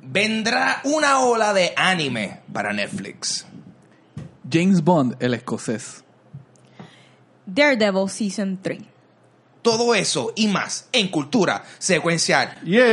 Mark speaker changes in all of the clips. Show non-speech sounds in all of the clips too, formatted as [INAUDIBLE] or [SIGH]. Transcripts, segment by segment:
Speaker 1: vendrá una ola de anime para Netflix.
Speaker 2: James Bond, el escocés.
Speaker 3: Daredevil Season 3.
Speaker 1: Todo eso y más en Cultura Secuencial.
Speaker 2: Yeah.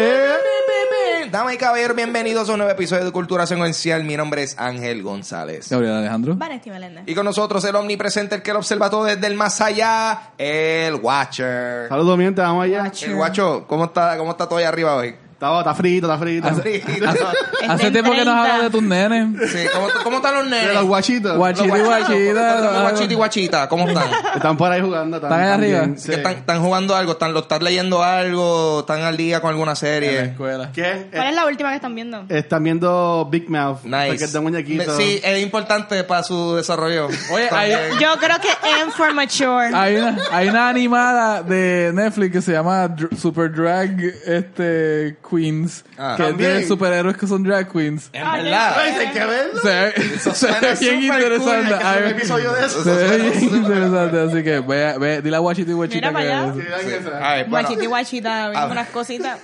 Speaker 1: Damas y caballeros, bienvenidos a un nuevo episodio de Cultura Secuencial. Mi nombre es Ángel González.
Speaker 2: Gabriel Alejandro.
Speaker 3: Vanesti Melendez.
Speaker 1: Y eh, con nosotros el omnipresente, el que lo observa todo desde el más allá, el Watcher.
Speaker 4: Saludos, mi gente, vamos allá.
Speaker 1: El Guacho, ¿cómo está, cómo está todo allá arriba hoy?
Speaker 4: Está, está frito, está frito.
Speaker 2: Hace-
Speaker 4: [LAUGHS]
Speaker 3: Está
Speaker 2: Hace
Speaker 3: en
Speaker 2: tiempo que nos
Speaker 3: 30.
Speaker 2: hablas de tus nenes.
Speaker 1: Sí, ¿cómo, ¿Cómo están los
Speaker 4: De los
Speaker 1: nenes?
Speaker 4: guachitos.
Speaker 2: Guachi-
Speaker 1: Los guachitos,
Speaker 2: guachita,
Speaker 1: los guachitos y guachitas, ¿cómo están?
Speaker 4: Están por ahí jugando.
Speaker 2: ¿Están allá
Speaker 4: bien,
Speaker 2: arriba?
Speaker 4: sí.
Speaker 1: Que están, están jugando algo, están, lo están leyendo algo, están al día con alguna
Speaker 2: En la
Speaker 1: serie.
Speaker 2: escuela.
Speaker 4: ¿Qué?
Speaker 3: ¿Cuál
Speaker 4: Eh,
Speaker 3: es la última que están viendo?
Speaker 4: están viendo Big Mouth. Porque
Speaker 1: Nice.
Speaker 4: es de muñequito.
Speaker 1: Sí, es importante para su desarrollo.
Speaker 2: Oye, hay-
Speaker 1: También.
Speaker 3: Yo creo [LAUGHS] que M for Mature.
Speaker 2: Hay una, hay una animada de Netflix que se llama Dr- Super Drag este, Queens.
Speaker 1: Ah.
Speaker 2: que es de
Speaker 4: También.
Speaker 2: superhéroes que son drag queens.
Speaker 1: En
Speaker 3: Ah,
Speaker 1: verdad.
Speaker 4: Ay, hay que verlo.
Speaker 2: Se ve, [LAUGHS] se ve
Speaker 1: suena
Speaker 2: bien
Speaker 1: súper
Speaker 2: interesante.
Speaker 1: cool, hay que
Speaker 4: Hay
Speaker 2: Ay,
Speaker 4: un episodio de eso.
Speaker 2: se ve bien interesante, así que ve, ve, dile a Guachito y Guachita
Speaker 3: Mira para allá.
Speaker 2: que
Speaker 4: Sí, hay que
Speaker 1: Sí. Ah.
Speaker 4: ver.
Speaker 1: Ay, bueno,
Speaker 3: Guachita y guachita,
Speaker 1: Ah.
Speaker 3: viendo unas cositas.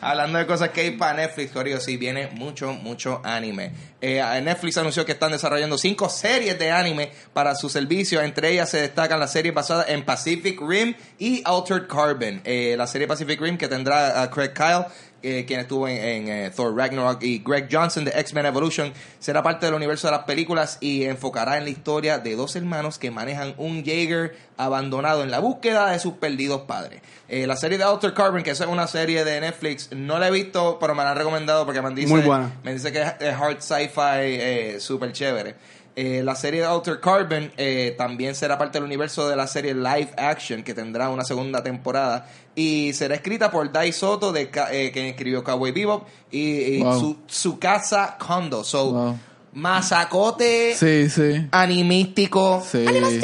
Speaker 1: hablando de cosas que hay para Netflix, Corio, sí, viene mucho, mucho anime. Eh, Netflix anunció que están desarrollando cinco series de anime para su servicio. Entre ellas se destacan las series basadas en Pacific Rim y Altered Carbon. Eh, la serie Pacific Rim que tendrá a Craig Kyle. eh, quien estuvo en, en, eh, Thor Ragnarok y Greg Johnson de X-Men Evolution será parte del universo de las películas y enfocará en la historia de dos hermanos que manejan un Jaeger abandonado en la búsqueda de sus perdidos padres. Eh, la serie de Outer Carbon, que esa es una serie de Netflix, no la he visto, pero me la han recomendado porque me han dicho
Speaker 4: Muy buena.
Speaker 1: me dice que es es hard sci-fi eh, súper chévere. Eh, la serie de Outer Carbon eh, también será parte del universo de la serie Live Action, que tendrá una segunda temporada. Y será escrita por Dai Soto, de, Ca- eh, quien escribió Cowboy Bebop, y, y
Speaker 2: Wow.
Speaker 1: su, su casa Kondo. So,
Speaker 2: Wow.
Speaker 1: masacote
Speaker 2: Sí, sí.
Speaker 1: animístico.
Speaker 2: Sí.
Speaker 1: ¡Animastín!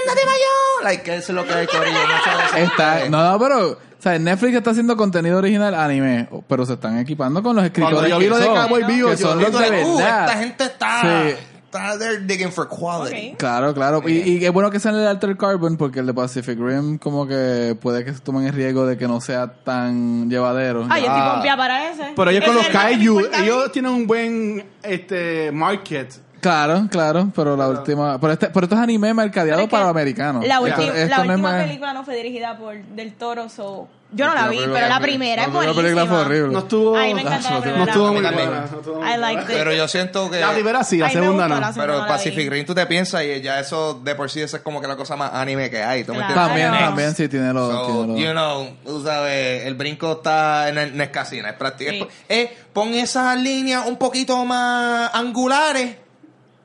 Speaker 1: ¡Anda de mayor! Like, que eso es lo que hay, Corillo. Muchas gracias.
Speaker 4: [LAUGHS]
Speaker 2: Está, no, no, pero o sea, Netflix está haciendo contenido original anime, pero se están equipando con los escritores
Speaker 4: Cuando yo
Speaker 2: que
Speaker 4: vi lo de
Speaker 2: son,
Speaker 4: Cowboy Bebop,
Speaker 2: que
Speaker 4: yo-
Speaker 2: son
Speaker 4: yo
Speaker 2: los de
Speaker 1: Like, uh,
Speaker 2: verdad.
Speaker 1: esta gente está.
Speaker 2: Sí.
Speaker 1: Está there digging for quality.
Speaker 3: Ok.
Speaker 2: Claro, claro. Y, y es bueno que sea en el Alter Carbon porque el de Pacific Rim como que puede que se tomen el riesgo de que no sea tan llevadero.
Speaker 3: Ay, yo estoy
Speaker 4: Ah.
Speaker 3: pompía para ese.
Speaker 4: Pero ellos
Speaker 3: Ese
Speaker 4: con los
Speaker 3: es el más que me
Speaker 4: kaiju,
Speaker 3: importa a mí.
Speaker 4: ellos tienen un buen este, market.
Speaker 2: Claro, claro, pero la última... Pero, este, pero esto es anime mercadeado
Speaker 3: Pero es que
Speaker 2: para americanos.
Speaker 3: La,
Speaker 2: Esto-
Speaker 3: ulti-
Speaker 2: esto
Speaker 3: la
Speaker 2: no es
Speaker 3: última
Speaker 2: más-
Speaker 3: película no fue dirigida por Del Toro, so... Yo no la
Speaker 2: La
Speaker 3: vi,
Speaker 2: película
Speaker 3: pero la
Speaker 2: fue-
Speaker 3: primera es
Speaker 2: la primera película fue
Speaker 3: buenísima.
Speaker 2: horrible.
Speaker 4: No estuvo.
Speaker 3: A mí me encanta la
Speaker 2: Ah,
Speaker 3: primera.
Speaker 4: No estuvo muy
Speaker 1: A mí
Speaker 4: buena.
Speaker 1: también.
Speaker 4: no estuvo muy
Speaker 3: I
Speaker 4: buena.
Speaker 3: liked it.
Speaker 1: Pero yo siento que.
Speaker 4: La primera sí, la
Speaker 3: Ay, me
Speaker 4: segunda
Speaker 3: gustó
Speaker 4: no.
Speaker 3: la segunda.
Speaker 1: Pero
Speaker 3: no la
Speaker 1: Pacific
Speaker 3: vi.
Speaker 1: Rim tú te piensas y ya eso de por sí eso es como que la cosa más anime que hay. ¿tú me
Speaker 3: Claro.
Speaker 1: entiendes?
Speaker 2: También,
Speaker 3: Next.
Speaker 2: también sí tiene los...
Speaker 1: So,
Speaker 2: tiene los-
Speaker 1: you know, tú sabes, el brinco está en, en escasina. Es práctica.
Speaker 3: Sí.
Speaker 1: Eh, pon esas líneas un poquito más angulares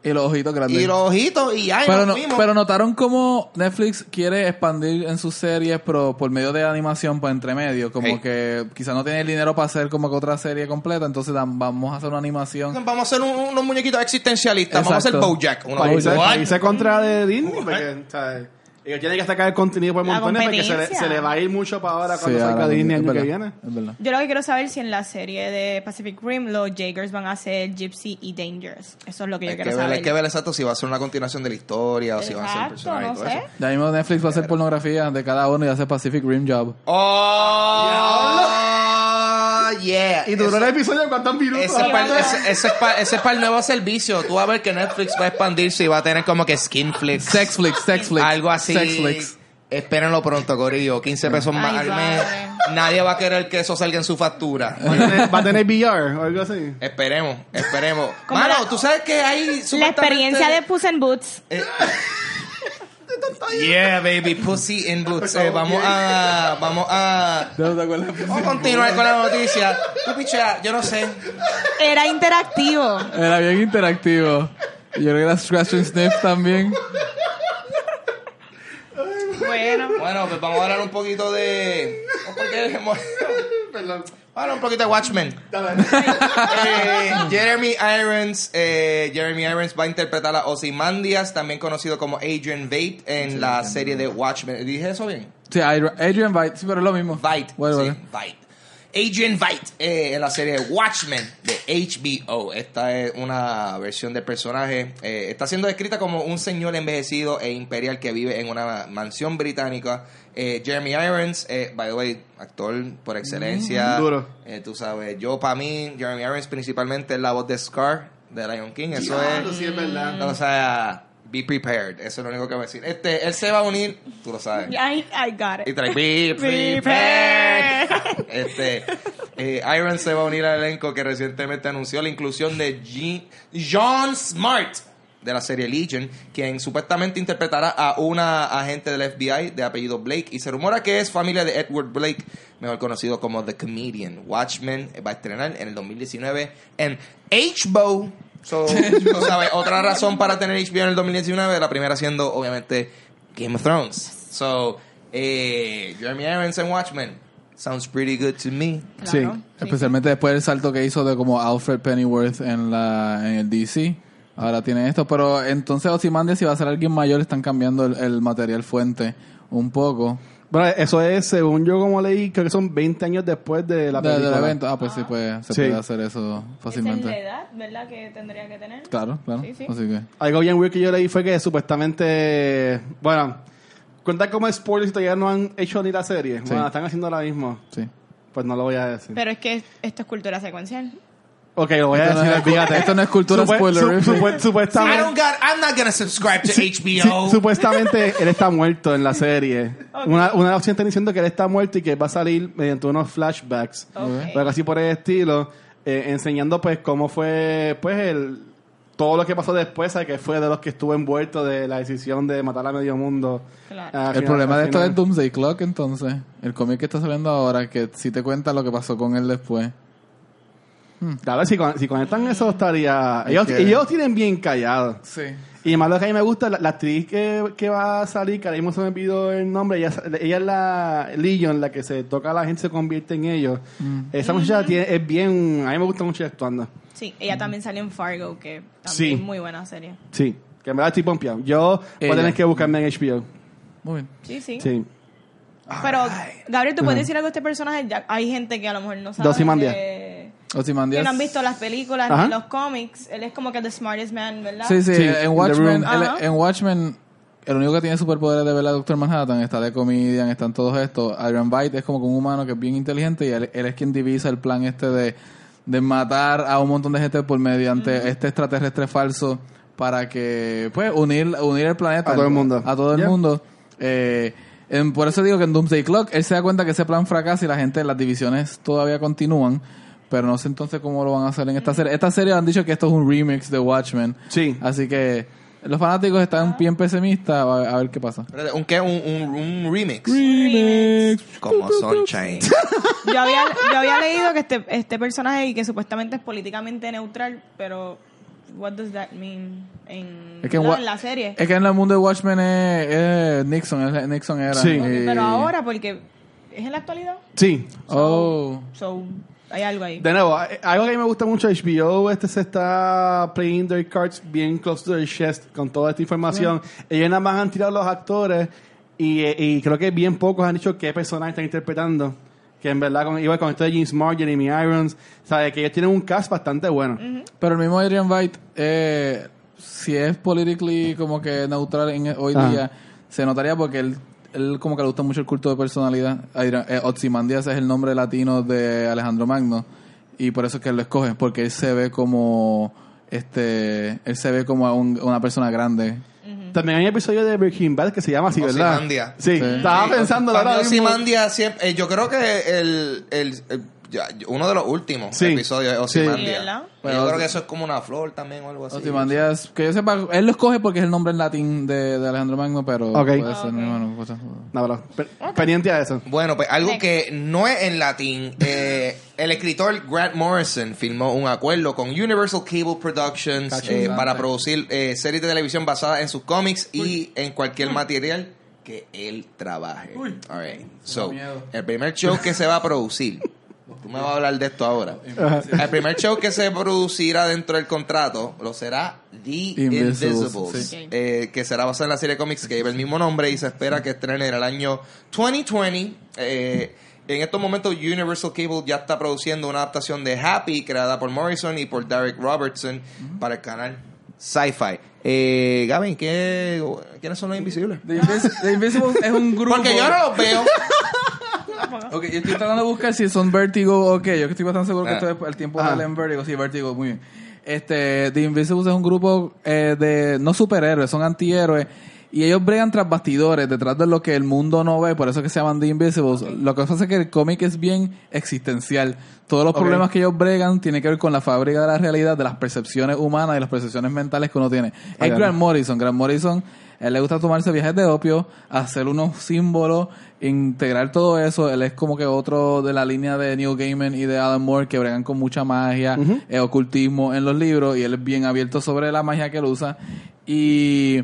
Speaker 2: Y los ojitos grandes.
Speaker 1: y los ojitos y ya. y
Speaker 2: pero,
Speaker 1: nos
Speaker 2: no-
Speaker 1: fuimos.
Speaker 2: pero notaron cómo Netflix quiere expandir en sus series, pero por medio de animación, por entre medio. Como
Speaker 1: Hey.
Speaker 2: que quizás no tiene el dinero para hacer como que otra serie completa, entonces dan- vamos a hacer una animación.
Speaker 1: Vamos a hacer un- unos muñequitos existencialistas. Vamos a hacer
Speaker 2: Exacto.
Speaker 1: Bojack. Uno,
Speaker 4: Para irse,
Speaker 1: What?
Speaker 4: para irse contra de Disney. Porque, o sea, ellos tienen que sacar el contenido por
Speaker 3: La
Speaker 4: montones porque se le,
Speaker 3: competencia.
Speaker 4: se le va a ir mucho para ahora cuando
Speaker 2: Sí,
Speaker 4: salga
Speaker 2: ahora
Speaker 4: Disney el
Speaker 2: es
Speaker 4: año que
Speaker 2: verdad,
Speaker 4: viene.
Speaker 2: Es verdad.
Speaker 3: Yo lo que quiero saber es si en la serie de Pacific Rim los Jaegers van a ser Gypsy y Dangerous. Eso es lo que yo
Speaker 1: Hay que,
Speaker 3: quiero
Speaker 1: ver,
Speaker 3: saber.
Speaker 1: hay que ver exacto si va a ser una continuación de la historia o si va a ser un
Speaker 3: Exacto,
Speaker 1: personaje y
Speaker 3: no
Speaker 1: todo
Speaker 3: sé.
Speaker 1: eso.
Speaker 2: Ya mismo Netflix va a hacer pornografía de cada uno y hace Pacific Rim Job.
Speaker 1: ¡Oh! ¡Yeah!
Speaker 4: Y duró
Speaker 1: Eso-
Speaker 4: el episodio cuántos minutos.
Speaker 1: Ese es, para, ese, ese es pa- ese es para el nuevo servicio. Tú vas a ver que Netflix va a expandirse y va a tener como que Skinflix.
Speaker 2: Sexflix, Sexflix.
Speaker 1: Algo así.
Speaker 2: Sexflix.
Speaker 1: Espérenlo pronto, Corillo. 15 pesos más
Speaker 3: Ay,
Speaker 1: al
Speaker 3: padre.
Speaker 1: mes. Nadie va a querer que eso salga en su factura.
Speaker 4: Va a tener- va a tener VR o algo así.
Speaker 1: Esperemos, esperemos.
Speaker 3: Como
Speaker 1: Mano,
Speaker 3: la-
Speaker 1: tú sabes que hay
Speaker 3: La
Speaker 1: supuestamente- Eh,
Speaker 3: experiencia de Puss in Boots.
Speaker 1: Yeah, baby, pussy in boots. Eh, vamos a... Vamos a...
Speaker 2: ¿No te acuerdas?
Speaker 1: Vamos a continuar con la noticia. Tú pichea, yo no sé.
Speaker 3: Era interactivo.
Speaker 2: Era bien interactivo. Y Yo creo que era Scratch and Sniff también.
Speaker 3: Bueno.
Speaker 1: Bueno, pues vamos a hablar un poquito de... ¿Por qué?
Speaker 4: Perdón.
Speaker 1: Ahora un poquito de Watchmen.
Speaker 4: Dale.
Speaker 1: Eh, Jeremy Irons, eh, Jeremy Irons va a interpretar a Ozymandias, también conocido como Adrian Vate en la serie de Watchmen. ¿Dije eso bien?
Speaker 2: Sí, Adrian Adrian Veidt. Sí, pero es lo mismo.
Speaker 1: Vite.
Speaker 2: Bueno,
Speaker 1: sí,
Speaker 2: vale.
Speaker 1: Vite. Adrian Veidt eh, en la serie Watchmen de HBO. Esta es una versión del personaje. eh, está siendo descrita como un señor envejecido e imperial que vive en una mansión británica. Eh, Jeremy Irons, eh, by the way, actor por excelencia.
Speaker 4: Mm, duro.
Speaker 1: Eh, tú sabes, yo para mí, Jeremy Irons principalmente es la voz de Scar de Lion King. Eso es.
Speaker 4: sí, es verdad.
Speaker 1: O sea, be prepared. Eso es lo único que voy a decir. Este, él se va a unir, tú lo sabes.
Speaker 3: I, I got
Speaker 1: Y
Speaker 3: it.
Speaker 1: trae, be
Speaker 3: [LAUGHS] Be
Speaker 1: prepared.
Speaker 3: [LAUGHS] prepared.
Speaker 1: Este, eh, Iron se va a unir al elenco que recientemente anunció la inclusión de Jean- John Smart de la serie Legion, quien supuestamente interpretará a una agente del FBI de apellido Blake y se rumora que es familia de Edward Blake, mejor conocido como The Comedian. Watchmen va a estrenar en el 2019 en HBO. So, tú sabes, otra razón para tener HBO en el 2019, la primera siendo obviamente Game of Thrones. So, eh, Jeremy Irons en Watchmen sounds pretty good to me.
Speaker 2: Sí,
Speaker 3: Claro, sí.
Speaker 2: especialmente después del salto que hizo de como Alfred Pennyworth en la en el DC. Ahora tiene esto, pero entonces Ozymandias si va a ser alguien mayor están cambiando el, el material fuente un poco
Speaker 5: Bueno, eso es, según yo como leí, creo que son 20 años después de la
Speaker 2: de- del
Speaker 5: película.
Speaker 2: evento. Ah, pues sí, pues se
Speaker 5: Sí.
Speaker 2: puede hacer eso
Speaker 3: Esa es la
Speaker 2: fácilmente.
Speaker 3: edad, ¿verdad? Que tendría que tener.
Speaker 2: Claro, claro.
Speaker 3: Sí, sí.
Speaker 2: Así que
Speaker 5: Algo bien weird que yo leí fue que supuestamente, bueno, cuenta como spoilers si todavía no han hecho ni la serie.
Speaker 2: Sí.
Speaker 5: Bueno, la están haciendo ahora mismo.
Speaker 2: sí.
Speaker 5: Pues no lo voy a decir.
Speaker 3: Pero es que esto es cultura secuencial.
Speaker 5: ok, lo voy a
Speaker 2: Esto no
Speaker 5: decir,
Speaker 2: es-
Speaker 5: fíjate.
Speaker 2: esto no es cultura
Speaker 5: Supue-
Speaker 2: spoiler.
Speaker 5: su- supue-
Speaker 1: I
Speaker 5: supuestamente,
Speaker 1: don't got. I'm not gonna subscribe to HBO.
Speaker 5: Sí, supuestamente él está muerto en la serie.
Speaker 3: Ok.
Speaker 5: Una, una opción está diciendo que él está muerto y que va a salir mediante unos flashbacks.
Speaker 3: Ok.
Speaker 5: O algo así por el estilo. eh, enseñando pues cómo fue pues el todo lo que pasó después, ¿sabes? que fue de los que estuvo envuelto de la decisión de matar a medio mundo.
Speaker 3: Claro.
Speaker 5: Ah,
Speaker 2: El
Speaker 5: al final-
Speaker 2: problema
Speaker 5: al
Speaker 2: de esto
Speaker 5: final.
Speaker 2: es Doomsday Clock, entonces. El cómic que está saliendo ahora, que si te cuenta lo que pasó con él después.
Speaker 5: Claro, si, con- si conectan eso estaría... Ellos,
Speaker 2: que-
Speaker 5: ellos tienen bien callado.
Speaker 2: Sí.
Speaker 5: Y más lo que a mí me gusta, la, la actriz que, que va a salir, que ahora mismo se me olvidó el nombre, ella, ella es la Legion, la que se toca a la gente se convierte en ellos. Esa muchacha tiene- es bien... A mí me gusta mucho ella actuando.
Speaker 3: Sí, ella también salió en Fargo, que también
Speaker 5: Sí.
Speaker 3: es muy buena serie.
Speaker 5: Sí. Que en verdad estoy pompeado. Yo voy
Speaker 2: Ella.
Speaker 5: a tener que buscarme en HBO.
Speaker 2: Muy bien.
Speaker 3: Sí, sí.
Speaker 5: Sí.
Speaker 3: Pero, Gabriel, ¿tú puedes decir algo de este personaje? Ya- hay gente que a lo mejor no sabe.
Speaker 5: Ozymandias.
Speaker 3: Que,
Speaker 2: Ozymandias.
Speaker 3: que no han visto las películas
Speaker 5: Ajá.
Speaker 3: ni los cómics. Él es como que the smartest man, ¿verdad?
Speaker 2: Sí, sí, eh,
Speaker 5: Sí,
Speaker 2: en
Speaker 5: The
Speaker 2: Watchmen,
Speaker 5: Room.
Speaker 2: el-
Speaker 3: Ajá.
Speaker 2: en Watchmen, el único que tiene superpoderes de ver a Doctor Manhattan está de comedian, están todos estos. Iron Bite es como que un humano que es bien inteligente y él, él es quien divisa el plan este de, de matar a un montón de gente por mediante este extraterrestre falso para que, pues, unir, unir el planeta.
Speaker 5: A todo el mundo.
Speaker 2: A todo el
Speaker 5: Yeah.
Speaker 2: mundo. Eh, en- por eso digo que en Doomsday Clock él se da cuenta que ese plan fracasa y la gente, las divisiones todavía continúan. Pero no sé entonces cómo lo van a hacer en esta serie. Esta serie han dicho que esto es un remix de Watchmen.
Speaker 5: Sí.
Speaker 2: Así que los fanáticos
Speaker 3: Ah.
Speaker 2: están bien pesimistas. A, a ver qué pasa.
Speaker 1: Espérate, ¿Un qué? Un, un, un remix.
Speaker 3: Remix.
Speaker 1: Como
Speaker 5: [LAUGHS]
Speaker 1: Sunshine.
Speaker 3: Yo había, yo había leído que este, este personaje y que supuestamente es políticamente neutral, pero what does that mean en,
Speaker 2: Es que en
Speaker 3: ¿verdad?
Speaker 2: Wa-
Speaker 3: en la serie?
Speaker 2: Es que en el mundo de Watchmen es, es Nixon. es- Nixon era.
Speaker 5: Sí.
Speaker 2: Y-
Speaker 3: Ok, Pero ahora, porque es en la actualidad,
Speaker 5: Sí.
Speaker 2: Oh.
Speaker 3: so hay algo ahí.
Speaker 5: De nuevo, eh, algo que a mí me gusta mucho de HBO, este se está playing their cards bien close to their chest con toda esta información. Ellos nada más han tirado los actores y, eh, y creo que bien pocos han dicho qué personajes están interpretando. Que en verdad, con, igual con esto de James Smart, Jeremy Irons, sabe que ellos tienen un cast bastante bueno.
Speaker 2: Pero el mismo Adrian White, eh, si es politically como que neutral en, hoy
Speaker 5: Ajá.
Speaker 2: día, se notaría porque él, él como que le gusta mucho el culto de personalidad. Adrian, eh, Ozymandias es el nombre latino de Alejandro Magno y por eso es que él lo escoge, porque él se ve como este él se ve como un- una persona grande.
Speaker 5: También hay un episodio de Breaking Bad que se llama así, ¿verdad?
Speaker 1: Ozymandias.
Speaker 5: Sí,
Speaker 2: Sí.
Speaker 5: estaba pensando
Speaker 1: Para
Speaker 5: ahora
Speaker 1: mí,
Speaker 5: mismo.
Speaker 1: Ozymandias siempre. eh, yo creo que el. el- el- ya, uno de los últimos
Speaker 5: Sí.
Speaker 1: episodios es
Speaker 5: Sí.
Speaker 1: Ozymandias.
Speaker 3: Sí, ¿verdad?
Speaker 1: Pero yo creo que eso es como una flor también o algo así.
Speaker 2: Ozymandias, que yo sepa, él lo escoge porque es el nombre en latín de, de Alejandro Magno, pero
Speaker 5: Ok.
Speaker 2: puede
Speaker 1: Ah,
Speaker 2: ser,
Speaker 3: Ok.
Speaker 2: mi hermano, cosa-
Speaker 5: No, pero pe- pendiente a eso.
Speaker 1: Bueno, pues algo
Speaker 3: Next.
Speaker 1: que no es en latín. eh, el escritor Grant Morrison firmó un acuerdo con Universal Cable Productions
Speaker 2: Cacho,
Speaker 1: eh,
Speaker 2: interesante.
Speaker 1: para producir eh, series de televisión basadas en sus cómics y en cualquier material que él trabaje. All right. So,
Speaker 2: miedo.
Speaker 1: el primer show que se va a producir. Tú me vas a hablar de esto ahora. El
Speaker 2: [LAUGHS]
Speaker 1: primer show que se producirá dentro del contrato lo será The Invisibles,
Speaker 2: Invisibles,
Speaker 3: sí. Ok.
Speaker 1: eh, que será basada en la serie de cómics que lleva el mismo nombre y se espera que estrene en el año 2020. eh, En estos momentos, Universal Cable ya está produciendo una adaptación de Happy, creada por Morrison y por Derek Robertson, para el canal Sci-Fi. Eh, Gavin, ¿qué, ¿quiénes son los invisibles?
Speaker 2: The Invis- The Invisibles es un grupo.
Speaker 1: Porque yo no los veo. [LAUGHS]
Speaker 2: Ok, yo estoy tratando de buscar si son Vertigo o qué. Yo estoy bastante seguro que
Speaker 1: Ah.
Speaker 2: esto es el tiempo
Speaker 5: Ajá.
Speaker 2: sale en Vertigo. Sí, Vertigo, muy bien. Este, The Invisibles es un grupo eh, de no superhéroes, son antihéroes. Y ellos bregan tras bastidores, detrás de lo que el mundo no ve, por eso es que se llaman The Invisibles. Lo que pasa es que el cómic es bien existencial. Todos los
Speaker 5: Ok.
Speaker 2: problemas que ellos bregan tienen que ver con la fábrica de la realidad, de las percepciones humanas y las percepciones mentales que uno tiene. Es
Speaker 5: ya.
Speaker 2: Grant Morrison. Grant Morrison, a él le gusta tomarse viajes de opio, hacer unos símbolos, integrar todo eso. Él es como que otro de la línea de Neil Gaiman y de Alan Moore que bregan con mucha magia, eh, ocultismo en los libros y él es bien abierto sobre la magia que él usa. Y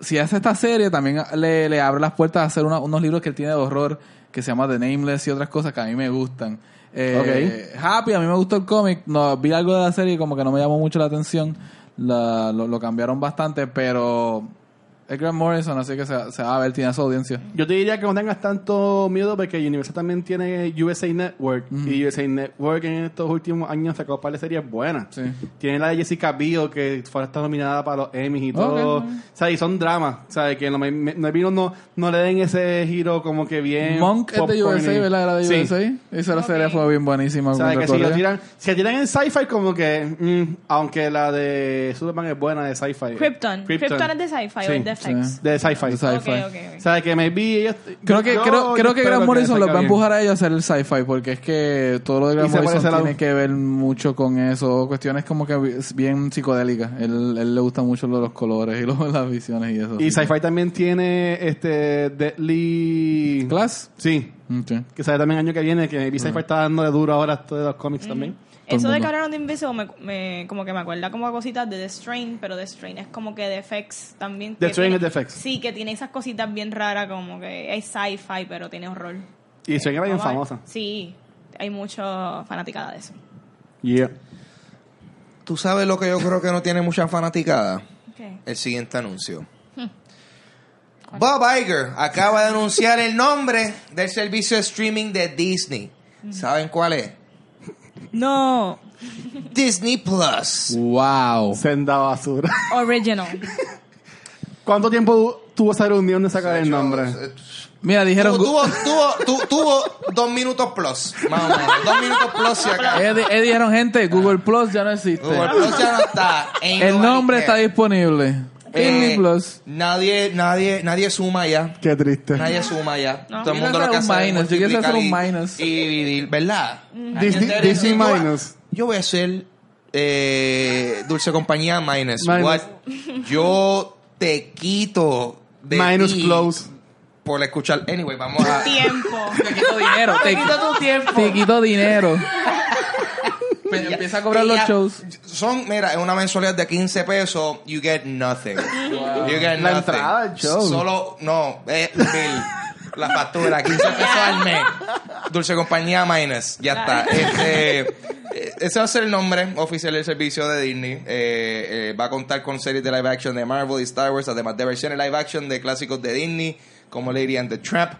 Speaker 2: si hace esta serie, también le, le abre las puertas a hacer una- unos libros que él tiene de horror que se llama The Nameless y otras cosas que a mí me gustan. Eh, Happy, a mí me gustó el cómic. No, vi algo de la serie y como que no me llamó mucho la atención. La- lo, lo cambiaron bastante, pero es Grant Morrison, así que se, se va a ver, tiene su audiencia.
Speaker 5: Yo te diría que no tengas tanto miedo porque Universal también tiene USA Network. Y USA Network en estos últimos años sacó un par de series buenas.
Speaker 2: Sí.
Speaker 5: Tiene la de Jessica Biel que fue hasta nominada para los Emmys y todo.
Speaker 2: Ok.
Speaker 5: O sea, y son dramas. O sea, que no, me, me- no, vino- no, no le den ese giro como que bien.
Speaker 2: Monk es de
Speaker 5: Eh, popcorn
Speaker 2: USA,
Speaker 5: y-
Speaker 2: ¿verdad? Era de
Speaker 5: Sí.
Speaker 2: USA. Esa la
Speaker 3: Ok.
Speaker 2: serie fue bien buenísima.
Speaker 5: O sea,
Speaker 2: cuando
Speaker 5: que si lo
Speaker 2: corría.
Speaker 5: tiran, si la tiran en sci-fi, como que. mm, aunque la de Superman es buena de sci-fi.
Speaker 3: Krypton. Krypton es de sci-fi o
Speaker 5: Sí,
Speaker 3: es de FX.
Speaker 5: de sci-fi.
Speaker 2: De sci-fi.
Speaker 3: Ok, ok, ok.
Speaker 5: O sea, que maybe ellos.
Speaker 2: Creo que,
Speaker 5: yo-
Speaker 2: creo,
Speaker 5: yo
Speaker 2: creo que
Speaker 5: espero
Speaker 2: Grant Morrison
Speaker 5: les
Speaker 2: los va a
Speaker 5: salga bien.
Speaker 2: empujar a ellos a hacer el sci-fi, porque es que todo lo de Grant
Speaker 5: Y se parece
Speaker 2: Morrison
Speaker 5: a la-
Speaker 2: tiene que ver mucho con eso, cuestiones como que es bien psicodélicas. Él, él le gustan mucho los colores y los- [LAUGHS] las visiones y eso.
Speaker 5: Y Sci-Fi también tiene este Deadly
Speaker 2: Class.
Speaker 5: Sí,
Speaker 2: Mm, sí.
Speaker 5: que sale también el año que viene, que maybe Sci-Fi está dándole duro ahora a todos los cómics también.
Speaker 2: el
Speaker 3: Eso de
Speaker 2: mundo.
Speaker 3: que hablaron de Invisible me, me- como que me acuerda como a cositas de The Strain, pero The Strain es como que de FX también.
Speaker 5: The
Speaker 3: que
Speaker 5: Strain
Speaker 3: tiene-
Speaker 5: es de FX.
Speaker 3: Sí, que tiene esas cositas bien raras como que es sci-fi pero tiene horror.
Speaker 5: Y Shrek era bien
Speaker 3: Vamos a ver.
Speaker 5: famosa.
Speaker 3: Sí, hay mucho fanaticada de eso.
Speaker 5: Yeah.
Speaker 1: ¿Tú sabes lo que yo creo que no tiene mucha fanaticada?
Speaker 3: Ok.
Speaker 1: El siguiente anuncio. Bob Iger acaba de anunciar el nombre del servicio de streaming de Disney. ¿Saben cuál es?
Speaker 3: No,
Speaker 1: Disney Plus.
Speaker 2: Wow.
Speaker 5: Senda basura. [LAUGHS]
Speaker 3: original.
Speaker 5: ¿Cuánto tiempo tuvo esa reunión de sacar el nombre?
Speaker 2: Mira, dijeron...
Speaker 1: Tuvo, tuvo, tuvo, tu- tuvo dos minutos plus, más o menos. Dos minutos plus si acaso.
Speaker 2: Eh, di- eh, dijeron, gente, Google Plus ya no existe.
Speaker 1: Google Plus ya no está. Ain't
Speaker 2: El
Speaker 1: nobody
Speaker 2: nombre está
Speaker 1: care.
Speaker 2: disponible. Disney
Speaker 1: Eh,
Speaker 2: Plus.
Speaker 1: Nadie, nadie, nadie suma ya.
Speaker 5: Qué triste.
Speaker 1: Nadie suma ya.
Speaker 3: No.
Speaker 1: Todo el
Speaker 2: Yo
Speaker 1: mundo
Speaker 2: quiero
Speaker 1: lo que
Speaker 2: hacer un
Speaker 1: hace es
Speaker 2: minus, yo quiero hacer un
Speaker 1: multiplicar y-
Speaker 2: minus. Mm.
Speaker 1: Y, dividir, ¿verdad?
Speaker 5: Disney-
Speaker 1: Gente dice,
Speaker 5: Disney
Speaker 1: yo voy-
Speaker 5: minus.
Speaker 1: Yo voy a ser eh, Dulce Compañía minus.
Speaker 5: Minus.
Speaker 1: What? Yo te quito de
Speaker 5: Minus
Speaker 1: ti
Speaker 5: close.
Speaker 1: Por escuchar. Anyway, vamos a...
Speaker 3: Tiempo.
Speaker 2: Te quito dinero. Te quito tu tiempo. Te quito dinero. Pe-
Speaker 1: Ya-
Speaker 2: Empieza a cobrar los
Speaker 1: ya-
Speaker 2: shows.
Speaker 1: Son, mira, es una mensualidad de 15 pesos. You get nothing. You get
Speaker 5: La
Speaker 1: nothing.
Speaker 5: entrada al show.
Speaker 1: Solo, no, es mil. La factura, 15 pesos al mes. Dulce Compañía Minus. Ya está. Este, eh, ese va a ser el nombre oficial del servicio de Disney. Eh, eh, va a contar con series de live action de Marvel y Star Wars, además de versiones live action de clásicos de Disney, como Lady and the Tramp.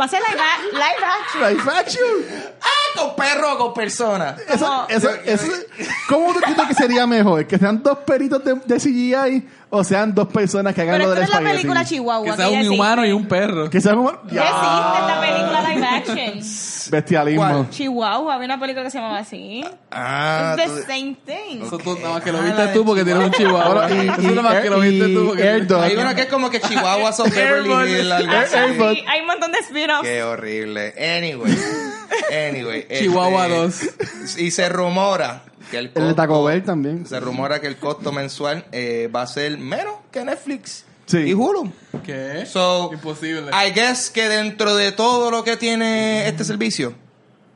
Speaker 3: Va a ser live, a- live action.
Speaker 5: Life action.
Speaker 1: ¡Ah! Con perro o con persona.
Speaker 5: Eso, eso, eso, ¿Cómo tú crees que sería mejor? ¿Que sean dos peritos de, de CGI o sean dos personas que hagan
Speaker 3: Pero
Speaker 5: lo
Speaker 3: esto
Speaker 5: del
Speaker 3: es la
Speaker 5: espagueti?
Speaker 3: película Chihuahua.
Speaker 2: Que sea un
Speaker 3: existe.
Speaker 2: humano y un perro.
Speaker 5: Que sean como...
Speaker 3: Ya existe esta película live action.
Speaker 5: Bestialismo.
Speaker 1: ¿Cuál?
Speaker 3: Chihuahua, había una película que se llamaba así.
Speaker 1: Ah,
Speaker 3: It's the
Speaker 1: tú-
Speaker 3: same thing.
Speaker 2: Eso tú nada más que lo
Speaker 1: Ah,
Speaker 2: viste
Speaker 1: la
Speaker 2: tú porque tienes un chihuahua.
Speaker 5: Y-
Speaker 2: Eso nada más que lo
Speaker 5: y-
Speaker 2: viste tú
Speaker 5: y
Speaker 2: porque...
Speaker 5: Air Dog.
Speaker 1: Hay una que es como que Chihuahua son Beverly Hills, algo
Speaker 3: Ah,
Speaker 1: así.
Speaker 5: Air Bud.
Speaker 3: sí, hay un montón de spin-offs.
Speaker 1: Qué horrible. Anyway, anyway.
Speaker 2: [LAUGHS] Chihuahua
Speaker 1: 2. Y se rumora que el
Speaker 5: El de
Speaker 1: costo,
Speaker 5: Taco Bell también.
Speaker 1: se rumora que el costo mensual eh, va a ser menos que Netflix
Speaker 5: Sí.
Speaker 1: y Hulu.
Speaker 2: ¿Qué?
Speaker 1: So,
Speaker 2: Imposible.
Speaker 1: I guess que dentro de todo lo que tiene este servicio,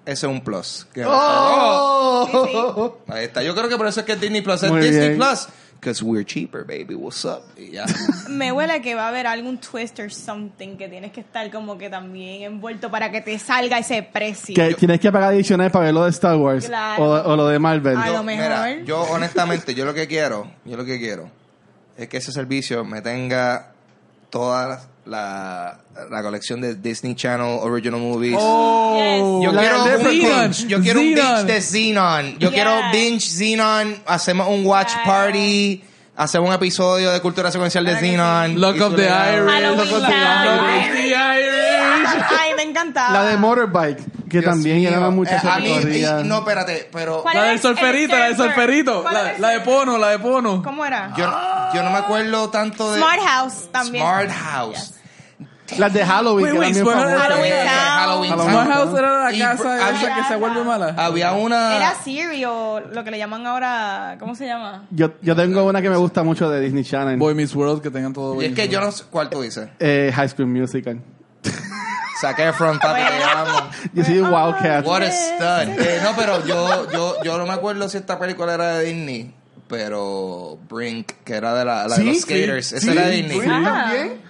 Speaker 1: ese es un plus. Que-
Speaker 5: ¡Oh!
Speaker 1: Ahí está. Yo creo que por eso es que Disney Plus es
Speaker 5: Muy
Speaker 1: Disney
Speaker 5: bien.
Speaker 1: Plus. Because we're cheaper, baby. What's up? Y ya.
Speaker 3: Me huele que va a haber algún twist or something que tienes que estar como que también envuelto para que te salga ese precio.
Speaker 5: Que tienes que pagar adicionales para ver lo de Star Wars
Speaker 3: Claro.
Speaker 5: o, o lo de Marvel.
Speaker 3: A
Speaker 1: Yo,
Speaker 3: lo mejor.
Speaker 1: mira, yo honestamente, yo lo que quiero, yo lo que quiero es que ese servicio me tenga todas las, la, la colección de Disney Channel Original Movies.
Speaker 3: Oh,
Speaker 1: Yo
Speaker 5: la
Speaker 1: quiero,
Speaker 5: de
Speaker 1: un,
Speaker 2: Leprechaun.
Speaker 1: binge, yo quiero un binge
Speaker 2: Xenon.
Speaker 1: de Xenon. Yo
Speaker 3: Yes.
Speaker 1: quiero binge Xenon. Hacemos un watch
Speaker 3: Yes.
Speaker 1: party. Hacemos un episodio de cultura secuencial de
Speaker 3: Claro que
Speaker 1: Xenon.
Speaker 2: Lock
Speaker 1: Y
Speaker 2: of
Speaker 1: su
Speaker 2: the
Speaker 1: legado.
Speaker 2: Irish.
Speaker 3: Halloween
Speaker 2: Lock of the
Speaker 3: Town.
Speaker 2: Lock of the Irish.
Speaker 3: Ay, me encantaba.
Speaker 5: La de Motorbike, que
Speaker 1: Dios
Speaker 5: también
Speaker 1: mío.
Speaker 5: era una muchacha
Speaker 1: Eh, a
Speaker 5: que
Speaker 1: mí-
Speaker 5: corría.
Speaker 1: y- No, espérate, pero
Speaker 3: ¿Cuál
Speaker 2: La
Speaker 3: era
Speaker 2: del
Speaker 3: el-
Speaker 2: solferito,
Speaker 3: el
Speaker 2: la del
Speaker 3: surfer?
Speaker 2: solferito.
Speaker 3: ¿Cuál era
Speaker 2: La,
Speaker 3: el
Speaker 2: la de Pono, la de Pono.
Speaker 3: ¿Cómo era?
Speaker 1: yo, no- yo no me acuerdo tanto de...
Speaker 3: Smart House también.
Speaker 1: Smart House.
Speaker 5: Las de Halloween,
Speaker 2: Wait,
Speaker 5: que
Speaker 2: wait,
Speaker 5: eran bien
Speaker 2: spoiler
Speaker 5: famosas.
Speaker 2: alert.
Speaker 1: Eh,
Speaker 3: Halloween Town.
Speaker 1: Halloween Town.
Speaker 2: Smart House era la
Speaker 1: Y
Speaker 2: casa
Speaker 1: había-
Speaker 2: esa que se vuelve mala.
Speaker 1: Había una...
Speaker 3: Era Siri o lo que le llaman ahora, ¿cómo se llama?
Speaker 5: Yo, yo tengo una que me gusta mucho de Disney Channel.
Speaker 2: Boy Miss World, que tengan
Speaker 1: Y
Speaker 2: todo
Speaker 1: es
Speaker 2: Boy
Speaker 1: que
Speaker 2: Meets
Speaker 1: yo no sé cuál tú dices.
Speaker 5: Eh, High School Musical.
Speaker 1: Saqué front papi, te
Speaker 3: Bueno.
Speaker 1: amo.
Speaker 5: Yo soy
Speaker 3: ah.
Speaker 5: un Wildcat.
Speaker 1: What
Speaker 3: [LAUGHS]
Speaker 1: a stud. Eh, no, pero yo, yo, yo no me acuerdo si esta película era de Disney, pero Brink, que era de, la, la de los skaters, esa era de Disney.
Speaker 5: sí, también.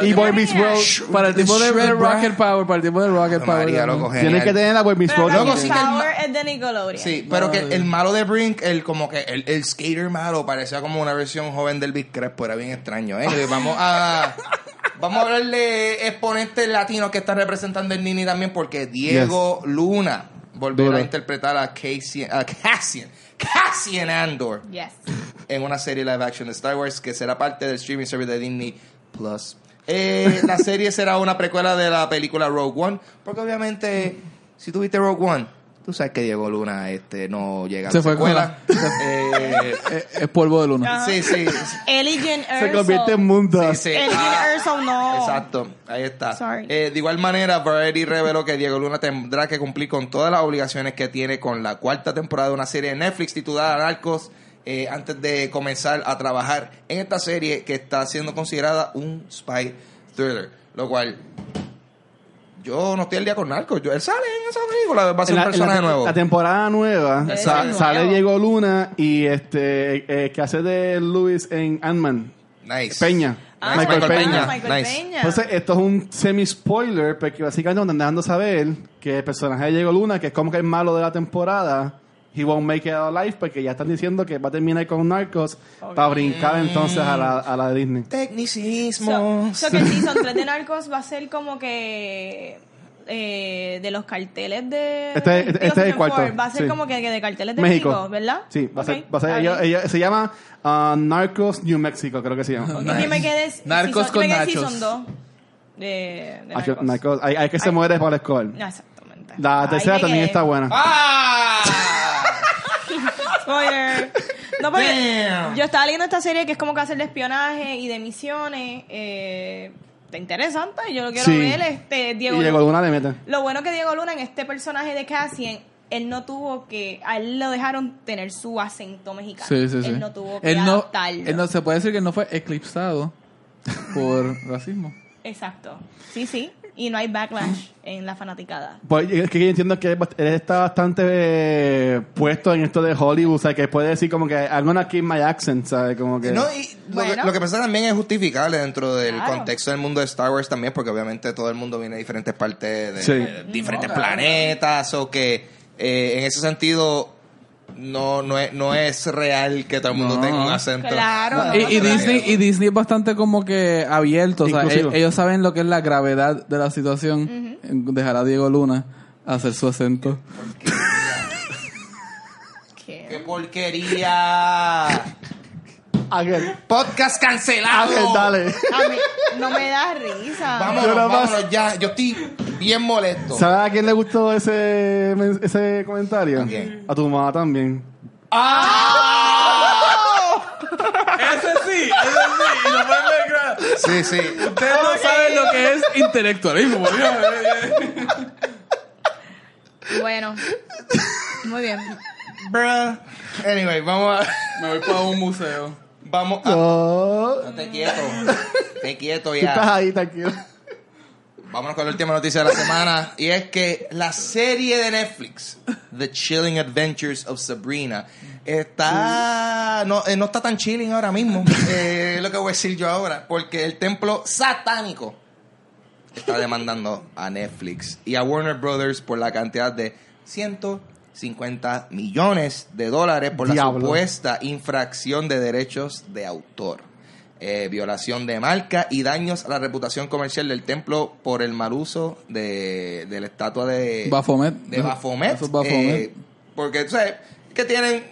Speaker 5: Y Boy Meets World.
Speaker 2: World. Para el tipo de, de Rocket Power, para el tipo de Rocket
Speaker 1: Ave
Speaker 2: Power.
Speaker 1: María,
Speaker 2: también.
Speaker 1: loco,
Speaker 5: Tienes
Speaker 1: genial.
Speaker 5: que tener la Boy Meets
Speaker 3: Pero
Speaker 5: World.
Speaker 1: Loco,
Speaker 3: Rocket
Speaker 1: sí que el ma-
Speaker 3: Power es de Nickelodeon.
Speaker 1: Sí, pero que el malo de Brink, el como que el, el skater malo parecía como una versión joven del Big Crespo, era bien extraño. ¿eh? Anyway, Vamos a vamos a hablar de exponentes latinos que están representando el Nini también, porque Diego Luna volverá
Speaker 5: Duro.
Speaker 1: a interpretar a, Cassian, a Cassian, Cassian Andor
Speaker 3: Yes.
Speaker 1: en una serie live action de Star Wars que será parte del streaming service de Disney Plus. Eh, la serie será una precuela de la película Rogue One, porque obviamente si tuviste Rogue One, tú sabes que Diego Luna este no llega a
Speaker 2: Se
Speaker 1: la
Speaker 2: fue con
Speaker 1: secuela.
Speaker 2: [LAUGHS]
Speaker 1: Eh,
Speaker 2: Eh, Es polvo de luna.
Speaker 3: Ajá.
Speaker 1: sí, sí,
Speaker 3: Eligent Urso.
Speaker 5: Se convierte en mundo.
Speaker 1: sí, sí.
Speaker 3: Eligent
Speaker 1: Ah,
Speaker 3: Urso no.
Speaker 1: Exacto, ahí está.
Speaker 3: Oh. Sorry.
Speaker 1: Eh, de igual manera, Variety reveló que Diego Luna tendrá que cumplir con todas las obligaciones que tiene con la cuarta temporada de una serie de Netflix titulada Narcos eh, antes de comenzar a trabajar en esta serie que está siendo considerada un spy thriller. Lo cual, yo no estoy al día con Narcos. Yo- él sale en esa película, va a ser un
Speaker 5: En la, en la-
Speaker 1: personaje nuevo.
Speaker 5: la temporada nueva
Speaker 3: Él
Speaker 5: sa-
Speaker 3: es nuevo.
Speaker 5: sale Diego Luna y este eh, que hace de Luis en Ant-Man.
Speaker 1: Nice.
Speaker 5: Peña.
Speaker 3: Ah,
Speaker 5: Michael,
Speaker 1: Michael
Speaker 5: Peña.
Speaker 1: Peña.
Speaker 3: Michael
Speaker 1: Nice.
Speaker 3: Peña.
Speaker 5: Entonces, esto es un semi-spoiler, porque básicamente nos están dejando saber que el personaje de Diego Luna, que es como que el malo de la temporada, he won't make it out alive, porque ya están diciendo que va a terminar con Narcos para brincar entonces a la, a la Disney.
Speaker 1: Tecnicismo.
Speaker 3: So, so que el season 3 de Narcos va a ser como que eh, de los carteles de
Speaker 5: Este- este-
Speaker 3: digo,
Speaker 5: este es el
Speaker 3: season
Speaker 5: cuarto,
Speaker 3: four, va a ser
Speaker 5: sí.
Speaker 3: como que, que de carteles de
Speaker 5: México.
Speaker 3: México, ¿verdad?
Speaker 5: Sí, va a ser.
Speaker 3: Ok,
Speaker 5: va a ser-
Speaker 3: está
Speaker 5: ella-
Speaker 3: bien.
Speaker 5: ella- se llama ah, Narcos New Mexico, creo que se llama.
Speaker 3: Ok,
Speaker 2: Nice.
Speaker 3: yo me quedé si-
Speaker 2: Narcos
Speaker 3: season-
Speaker 2: con
Speaker 3: me quedé
Speaker 2: nachos.
Speaker 3: season 2 de, [LAUGHS] de
Speaker 5: Ah,
Speaker 3: Narcos.
Speaker 5: Narcos. Hay, hay que se
Speaker 3: Ay.
Speaker 5: muere por el score.
Speaker 3: Ah, Exactamente.
Speaker 5: La
Speaker 3: Ahí
Speaker 5: tercera
Speaker 3: me
Speaker 5: también
Speaker 3: quedé.
Speaker 5: está buena.
Speaker 1: ¡Ah!
Speaker 3: Spoiler. No, porque
Speaker 1: Damn.
Speaker 3: yo estaba leyendo esta serie que es como que hacer de espionaje y de misiones. Eh, está interesante, yo lo quiero
Speaker 5: Sí.
Speaker 3: ver. Este,
Speaker 5: Y
Speaker 3: Diego,
Speaker 5: Diego Luna le mete.
Speaker 3: Lo bueno que Diego Luna en este personaje de Cassian, él no tuvo que, a él lo dejaron tener su acento mexicano.
Speaker 2: Sí, sí, sí.
Speaker 3: Él no tuvo que
Speaker 2: Él no-
Speaker 3: adaptarlo.
Speaker 2: él no- se puede decir que no fue eclipsado por [LAUGHS] racismo.
Speaker 3: Exacto. Sí, sí. Y no hay backlash en la fanaticada.
Speaker 5: Pues es que yo entiendo que él bast- él está bastante eh, puesto en esto de Hollywood, o sea, que puede decir como que I'm gonna keep my accent, ¿sabes? Como que...
Speaker 1: No, y lo,
Speaker 3: Bueno.
Speaker 1: que, lo que pasa también es justificable dentro del
Speaker 3: Claro.
Speaker 1: contexto del mundo de Star Wars también, porque obviamente todo el mundo viene de diferentes partes, de
Speaker 5: Sí.
Speaker 1: de diferentes planetas, o que eh, en ese sentido no, no, es, no es real que todo el mundo
Speaker 2: No.
Speaker 1: tenga un acento.
Speaker 3: Claro, no,
Speaker 2: Y,
Speaker 3: no,
Speaker 2: y
Speaker 3: no, no.
Speaker 2: Disney, y Disney es bastante como que abierto. O sea,
Speaker 5: Inclusivo.
Speaker 2: e- ellos saben lo que es la gravedad de la situación. Dejará a Diego Luna hacer su acento.
Speaker 1: ¡Qué [LAUGHS]
Speaker 3: Que-
Speaker 1: porquería!
Speaker 5: Ángel,
Speaker 1: ¡Podcast cancelado!
Speaker 5: Ángel, [LAUGHS]
Speaker 1: [LAUGHS]
Speaker 5: dale.
Speaker 3: A mí no me da risa.
Speaker 1: Vámonos,
Speaker 5: Yo nada más-
Speaker 1: vámonos ya. Yo estoy bien molesto.
Speaker 5: ¿Sabes a quién le gustó ese, men- ese comentario?
Speaker 1: ¿A quién?
Speaker 5: A tu mamá también.
Speaker 2: ese sí, ese sí. Y lo pueden ver gra-
Speaker 1: Sí,
Speaker 5: [LAUGHS]
Speaker 1: sí.
Speaker 2: Ustedes no saben lo que es intelectualismo. por Dios.
Speaker 3: [LAUGHS] Bueno. Muy bien.
Speaker 1: Bruh. Anyway, vamos a...
Speaker 2: Me voy para un museo.
Speaker 1: Vamos
Speaker 5: Ah,
Speaker 1: a...
Speaker 5: No.
Speaker 1: Te
Speaker 5: [LAUGHS]
Speaker 1: quieto. Te quieto
Speaker 5: Tú Oh, estás
Speaker 1: ya.
Speaker 5: ahí, tranquilo.
Speaker 1: Vámonos con la última noticia de la semana. Y es que la serie de Netflix, The Chilling Adventures of Sabrina, está. No, eh, no está tan chilling ahora
Speaker 5: [LAUGHS]
Speaker 1: mismo. eh, es lo que voy a decir yo ahora. Porque el templo satánico está demandando a Netflix y a Warner Brothers por la cantidad de 150 millones de dólares por la
Speaker 5: Diablo.
Speaker 1: supuesta infracción de derechos de autor. eh, violación de marca y daños a la reputación comercial del templo por el mal uso de, de la estatua de
Speaker 2: Baphomet.
Speaker 1: Eh, De Baphomet.
Speaker 2: Eso es Baphomet.
Speaker 1: eh, porque, tú sabes, que tienen,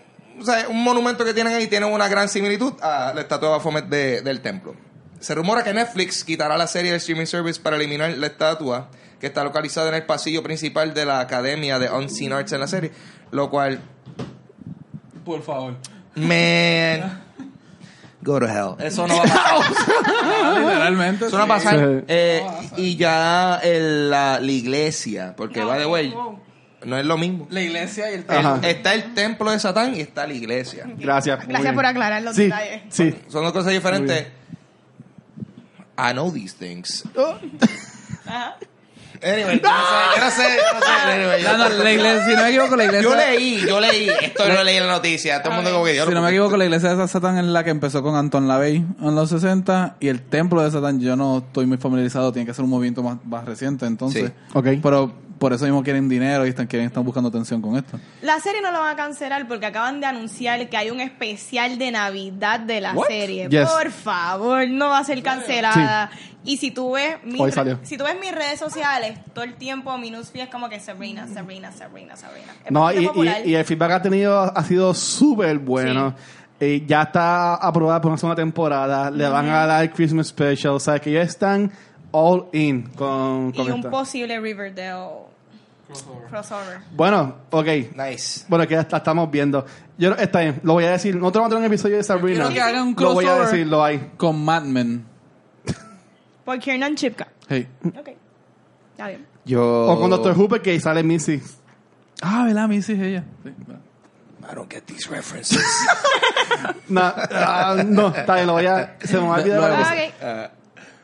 Speaker 1: o sea, un monumento que tienen ahí tiene una gran similitud a la estatua de Baphomet de- del templo. Se rumora que Netflix quitará la serie de streaming service para eliminar la estatua que está localizada en el pasillo principal de la academia de Unseen Arts en la serie, lo cual
Speaker 2: Por favor. [LAUGHS]
Speaker 1: Man. Go to hell. Eso no va a pasar.
Speaker 2: [LAUGHS] Literalmente.
Speaker 1: Eso no va a pasar.
Speaker 5: Sí.
Speaker 1: Eh, y ya el- la, la iglesia, porque va de way, no es lo mismo.
Speaker 2: La iglesia y el
Speaker 5: Ajá.
Speaker 1: El- está el templo de Satán y está la iglesia.
Speaker 5: Gracias. muy
Speaker 3: Gracias
Speaker 5: bien.
Speaker 3: por aclarar los
Speaker 5: sí,
Speaker 3: detalles.
Speaker 5: Sí.
Speaker 1: Son dos cosas diferentes. I know these things.
Speaker 3: Ajá.
Speaker 1: Anyway, yo no sé, yo no sé, yo no sé. Anyway, yo-
Speaker 2: No, no, la iglesia, si no me equivoco, la iglesia.
Speaker 1: yo leí, yo leí. Esto no leí en la noticia. Todo el mundo como que yo
Speaker 2: Si
Speaker 1: lo-
Speaker 2: no me equivoco, la iglesia de Satán es la que empezó con Anton LaVey en los 60 y el templo de Satán yo no estoy muy familiarizado, tiene que ser un movimiento más, más reciente entonces.
Speaker 1: Sí.
Speaker 5: Ok.
Speaker 2: Pero por eso mismo quieren dinero y están, quieren, están buscando atención con esto.
Speaker 3: La serie no la van a cancelar porque acaban de anunciar que hay un especial de Navidad de la
Speaker 1: What?
Speaker 3: serie.
Speaker 5: Yes.
Speaker 3: Por favor, no va a ser cancelada. Y si tú ves mis
Speaker 5: Hoy
Speaker 3: re-
Speaker 5: salió.
Speaker 3: si tú ves mis redes sociales, todo el tiempo Minusfi es como que Sabrina, Sabrina, Sabrina, Sabrina. Es
Speaker 5: No,
Speaker 3: bastante
Speaker 5: y,
Speaker 3: popular.
Speaker 5: y- y el feedback que ha tenido ha sido súper bueno. Eh, ya está aprobada por una segunda temporada. Le van a dar Christmas Special. O sea, que ya están all in con,
Speaker 3: Y
Speaker 5: con
Speaker 3: un
Speaker 5: esta.
Speaker 3: posible Riverdale crossover.
Speaker 5: Bueno, ok.
Speaker 1: Nice.
Speaker 5: Bueno, que ya está- estamos viendo. Yo, no- está bien, lo voy a decir. Nosotros vamos a tener un episodio de Sabrina.
Speaker 2: Quiero que hagan un
Speaker 5: lo voy a
Speaker 2: crossover.
Speaker 5: decir, lo hay.
Speaker 2: Con Mad Men.
Speaker 3: Por Kiernan Chipka.
Speaker 2: Hey.
Speaker 5: Mm.
Speaker 3: Ok. Está bien.
Speaker 1: Yo.
Speaker 5: O con
Speaker 2: Oh.
Speaker 5: Doctor Hooper que sale Missy.
Speaker 2: Ah, ¿verdad? Mi sí es ella. Sí.
Speaker 1: I don't get these references.
Speaker 5: No, ah, no, está bien, lo voy a. Se me va a olvidar.
Speaker 2: No,
Speaker 5: la
Speaker 2: no,
Speaker 5: cosa.
Speaker 3: Ah, ok.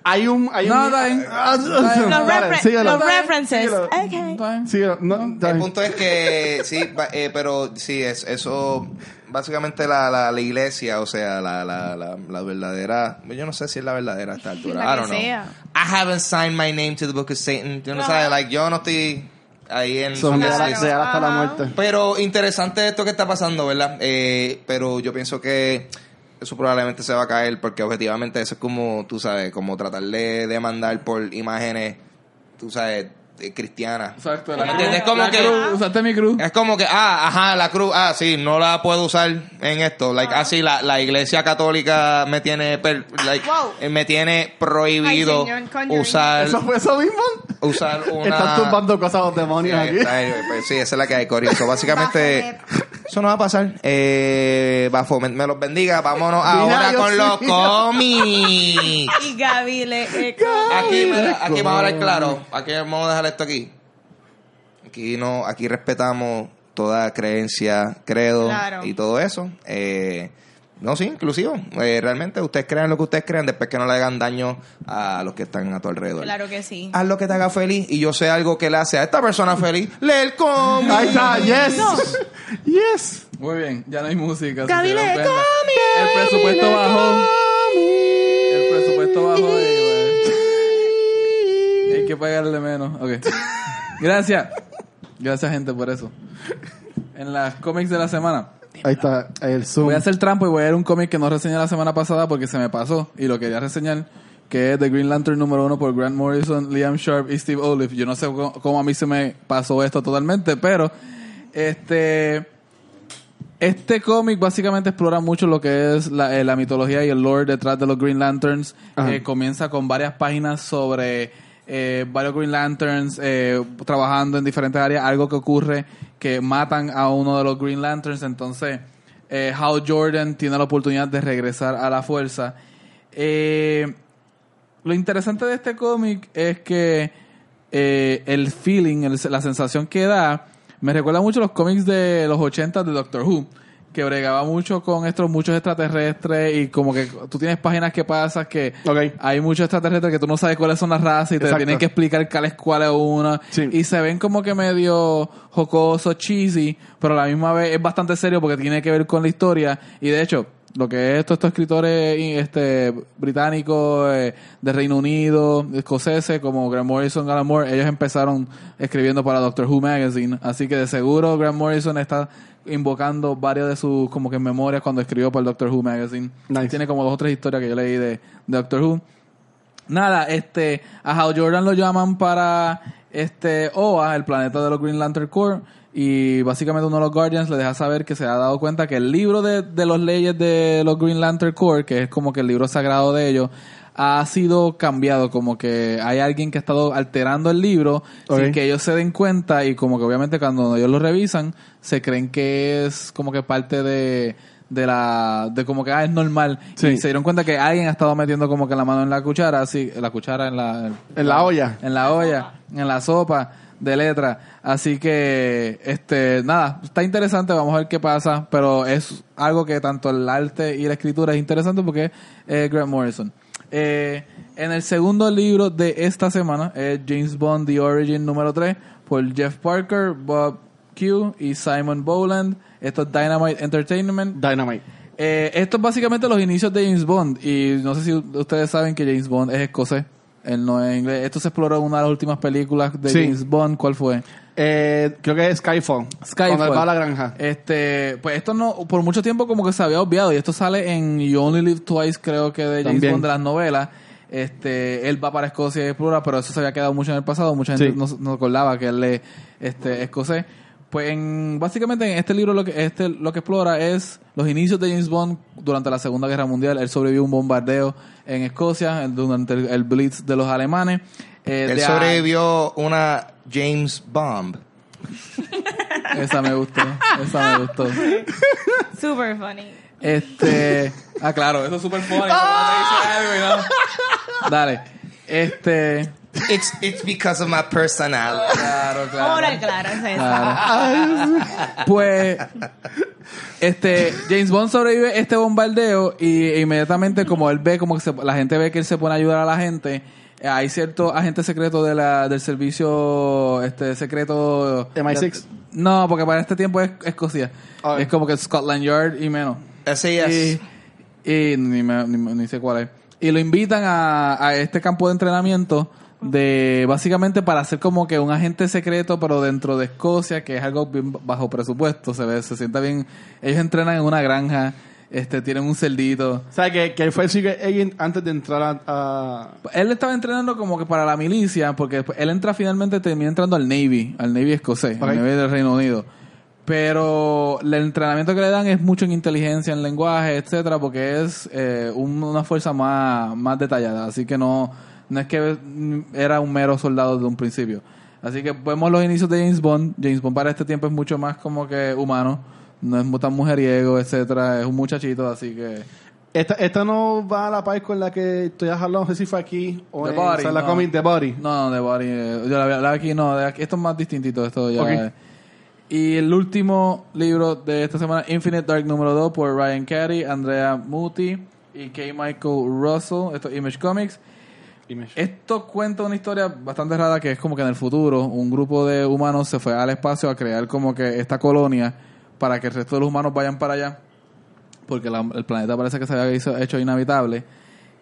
Speaker 5: Hay un. Hay
Speaker 2: No,
Speaker 5: un
Speaker 2: está bien.
Speaker 5: Ah,
Speaker 2: bien.
Speaker 3: Los,
Speaker 5: dale,
Speaker 3: referen-
Speaker 5: síguelo.
Speaker 3: los references.
Speaker 5: Síguelo.
Speaker 3: Ok.
Speaker 2: Fine.
Speaker 5: Síguelo. No, está
Speaker 1: El
Speaker 5: bien.
Speaker 1: punto es que sí, va- eh, pero sí, es, eso básicamente la, la, la iglesia, o sea, la, la, la, la verdadera, yo no sé si es la verdadera a esta altura.
Speaker 3: La
Speaker 1: I
Speaker 3: que
Speaker 1: don't know.
Speaker 3: sea.
Speaker 1: I haven't signed my name to the book of Satan. Yo no
Speaker 3: Ajá.
Speaker 1: sabes, like, yo no estoy ahí en
Speaker 5: Son
Speaker 1: Sunday
Speaker 5: de la-
Speaker 1: Sex.
Speaker 5: de la hasta la
Speaker 3: Ajá.
Speaker 5: muerte.
Speaker 1: Pero interesante esto que está pasando, ¿verdad? Eh, pero yo pienso que eso probablemente se va a caer porque objetivamente eso es como, tú sabes, como tratar de demandar por imágenes, tú sabes, eh, cristianas.
Speaker 2: Exacto.
Speaker 3: la-
Speaker 1: ¿Entiendes? Como
Speaker 2: La
Speaker 1: que-
Speaker 2: cruz, usaste mi cruz.
Speaker 1: Es como que, ah, ajá, la cruz, ah, sí, no la puedo usar en esto. Like, ah, sí, la, la iglesia católica me tiene, per- like,
Speaker 3: Wow.
Speaker 1: eh, me tiene prohibido
Speaker 3: Ay, señor, Conjuring.
Speaker 1: usar,
Speaker 5: ¿Eso fue eso mismo?
Speaker 1: usar una...
Speaker 5: Están tumbando cosas a los
Speaker 1: Sí,
Speaker 5: demonios aquí.
Speaker 1: está, eh, pues, sí, esa es la que hay, Corio. Eso
Speaker 3: [LAUGHS]
Speaker 1: básicamente, eso no va a pasar. Eh, Baphomet me los bendiga. Vámonos ahora
Speaker 5: Dios
Speaker 1: con los
Speaker 5: mío.
Speaker 1: cómics.
Speaker 3: Y Gaby le eh,
Speaker 1: Aquí, mira, aquí vamos a hablar claro. Aquí vamos a dejar esto aquí. Aquí no, aquí respetamos toda creencia, credo
Speaker 3: Claro.
Speaker 1: y todo eso. Eh, no, sí, inclusivo. Eh, realmente ustedes crean lo que ustedes crean, después que no le hagan daño a los que están a tu alrededor.
Speaker 3: Claro que sí.
Speaker 5: Ah.
Speaker 1: Haz lo que te haga feliz y yo sé algo que le hace a esta persona feliz. Lee el cómic.
Speaker 5: Ahí está, yes. Yes.
Speaker 2: Muy bien, ya no hay música. así que
Speaker 3: Gaby
Speaker 2: no
Speaker 3: le
Speaker 2: ofenda. El presupuesto bajó. El presupuesto bajó. y, güey, Hay que pagarle menos. Ok. Gracias. Gracias, gente, por eso. En las cómics de la semana.
Speaker 5: Ahí está, el zoom.
Speaker 2: Voy a hacer trampa y voy a ver un cómic que no reseñé la semana pasada porque se me pasó y lo quería reseñar, que es The Green Lantern número uno por Grant Morrison, Liam Sharp y Steve Olive. Yo no sé cómo, cómo a mí se me pasó esto totalmente, pero este este cómic básicamente explora mucho lo que es la, eh, la mitología y el lore detrás de los Green Lanterns.
Speaker 5: Ajá.
Speaker 2: Eh, comienza con varias páginas sobre eh, varios Green Lanterns eh, trabajando en diferentes áreas. Algo que ocurre que matan a uno de los Green Lanterns. Entonces, eh, Hal Jordan tiene la oportunidad de regresar a la fuerza. Eh, lo interesante de este cómic es que eh, el feeling, el- la sensación que da, me recuerda mucho a los cómics de los 80 de Doctor Who, que bregaba mucho con estos muchos extraterrestres y como que tú tienes páginas que pasas que
Speaker 5: Ok.
Speaker 2: hay muchos extraterrestres que tú no sabes cuáles son las razas y te
Speaker 5: Exacto.
Speaker 2: tienen que explicar cuál es cuál es una.
Speaker 5: Sí.
Speaker 2: Y se ven como que medio jocoso, cheesy, pero a la misma vez es bastante serio porque tiene que ver con la historia. Y de hecho, lo que es todos estos escritores y, este, británicos eh, de Reino Unido, escoceses, como Grant Morrison, Alan Moore, ellos empezaron escribiendo para Doctor Who Magazine. Así que de seguro Grant Morrison está invocando varias de sus como que memorias cuando escribió para el Doctor Who Magazine.
Speaker 5: Nice.
Speaker 2: Tiene como dos o tres historias que yo leí de, de Doctor Who. Nada, este, a Hal Jordan lo llaman para este OA, el planeta de los Green Lantern Corps, y básicamente uno de los Guardians le deja saber que se ha dado cuenta que el libro de, de los leyes de los Green Lantern Corps, que es como que el libro sagrado de ellos, ha sido cambiado, como que hay alguien que ha estado alterando el libro
Speaker 5: Ok.
Speaker 2: sin que ellos se den cuenta y como que obviamente cuando ellos lo revisan se creen que es como que parte de de la de como que ah, es normal
Speaker 5: Sí.
Speaker 2: y se dieron cuenta que alguien ha estado metiendo como que la mano en la cuchara así la cuchara en la
Speaker 5: En la olla.
Speaker 2: en la olla en la sopa de letra así que este nada está interesante vamos a ver qué pasa pero es algo que tanto el arte y la escritura es interesante porque es Grant Morrison Eh, en el segundo libro de esta semana es James Bond The Origin número 3 por Jeff Parker Bob Q y Simon Boland esto es Dynamite Entertainment
Speaker 5: Dynamite.
Speaker 2: eh, esto es básicamente los inicios de James Bond. Y no sé si u- ustedes saben que James Bond es escocés. Él no es inglés. Esto se exploró en una de las últimas películas de
Speaker 5: Sí.
Speaker 2: James Bond. ¿Cuál fue?
Speaker 5: Eh, creo que es Skyfall.
Speaker 2: Skyfall.
Speaker 5: Cuando él va a la granja.
Speaker 2: Este, pues esto no, por mucho tiempo como que se había obviado. Y esto sale en You Only Live Twice, creo que de James
Speaker 5: También.
Speaker 2: Bond de las novelas. Este, él va para Escocia y explora, pero eso se había quedado mucho en el pasado. Mucha gente
Speaker 5: Sí.
Speaker 2: no, no acordaba que él es este, escocés. Pues en- básicamente en este libro lo que, este, lo que explora es los inicios de James Bond durante la Segunda Guerra Mundial. Él sobrevivió a un bombardeo en Escocia el- durante el, el Blitz de los alemanes. Eh,
Speaker 1: Él
Speaker 2: de a-
Speaker 1: sobrevivió una James Bomb.
Speaker 2: Esa me gustó, esa me gustó.
Speaker 3: Super funny.
Speaker 2: Este. Ah, claro, eso es super funny. Te dice algo y no. Dale. Este.
Speaker 1: It's, it's because of my personality.
Speaker 2: Claro, claro.
Speaker 3: Ahora, claro, es esa.
Speaker 2: Pues. Este. James Bond sobrevive a este bombardeo y e inmediatamente, como él ve, como que se- la gente ve que él se pone a ayudar a la gente. eh, Hay ciertos agentes secretos de la, del servicio este secreto
Speaker 5: MI6.
Speaker 2: No, porque para este tiempo es Escocia.
Speaker 5: Ah.
Speaker 2: Es como que Scotland Yard y menos.
Speaker 1: Así es.
Speaker 2: Y, y ni, me- ni me- ni sé cuál es. Y lo invitan a, a este campo de entrenamiento de básicamente para hacer como que un agente secreto pero dentro de Escocia que es algo bien bajo presupuesto se ve se sienta bien ellos entrenan en una granja este tienen un cerdito
Speaker 5: O sea, que, que él fue el Secret Agent antes de entrar a... a-
Speaker 2: él estaba entrenando como que para la milicia, porque después- él entra finalmente, termina entrando al Navy, al Navy escocés,
Speaker 5: Ok.
Speaker 2: al Navy del Reino Unido. Pero el entrenamiento que le dan es mucho en inteligencia, en lenguaje, etcétera, porque es eh, un- una fuerza más, más detallada. Así que no, no es que mm, era un mero soldado de un principio. Así que vemos los inicios de James Bond. James Bond para este tiempo es mucho más como que humano. No es tan mujeriego, etcétera. Es un muchachito, así que...
Speaker 5: Esta, esta no va a la par con la que estoy hablando, no sé si fue aquí o
Speaker 2: The
Speaker 5: en
Speaker 2: Body,
Speaker 5: o sea, la
Speaker 2: no.
Speaker 5: comic The Body.
Speaker 2: No, no, de Body. eh, Yo la, la aquí no, de aquí, esto es más distinto, esto ya.
Speaker 5: Ok.
Speaker 2: eh. Y el último libro de esta semana, Infinite Dark número 2, por Ryan Carey, Andrea Muti y K. Michael Russell, esto es Image Comics. Esto cuenta una historia bastante rara que es como que en el futuro un grupo de humanos se fue al espacio a crear como que esta colonia para que el resto de los humanos vayan para allá porque la- el planeta parece que se había hizo- hecho inhabitable.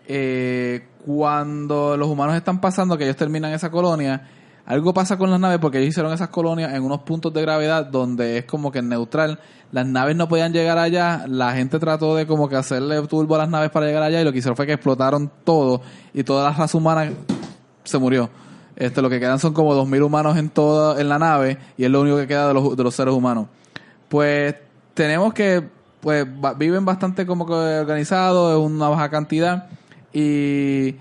Speaker 2: Eh, cuando los humanos están pasando, que ellos terminan esa colonia, algo pasa con las naves porque ellos hicieron esas colonias en unos puntos de gravedad donde es como que neutral. Las naves no podían llegar allá, la gente trató de como que hacerle turbo a las naves para llegar allá y lo que hicieron fue que explotaron todo y toda la raza humana se murió. Este, lo que quedan son como 2.000 humanos en toda en la nave y es lo único que queda de los, de los seres humanos. Pues tenemos que, pues va- viven bastante como que organizados, es una baja cantidad y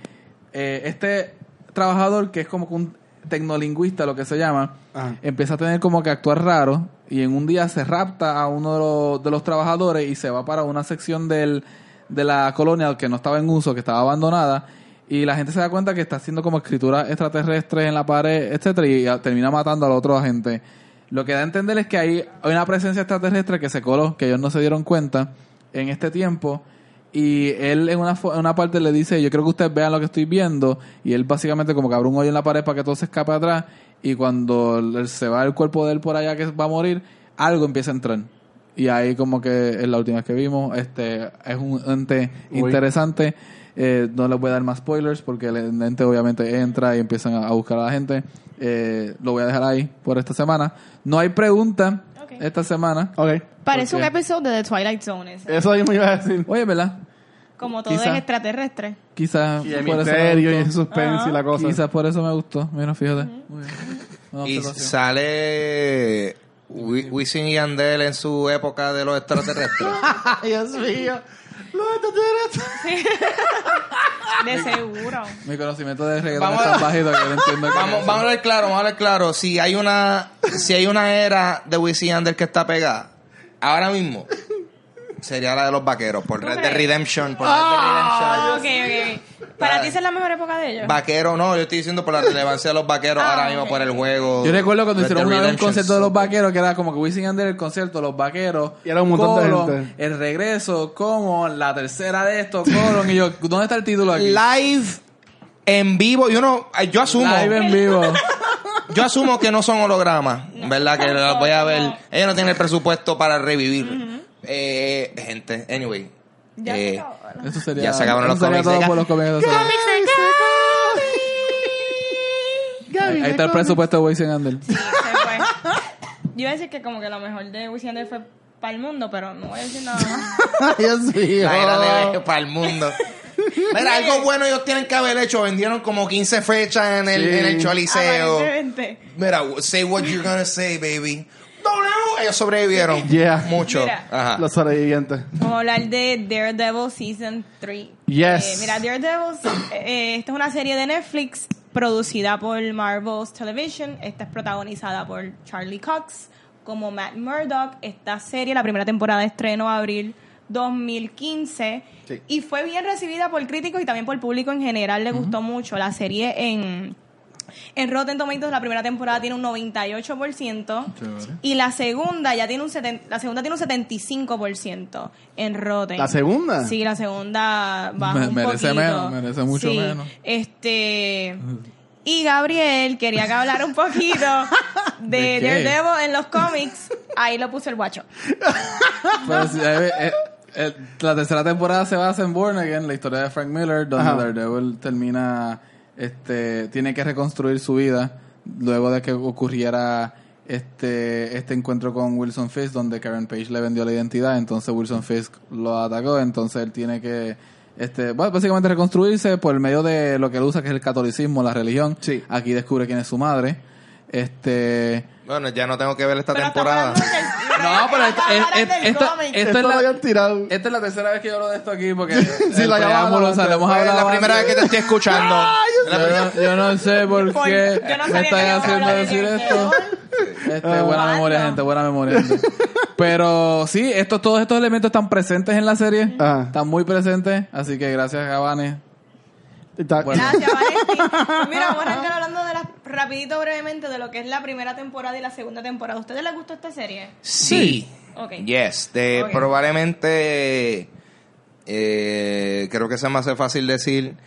Speaker 2: eh, este trabajador que es como que un tecnolingüista, lo que se llama,
Speaker 5: Ajá.
Speaker 2: empieza a tener como que actuar raro y en un día se rapta a uno de los, de los trabajadores y se va para una sección del, de la colonia que no estaba en uso, que estaba abandonada y la gente se da cuenta que está haciendo como escrituras extraterrestres en la pared, etcétera y a- termina matando al otro agente. Lo que da a entender es que hay, hay una presencia extraterrestre que se coló, que ellos no se dieron cuenta en este tiempo y él en una, fo- en una parte le dice, yo creo que ustedes vean lo que estoy viendo. Y él básicamente como que abre un hoyo en la pared para que todo se escape atrás. Y cuando él- se va el cuerpo de él por allá que va a morir, algo empieza a entrar. Y ahí como que es la última vez que vimos. Este es un ente
Speaker 5: Uy.
Speaker 2: interesante. Eh, no les voy a dar más spoilers porque el ente obviamente entra y empiezan a, a buscar a la gente. Eh, lo voy a dejar ahí por esta semana. No hay pregunta.
Speaker 3: Ok.
Speaker 2: esta semana.
Speaker 5: Ok. Eh,
Speaker 3: Parece
Speaker 2: ¿Por
Speaker 3: un
Speaker 2: qué?
Speaker 3: episodio de The Twilight Zone, ese.
Speaker 5: Eso mismo iba a decir.
Speaker 2: Oye, ¿verdad?
Speaker 3: como todo
Speaker 2: quizá.
Speaker 3: es extraterrestre.
Speaker 2: Quizás
Speaker 5: Y el
Speaker 2: por eso me
Speaker 5: misterio y el
Speaker 2: gustó.
Speaker 5: suspense y la cosa. [LAUGHS]
Speaker 2: Quizás por eso me gustó. Mira, fíjate. Muy bien. Una
Speaker 1: Y
Speaker 2: observación.
Speaker 1: sale Wi- Wisin y Yandel en su época de los
Speaker 3: [LAUGHS]
Speaker 1: extraterrestres.
Speaker 5: Ay, Dios mío. Los extraterrestres.
Speaker 3: De seguro.
Speaker 2: Mi conocimiento de reggaetón
Speaker 1: Vamos
Speaker 2: es
Speaker 1: a-
Speaker 2: tan bajito que yo no entiendo.
Speaker 1: [LAUGHS]
Speaker 2: qué
Speaker 1: vamos,
Speaker 2: es.
Speaker 1: vamos a hablar claro, vamos a hablar claro. Si hay una, si hay una era de Wisin y Yandel que está pegada, ahora mismo, sería la de los vaqueros, por
Speaker 3: ¿Tú
Speaker 1: Red Dead
Speaker 3: crees?
Speaker 1: Redemption, por Red Dead Redemption.
Speaker 3: Ah, ok, ok. Para ti esa es la mejor época de ellos.
Speaker 1: Vaquero, no, yo estoy diciendo por la relevancia de los vaqueros
Speaker 3: Ah,
Speaker 1: ahora mismo
Speaker 3: ok.
Speaker 1: por el juego.
Speaker 2: Yo recuerdo cuando
Speaker 1: Red Dead
Speaker 2: hicieron una vez un
Speaker 1: Redemption,
Speaker 2: concierto de los
Speaker 1: so-
Speaker 2: vaqueros que era como que Wisin Under el concierto, los vaqueros.
Speaker 5: Y era un montón de gente.
Speaker 2: El regreso, como la tercera de esto, Colon. y yo, ¿dónde está el título aquí?
Speaker 1: Live en vivo, yo no, yo asumo,
Speaker 2: Live en
Speaker 5: [LAUGHS]
Speaker 2: vivo.
Speaker 1: yo asumo que no son
Speaker 3: [LAUGHS]
Speaker 1: hologramas, ¿verdad? Que los voy a ver.
Speaker 3: no.
Speaker 1: Ellos no tienen el presupuesto para revivir. Eh, gente, anyway.
Speaker 3: Ya
Speaker 1: eh,
Speaker 3: se acabó, ¿no?
Speaker 2: Eso sería,
Speaker 1: Ya se acabaron los
Speaker 2: eso sería
Speaker 1: cómics de
Speaker 2: todo
Speaker 1: Gaby.
Speaker 2: por los cómics
Speaker 5: [LAUGHS]
Speaker 2: de esta semana. Ahí ahí está el presupuesto de Wisin Under.
Speaker 3: Se fue. [LAUGHS] Yo iba a decir que como que lo mejor de Wisin y Yandel fue para el mundo, pero no voy a decir nada
Speaker 5: [LAUGHS]
Speaker 3: más.
Speaker 5: [LAUGHS] Ay, Dios mío.
Speaker 1: La era de para el
Speaker 3: [LAUGHS]
Speaker 1: mundo. Mira, algo bueno ellos tienen que haber hecho. Vendieron como 15 fechas en el,
Speaker 5: Sí.
Speaker 1: en el
Speaker 3: Ah,
Speaker 1: Choliseo.
Speaker 3: Aparentemente.
Speaker 1: Mira, say what you're gonna say, baby. W. Ellos sobrevivieron.
Speaker 5: Yeah.
Speaker 1: Mucho.
Speaker 3: Mira.
Speaker 1: Ajá.
Speaker 5: Los sobrevivientes.
Speaker 3: Vamos a hablar de Daredevil Season 3.
Speaker 5: Yes.
Speaker 3: Eh, mira, Daredevil, eh, esta es una serie de Netflix producida por Marvel's Television. Esta es protagonizada por Charlie Cox como Matt Murdock. Esta serie, la primera temporada estrenó abril 2015
Speaker 5: Sí.
Speaker 3: y fue bien recibida por críticos y también por público en general. Le gustó mucho la serie en... En Rotten Tomatoes la primera temporada tiene un 98%
Speaker 2: Chévere.
Speaker 3: y la segunda ya tiene un 70, la segunda tiene un 75% en Rotten.
Speaker 5: ¿La segunda?
Speaker 3: Sí, la segunda baja
Speaker 2: Me-
Speaker 3: un
Speaker 2: merece
Speaker 3: poquito.
Speaker 2: menos, merece mucho
Speaker 3: Sí,
Speaker 2: menos.
Speaker 3: Este
Speaker 2: [LAUGHS]
Speaker 3: y Gabriel quería que hablara un poquito de,
Speaker 2: ¿De qué?
Speaker 3: Daredevil en los cómics. Ahí lo puso el guacho.
Speaker 2: Pero sí, ahí ve- eh, eh, la tercera temporada se basa en Born Again, la historia de Frank Miller, donde
Speaker 5: Ajá.
Speaker 2: Daredevil termina, este, tiene que reconstruir su vida luego de que ocurriera este, este encuentro con Wilson Fisk, donde Karen Page le vendió la identidad, entonces Wilson Fisk lo atacó, entonces él tiene que, este, bueno, básicamente reconstruirse por medio de lo que él usa, que es el catolicismo, la religión.
Speaker 5: Sí.
Speaker 2: Aquí descubre quién es su madre. Este,
Speaker 1: Bueno, ya no tengo que ver esta
Speaker 3: Pero
Speaker 1: temporada.
Speaker 3: está hablando del-
Speaker 2: No, pero esta-
Speaker 3: hablar
Speaker 2: es-
Speaker 3: del
Speaker 2: esta- es-
Speaker 3: cómic.
Speaker 5: Esto,
Speaker 2: Esto
Speaker 5: lo
Speaker 2: la-
Speaker 5: habían tirado.
Speaker 2: Esta es la tercera vez que yo hablo de esto aquí [LAUGHS] porque eh,
Speaker 5: Sí,
Speaker 2: el
Speaker 5: la llamada
Speaker 2: preámbulo, o sea,
Speaker 5: antes.
Speaker 2: lo hemos
Speaker 1: Es
Speaker 2: hablado
Speaker 1: la primera vez
Speaker 2: antes.
Speaker 1: que te estoy
Speaker 3: [LAUGHS]
Speaker 1: escuchando. Es la primera-
Speaker 2: yo, no, yo no sé por
Speaker 3: Por-
Speaker 2: qué
Speaker 3: yo no
Speaker 2: me
Speaker 3: sabía que
Speaker 2: están
Speaker 3: había
Speaker 2: haciendo
Speaker 3: hablado de
Speaker 2: decir esto. Este,
Speaker 5: Ah.
Speaker 2: buena memoria, gente, buena memoria. gente. Pero sí, estos, todos estos elementos están presentes en la serie,
Speaker 5: Ajá.
Speaker 2: están muy presentes, así que gracias Gabanes.
Speaker 5: Está-
Speaker 2: Bueno.
Speaker 3: Gracias, Valentín. Pues Mira, vamos a arrancar hablando de las, rapidito, brevemente, de lo que es la primera temporada y la segunda temporada. ¿A ustedes les gustó esta serie?
Speaker 1: Sí.
Speaker 3: Ok.
Speaker 1: Yes. De,
Speaker 3: Ok.
Speaker 1: Probablemente. eh, creo que se me hace fácil decir.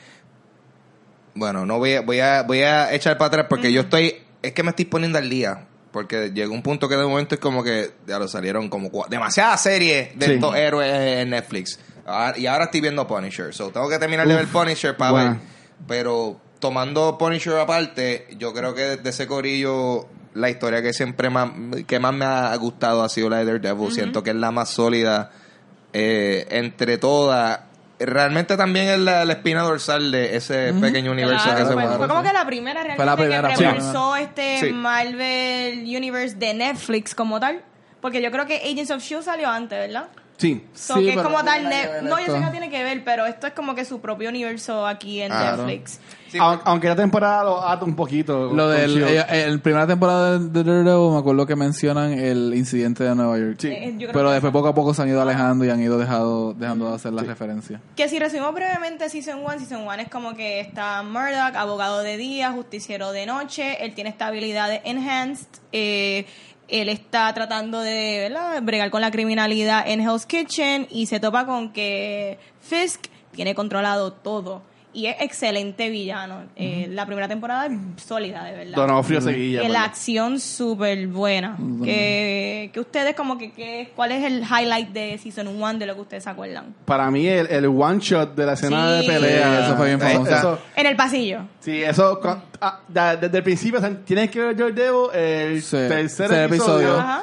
Speaker 1: Bueno, no voy a, voy a, voy a echar para atrás porque yo estoy. Es que me estoy poniendo al día. Porque llegó un punto que de momento es como que ya lo salieron como cua- demasiadas series de
Speaker 5: Sí.
Speaker 1: estos héroes en Netflix. Ah, y ahora estoy viendo Punisher. So tengo que terminar de
Speaker 5: Uf,
Speaker 1: ver Punisher para
Speaker 5: buena.
Speaker 1: ver. Pero tomando Punisher aparte, yo creo que de ese corillo la historia que siempre más, que más me ha gustado ha sido la de Daredevil. Siento que es la más sólida eh, entre todas. Realmente también es la, la espina dorsal de ese pequeño universo
Speaker 3: Claro,
Speaker 1: que se
Speaker 3: Ah, fue,
Speaker 1: mueve.
Speaker 3: fue como que la primera realmente
Speaker 2: Fue la primera,
Speaker 3: que
Speaker 2: fue la
Speaker 3: precursó este
Speaker 1: Sí.
Speaker 3: Marvel Universe de Netflix como tal. Porque yo creo que Agents of S.H.I.E.L.D. E salió antes, ¿verdad?
Speaker 5: Sí.
Speaker 3: So
Speaker 2: Sí,
Speaker 3: que es
Speaker 2: pero
Speaker 3: como
Speaker 2: tiene
Speaker 3: tal...
Speaker 2: que
Speaker 3: Ne-
Speaker 2: ver
Speaker 3: no, yo
Speaker 2: esto.
Speaker 3: sé que no tiene que ver, pero esto es como que su propio universo aquí en
Speaker 1: Claro.
Speaker 3: Netflix.
Speaker 1: Sí.
Speaker 5: Aun- Aunque la temporada lo ata un poquito.
Speaker 2: Lo
Speaker 5: con
Speaker 2: del
Speaker 5: Shield.
Speaker 2: eh, eh, el primera temporada de de Daredevil me acuerdo que mencionan el incidente de Nueva York.
Speaker 5: Sí.
Speaker 3: Eh, yo creo
Speaker 2: Pero
Speaker 3: que-
Speaker 2: después poco a poco se han ido alejando y han ido dejado, dejando de hacer las referencias.
Speaker 3: Que si resumimos brevemente Season 1, Season 1 es como que está Murdoch, abogado de día, justiciero de noche, él tiene esta habilidad de enhanced, eh, él está tratando de ¿verdad? bregar con la criminalidad en Hell's Kitchen y se topa con que Fisk tiene controlado todo y es excelente villano. Eh, la primera temporada es sólida, de verdad.
Speaker 5: Donofrio
Speaker 2: mm.
Speaker 5: Sevilla.
Speaker 3: Que la
Speaker 5: bueno.
Speaker 3: acción súper buena. Que, que ustedes como que, que- ¿cuál es el highlight de Season 1 de lo que ustedes se acuerdan?
Speaker 5: Para mí, el, el one shot de la escena
Speaker 3: Sí.
Speaker 5: de pelea.
Speaker 2: Sí, eso fue bien
Speaker 5: Ahí
Speaker 2: famoso.
Speaker 5: está. Eso-
Speaker 3: En el pasillo.
Speaker 5: Sí, eso. con- ah, da- desde el principio, o sea, tienes que ver Daredevil el
Speaker 2: Sí,
Speaker 5: tercer
Speaker 2: tercer episodio.
Speaker 5: episodio.
Speaker 3: Ajá.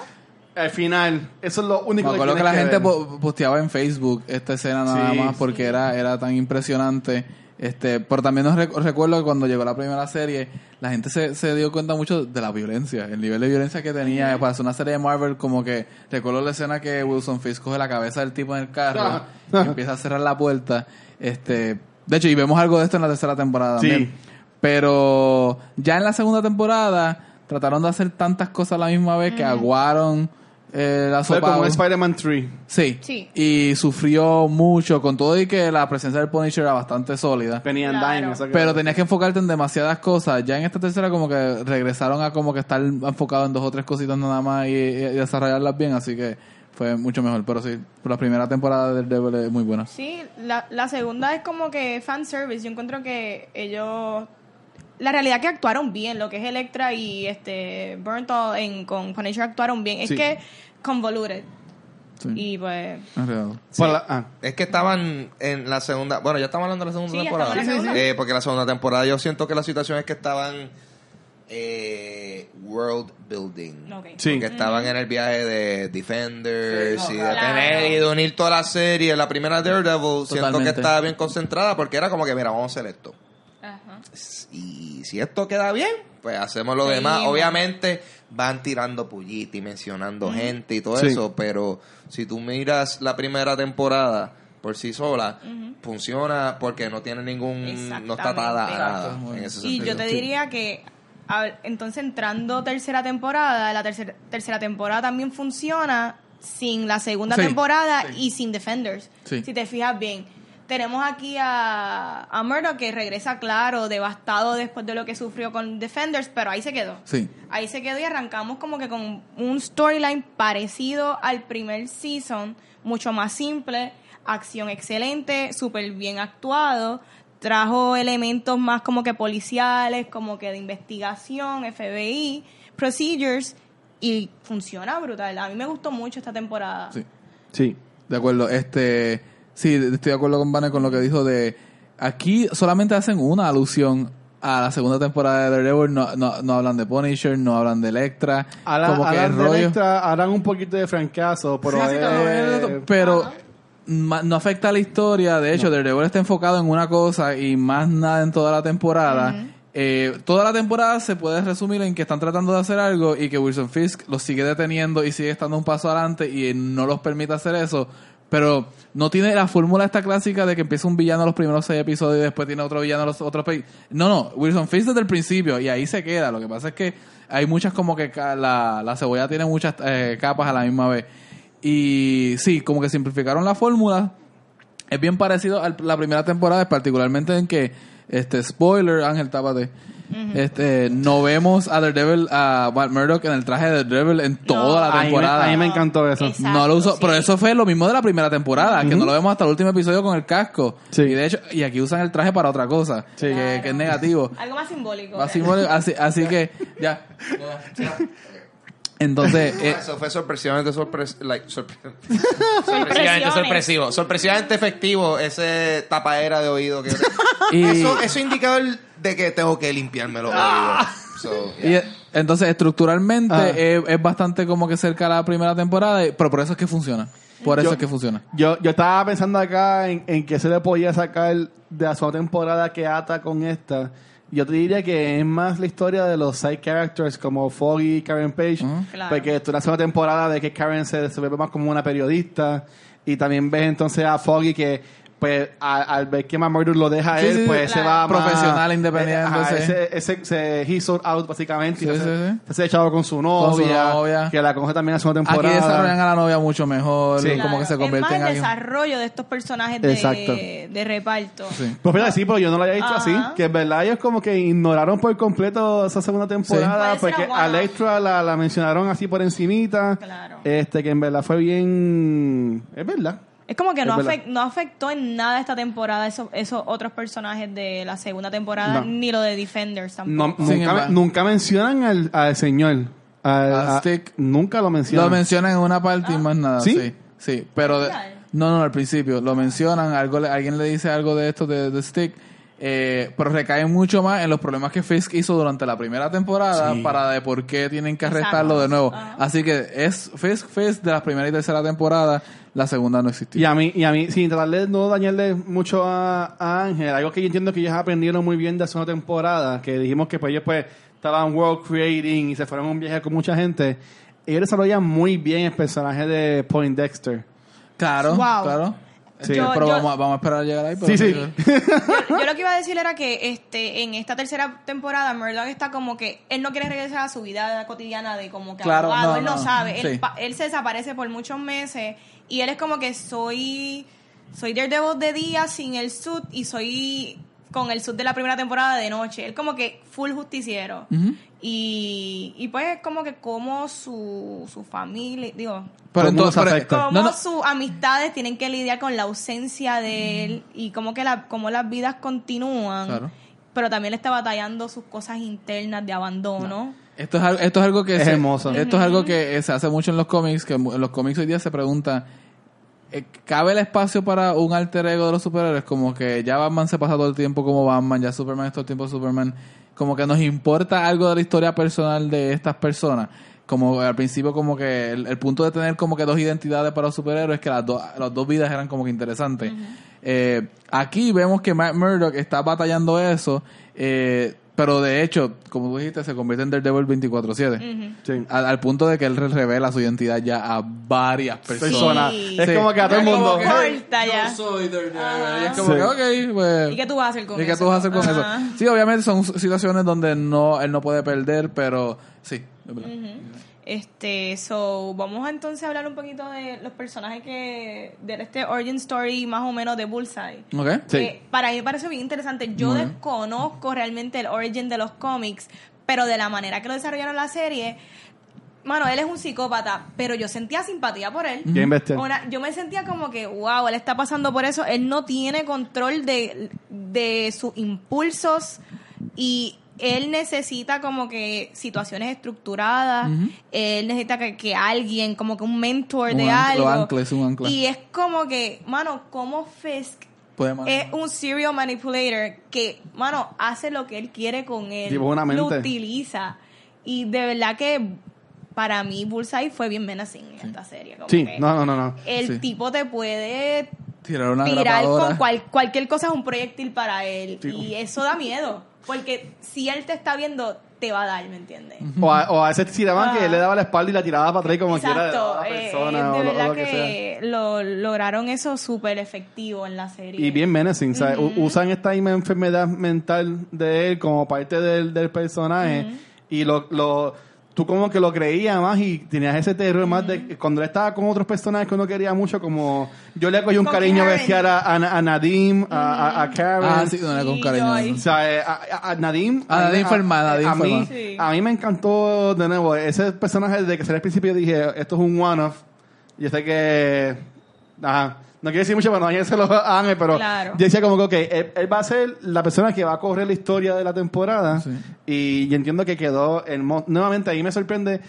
Speaker 5: Al final, eso es lo único
Speaker 2: Me
Speaker 5: que
Speaker 2: acuerdo que
Speaker 5: tienes
Speaker 2: la gente
Speaker 5: ver.
Speaker 2: po- posteaba en Facebook esta escena nada
Speaker 5: Sí,
Speaker 2: más porque era, era tan impresionante. Este, pero también nos rec- recuerdo que cuando llegó la primera serie, la gente se, se dio cuenta mucho de la violencia, el nivel de violencia que tenía. Para hacer una serie de Marvel, como que recuerdo la escena que Wilson Fisk coge la cabeza del tipo en el carro
Speaker 5: Ah.
Speaker 2: y empieza a cerrar la puerta. Este, de hecho, y vemos algo de esto en la tercera temporada
Speaker 5: Sí.
Speaker 2: también. Pero ya en la segunda temporada trataron de hacer tantas cosas a la misma vez que aguaron eh, la
Speaker 5: Fue
Speaker 2: sopa.
Speaker 5: como un Spider-Man 3.
Speaker 2: Sí.
Speaker 3: Sí.
Speaker 2: Y sufrió mucho, con todo y que la presencia del Punisher era bastante sólida.
Speaker 5: Penny and
Speaker 3: Claro.
Speaker 5: Dime, o sea que-
Speaker 2: Pero tenías que enfocarte en demasiadas cosas. Ya en esta tercera como que regresaron a como que estar enfocado en dos o tres cositas nada más y, y desarrollarlas bien, así que fue mucho mejor. Pero sí, la primera temporada del Devil es muy buena.
Speaker 3: Sí, la, la segunda es como que fanservice. Yo encuentro que ellos. La realidad que actuaron bien, lo que es Electra y este Burntall en, con Punisher actuaron bien. Es
Speaker 5: Sí.
Speaker 3: que convoluted.
Speaker 2: Sí.
Speaker 3: Y pues.
Speaker 2: Enredado.
Speaker 5: Por la- ah.
Speaker 1: Es que estaban en la segunda. Bueno, ya estamos hablando de la segunda
Speaker 3: Sí, ya
Speaker 1: temporada.
Speaker 3: estamos en la Sí, sí, segunda.
Speaker 1: Eh, porque la segunda temporada yo siento que la situación es que estaban. eh, world building.
Speaker 3: Ok.
Speaker 5: Sí.
Speaker 1: Porque estaban en el viaje de Defenders
Speaker 5: Sí, no,
Speaker 1: y de
Speaker 3: claro.
Speaker 1: tener y de unir toda la serie. La primera Daredevil siento que
Speaker 2: Totalmente.
Speaker 1: estaba bien concentrada porque era como que, mira, vamos a hacer esto.
Speaker 3: Ajá.
Speaker 1: y si esto queda bien, pues hacemos lo
Speaker 3: Sí,
Speaker 1: demás.
Speaker 3: bueno.
Speaker 1: Obviamente van tirando pullita y mencionando gente y todo
Speaker 5: Sí.
Speaker 1: eso, pero si tú miras la primera temporada por sí sola, funciona porque no tiene ningún... no está atada a
Speaker 3: Exactamente.
Speaker 1: nada. En ese
Speaker 3: Y
Speaker 1: sentido.
Speaker 3: yo te diría que, a ver, entonces entrando tercera temporada, la tercera, tercera temporada también funciona sin la segunda
Speaker 2: Sí,
Speaker 3: temporada y sin Defenders.
Speaker 2: Sí.
Speaker 3: Si te fijas bien. Tenemos aquí a, a Murdoch que regresa, claro, devastado después de lo que sufrió con Defenders, pero ahí se quedó.
Speaker 2: Sí.
Speaker 3: Ahí se quedó y arrancamos como que con un storyline parecido al primer season, mucho más simple, acción excelente, súper bien actuado, trajo elementos más como que policiales, como que de investigación, FBI, procedures, y funciona brutal. A mí me gustó mucho esta temporada.
Speaker 2: Sí.
Speaker 5: Sí.
Speaker 2: De acuerdo, este sí, estoy de acuerdo con Banner con lo que dijo de aquí solamente hacen una alusión a la segunda temporada de Daredevil, no, no, no hablan de Punisher, no hablan de Electra,
Speaker 5: Harán,
Speaker 2: como que
Speaker 5: harán
Speaker 2: el
Speaker 5: de
Speaker 2: rollo-
Speaker 5: Electra, harán un poquito de francazo, pero.
Speaker 2: Sí, así como
Speaker 5: eh,
Speaker 2: es, pero ma- no afecta a la historia, de hecho Daredevil está enfocado en una cosa y más nada en toda la temporada. Eh, toda la temporada se puede resumir en que están tratando de hacer algo y que Wilson Fisk los sigue deteniendo y sigue estando un paso adelante y no los permite hacer eso. Pero no tiene la fórmula esta clásica de que empieza un villano los primeros seis episodios y después tiene otro villano los otros pe- No, no, Wilson Fisk desde el principio y ahí se queda. Lo que pasa es que hay muchas como que ca- la, la cebolla tiene muchas eh, capas a la misma vez. Y sí, como que simplificaron la fórmula. Es bien parecido a la primera temporada, particularmente en que, este, spoiler, Ángel, tápate. Este, no vemos a Daredevil, a Matt Murdock en el traje de Daredevil en toda
Speaker 5: a mí
Speaker 2: la
Speaker 5: me-
Speaker 2: temporada.
Speaker 5: A mí me encantó eso.
Speaker 3: Exacto,
Speaker 2: No lo usó,
Speaker 3: sí.
Speaker 2: pero eso fue lo mismo de la primera temporada, que no lo vemos hasta el último episodio con el casco.
Speaker 5: Sí.
Speaker 2: Y de hecho, y aquí usan el traje para otra cosa,
Speaker 5: Sí.
Speaker 2: que,
Speaker 3: Claro.
Speaker 2: que es
Speaker 3: [LAUGHS]
Speaker 2: negativo.
Speaker 3: Algo más simbólico.
Speaker 2: Más simbólico, así, así que, ya. Entonces, eh,
Speaker 1: Eso fue sorpresivamente sorpres like,
Speaker 3: [LAUGHS]
Speaker 1: sorpre- sorpresivamente
Speaker 3: Sorpresiones.
Speaker 1: sorpresivo. Sorpresivamente efectivo ese tapadera de oído [LAUGHS] que yo tengo.
Speaker 2: y-
Speaker 1: Eso, eso indicador de que tengo que limpiarme los
Speaker 3: Ah.
Speaker 1: oídos. So,
Speaker 2: Y,
Speaker 1: yeah.
Speaker 2: eh, entonces, estructuralmente
Speaker 5: Ah.
Speaker 2: es, es bastante como que cerca a la primera temporada, y- pero por eso es que funciona. Por eso
Speaker 5: Yo-
Speaker 2: es que funciona.
Speaker 5: Yo, yo estaba pensando acá en, en qué se le podía sacar de la segunda temporada que ata con esta. Yo te diría que es más la historia de los side characters como Foggy y Karen Page.
Speaker 2: Ujú.
Speaker 3: Claro.
Speaker 5: Porque esto es una segunda temporada de que Karen se, se ve más como una periodista. Y también ves entonces a Foggy que, pues, a- al ver que Matt Murdock lo deja a
Speaker 2: Sí,
Speaker 5: él,
Speaker 2: sí, sí.
Speaker 5: pues se
Speaker 3: Claro.
Speaker 5: va más-
Speaker 2: Profesional, independiente,
Speaker 5: ajá,
Speaker 2: sí.
Speaker 5: ese, ese, se he sold out básicamente. y
Speaker 2: Sí,
Speaker 5: entonces
Speaker 2: sí, sí.
Speaker 5: Se ha echado con su novia.
Speaker 2: Con su novia.
Speaker 5: Que la coge también la segunda
Speaker 2: Aquí
Speaker 5: temporada.
Speaker 2: desarrollan a la novia mucho mejor,
Speaker 5: Sí.
Speaker 2: como que se convierte
Speaker 3: es
Speaker 2: en
Speaker 3: más el
Speaker 2: alguien.
Speaker 3: desarrollo de estos personajes de,
Speaker 5: Exacto.
Speaker 3: de reparto.
Speaker 2: Sí.
Speaker 5: Pues fíjate, sí, pero yo no lo había visto
Speaker 3: Ajá.
Speaker 5: así. Que en verdad ellos como que ignoraron por completo esa segunda temporada.
Speaker 3: Sí. Puede ser
Speaker 5: Porque
Speaker 3: a
Speaker 5: a
Speaker 3: Wanda.
Speaker 5: Electra la, la mencionaron así por encimita.
Speaker 3: Claro.
Speaker 5: Este, que en verdad fue bien... Es verdad.
Speaker 3: Es como que
Speaker 5: Es
Speaker 3: no,
Speaker 5: verdad.
Speaker 3: afec- no afectó en nada esta temporada esos, esos otros personajes de la segunda temporada,
Speaker 5: No.
Speaker 3: ni lo de Defenders
Speaker 5: No-
Speaker 3: tampoco.
Speaker 2: Sin
Speaker 5: nunca, me-
Speaker 2: embargo.
Speaker 5: nunca mencionan al, al señor. Al,
Speaker 2: Al
Speaker 5: a-
Speaker 2: Stick.
Speaker 5: Nunca lo mencionan.
Speaker 2: Lo mencionan en una parte y
Speaker 3: Ah.
Speaker 2: más nada.
Speaker 5: ¿Sí?
Speaker 2: Sí, sí. pero de- no, no, al principio lo mencionan, algo le- alguien le dice algo de esto de, de Stick eh, pero recae mucho más en los problemas que Fisk hizo durante la primera temporada
Speaker 5: Sí.
Speaker 2: para de por qué tienen que arrestarlo
Speaker 3: Exacto. Ah.
Speaker 2: de nuevo.
Speaker 3: Ajá.
Speaker 2: Así que es Fisk Fisk de la primera y tercera temporada, la segunda no existió.
Speaker 5: Y a mí, y a mí, sin tratar de no dañarle mucho a, a Ángel, algo que yo entiendo que ellos aprendieron muy bien de hace una temporada, que dijimos que pues ellos pues estaban world creating y se fueron a un viaje con mucha gente, ellos desarrollan muy bien el personaje de Point Dexter.
Speaker 2: Claro,
Speaker 3: Wow.
Speaker 2: claro.
Speaker 5: Sí,
Speaker 3: Yo-
Speaker 2: pero
Speaker 3: yo-
Speaker 2: Vamos, a, vamos a esperar a llegar ahí. pero-
Speaker 5: Sí, sí.
Speaker 3: yo, yo lo que iba a decir era que este en esta tercera temporada Murdoch está como que él no quiere regresar a su vida cotidiana de como que
Speaker 2: Claro,
Speaker 3: abogado,
Speaker 2: no,
Speaker 3: él
Speaker 2: no,
Speaker 3: lo sabe,
Speaker 2: sí.
Speaker 3: él, pa- él se desaparece por muchos meses y él es como que soy soy Daredevil de día sin el suit y soy con el suit de la primera temporada de noche, él como que full justiciero.
Speaker 2: Ujú.
Speaker 3: Y, y pues como que como su, su familia, digo,
Speaker 5: Todo
Speaker 2: Pero
Speaker 5: el mundo
Speaker 2: entonces,
Speaker 5: se
Speaker 2: pero-
Speaker 5: afecta.
Speaker 3: cómo
Speaker 2: no, no,
Speaker 3: sus amistades tienen que lidiar con la ausencia de él y cómo que la, cómo las vidas continúan.
Speaker 2: Claro.
Speaker 3: Pero también le está batallando sus cosas internas de abandono.
Speaker 2: Esto es, al- esto es algo que
Speaker 5: Es
Speaker 2: se,
Speaker 5: hermoso.
Speaker 2: Esto es algo que eh, se hace mucho en los cómics, que mu- en los cómics hoy día se pregunta eh, ¿Cabe el espacio para un alter ego de los superhéroes? Como que ya Batman se pasa todo el tiempo como Batman, ya Superman es todo el tiempo Superman. Como que nos importa algo de la historia personal de estas personas. Como al principio, como que el, el punto de tener como que dos identidades para los superhéroes es que las, dos las dos vidas eran como que interesantes. Eh, aquí vemos que Matt Murdock está batallando eso, eh, pero de hecho, como tú dijiste, se convierte en Daredevil 24-7.
Speaker 5: Sí.
Speaker 2: Al, al punpunto de que él revela su identidad ya a varias personas.
Speaker 5: Persona.
Speaker 3: Sí.
Speaker 5: Es
Speaker 2: Sí.
Speaker 5: como que a todo el
Speaker 2: Es como
Speaker 5: mundo.
Speaker 2: que,
Speaker 3: Corta
Speaker 2: yo
Speaker 3: ya.
Speaker 2: soy Daredevil.
Speaker 3: Ajá.
Speaker 2: Y es como
Speaker 5: Sí.
Speaker 2: que, ok, pues,
Speaker 3: ¿Y qué tú vas a hacer con
Speaker 2: ¿y
Speaker 3: eso?
Speaker 2: qué tú vas a hacer con
Speaker 3: Ajá.
Speaker 2: eso? Sí, obviamente son situaciones donde no él no puede perder, pero sí. es verdad.
Speaker 3: Este, so, vamos a entonces a hablar un poquito de los personajes que. de este Origin Story más o menos de Bullseye.
Speaker 2: ¿Ok?
Speaker 5: Sí.
Speaker 3: Que Eh, para mí me parece bien interesante. Yo desconozco realmente el origen de los cómics, pero de la manera que lo desarrollaron la serie, mano, él es un psicópata, pero yo sentía simpatía por él.
Speaker 5: Game Bester.
Speaker 3: Una- yo me sentía como que, wow, él está pasando por eso, él no tiene control de, de sus impulsos y él necesita como que situaciones estructuradas, él necesita que, que alguien, como que un mentor
Speaker 2: Un
Speaker 3: de
Speaker 2: ancla-
Speaker 3: algo.
Speaker 2: ancla, es un ancla.
Speaker 3: Y es como que, mano, como Fisk
Speaker 2: Puede más.
Speaker 3: es un serial manipulator que, mano, hace lo que él quiere con él.
Speaker 5: Divinamente.
Speaker 3: Lo utiliza. Y de verdad que para mí Bullseye fue bien menacing en esta serie. como
Speaker 5: Sí,
Speaker 3: que
Speaker 5: no, no, no, no.
Speaker 3: El
Speaker 2: Sí.
Speaker 3: tipo te puede
Speaker 2: Tirar una
Speaker 3: tirar con
Speaker 2: grapadora.
Speaker 3: cual- cualquier cosa es un proyectil para él.
Speaker 5: Sí.
Speaker 3: Y eso da miedo. Porque si él te está viendo, te va a dar, ¿me entiendes?
Speaker 5: O a, o a ese tiraban que
Speaker 3: Ajá.
Speaker 5: él le daba la espalda y la tiraba para atrás como quiera.
Speaker 3: Ah. Exacto.
Speaker 5: a la
Speaker 3: eh,
Speaker 5: persona o
Speaker 3: de
Speaker 5: lo- o
Speaker 3: verdad
Speaker 5: lo que sea.
Speaker 3: que, lo lograron eso súper efectivo en la serie.
Speaker 5: Y bien menacing, ¿sabes? U- Usan esta misma enfermedad mental de él como parte del, del personaje. Y lo, lo, tú como que lo creías más y tenías ese terror más de cuando él estaba con otros personajes que uno quería mucho, como yo le cogí un
Speaker 3: Con
Speaker 5: cariño
Speaker 3: Karen.
Speaker 5: bestial a, a, a Nadim, a, a- a Karen.
Speaker 2: Ah, sí, no, era con
Speaker 3: Sí,
Speaker 2: cariño.
Speaker 3: ay.
Speaker 5: O sea, eh, a, a- a Nadim.
Speaker 2: A Nadim fue el mal, Nadim
Speaker 5: a
Speaker 2: fue el
Speaker 5: mí,
Speaker 2: mal.
Speaker 3: Sí.
Speaker 5: a mí me encantó de nuevo. Ese personaje, desde que salió al principio, dije: Esto es un one-off. Yo sé que. Ajá. No quiero decir mucho para no dañárselo a Ángel, pero
Speaker 3: Claro.
Speaker 5: yo decía como que, ok, él, él va a ser la persona que va a correr la historia de la temporada.
Speaker 2: Sí.
Speaker 5: Y yo entiendo que quedó hermoso. Nuevamente, ahí me sorprende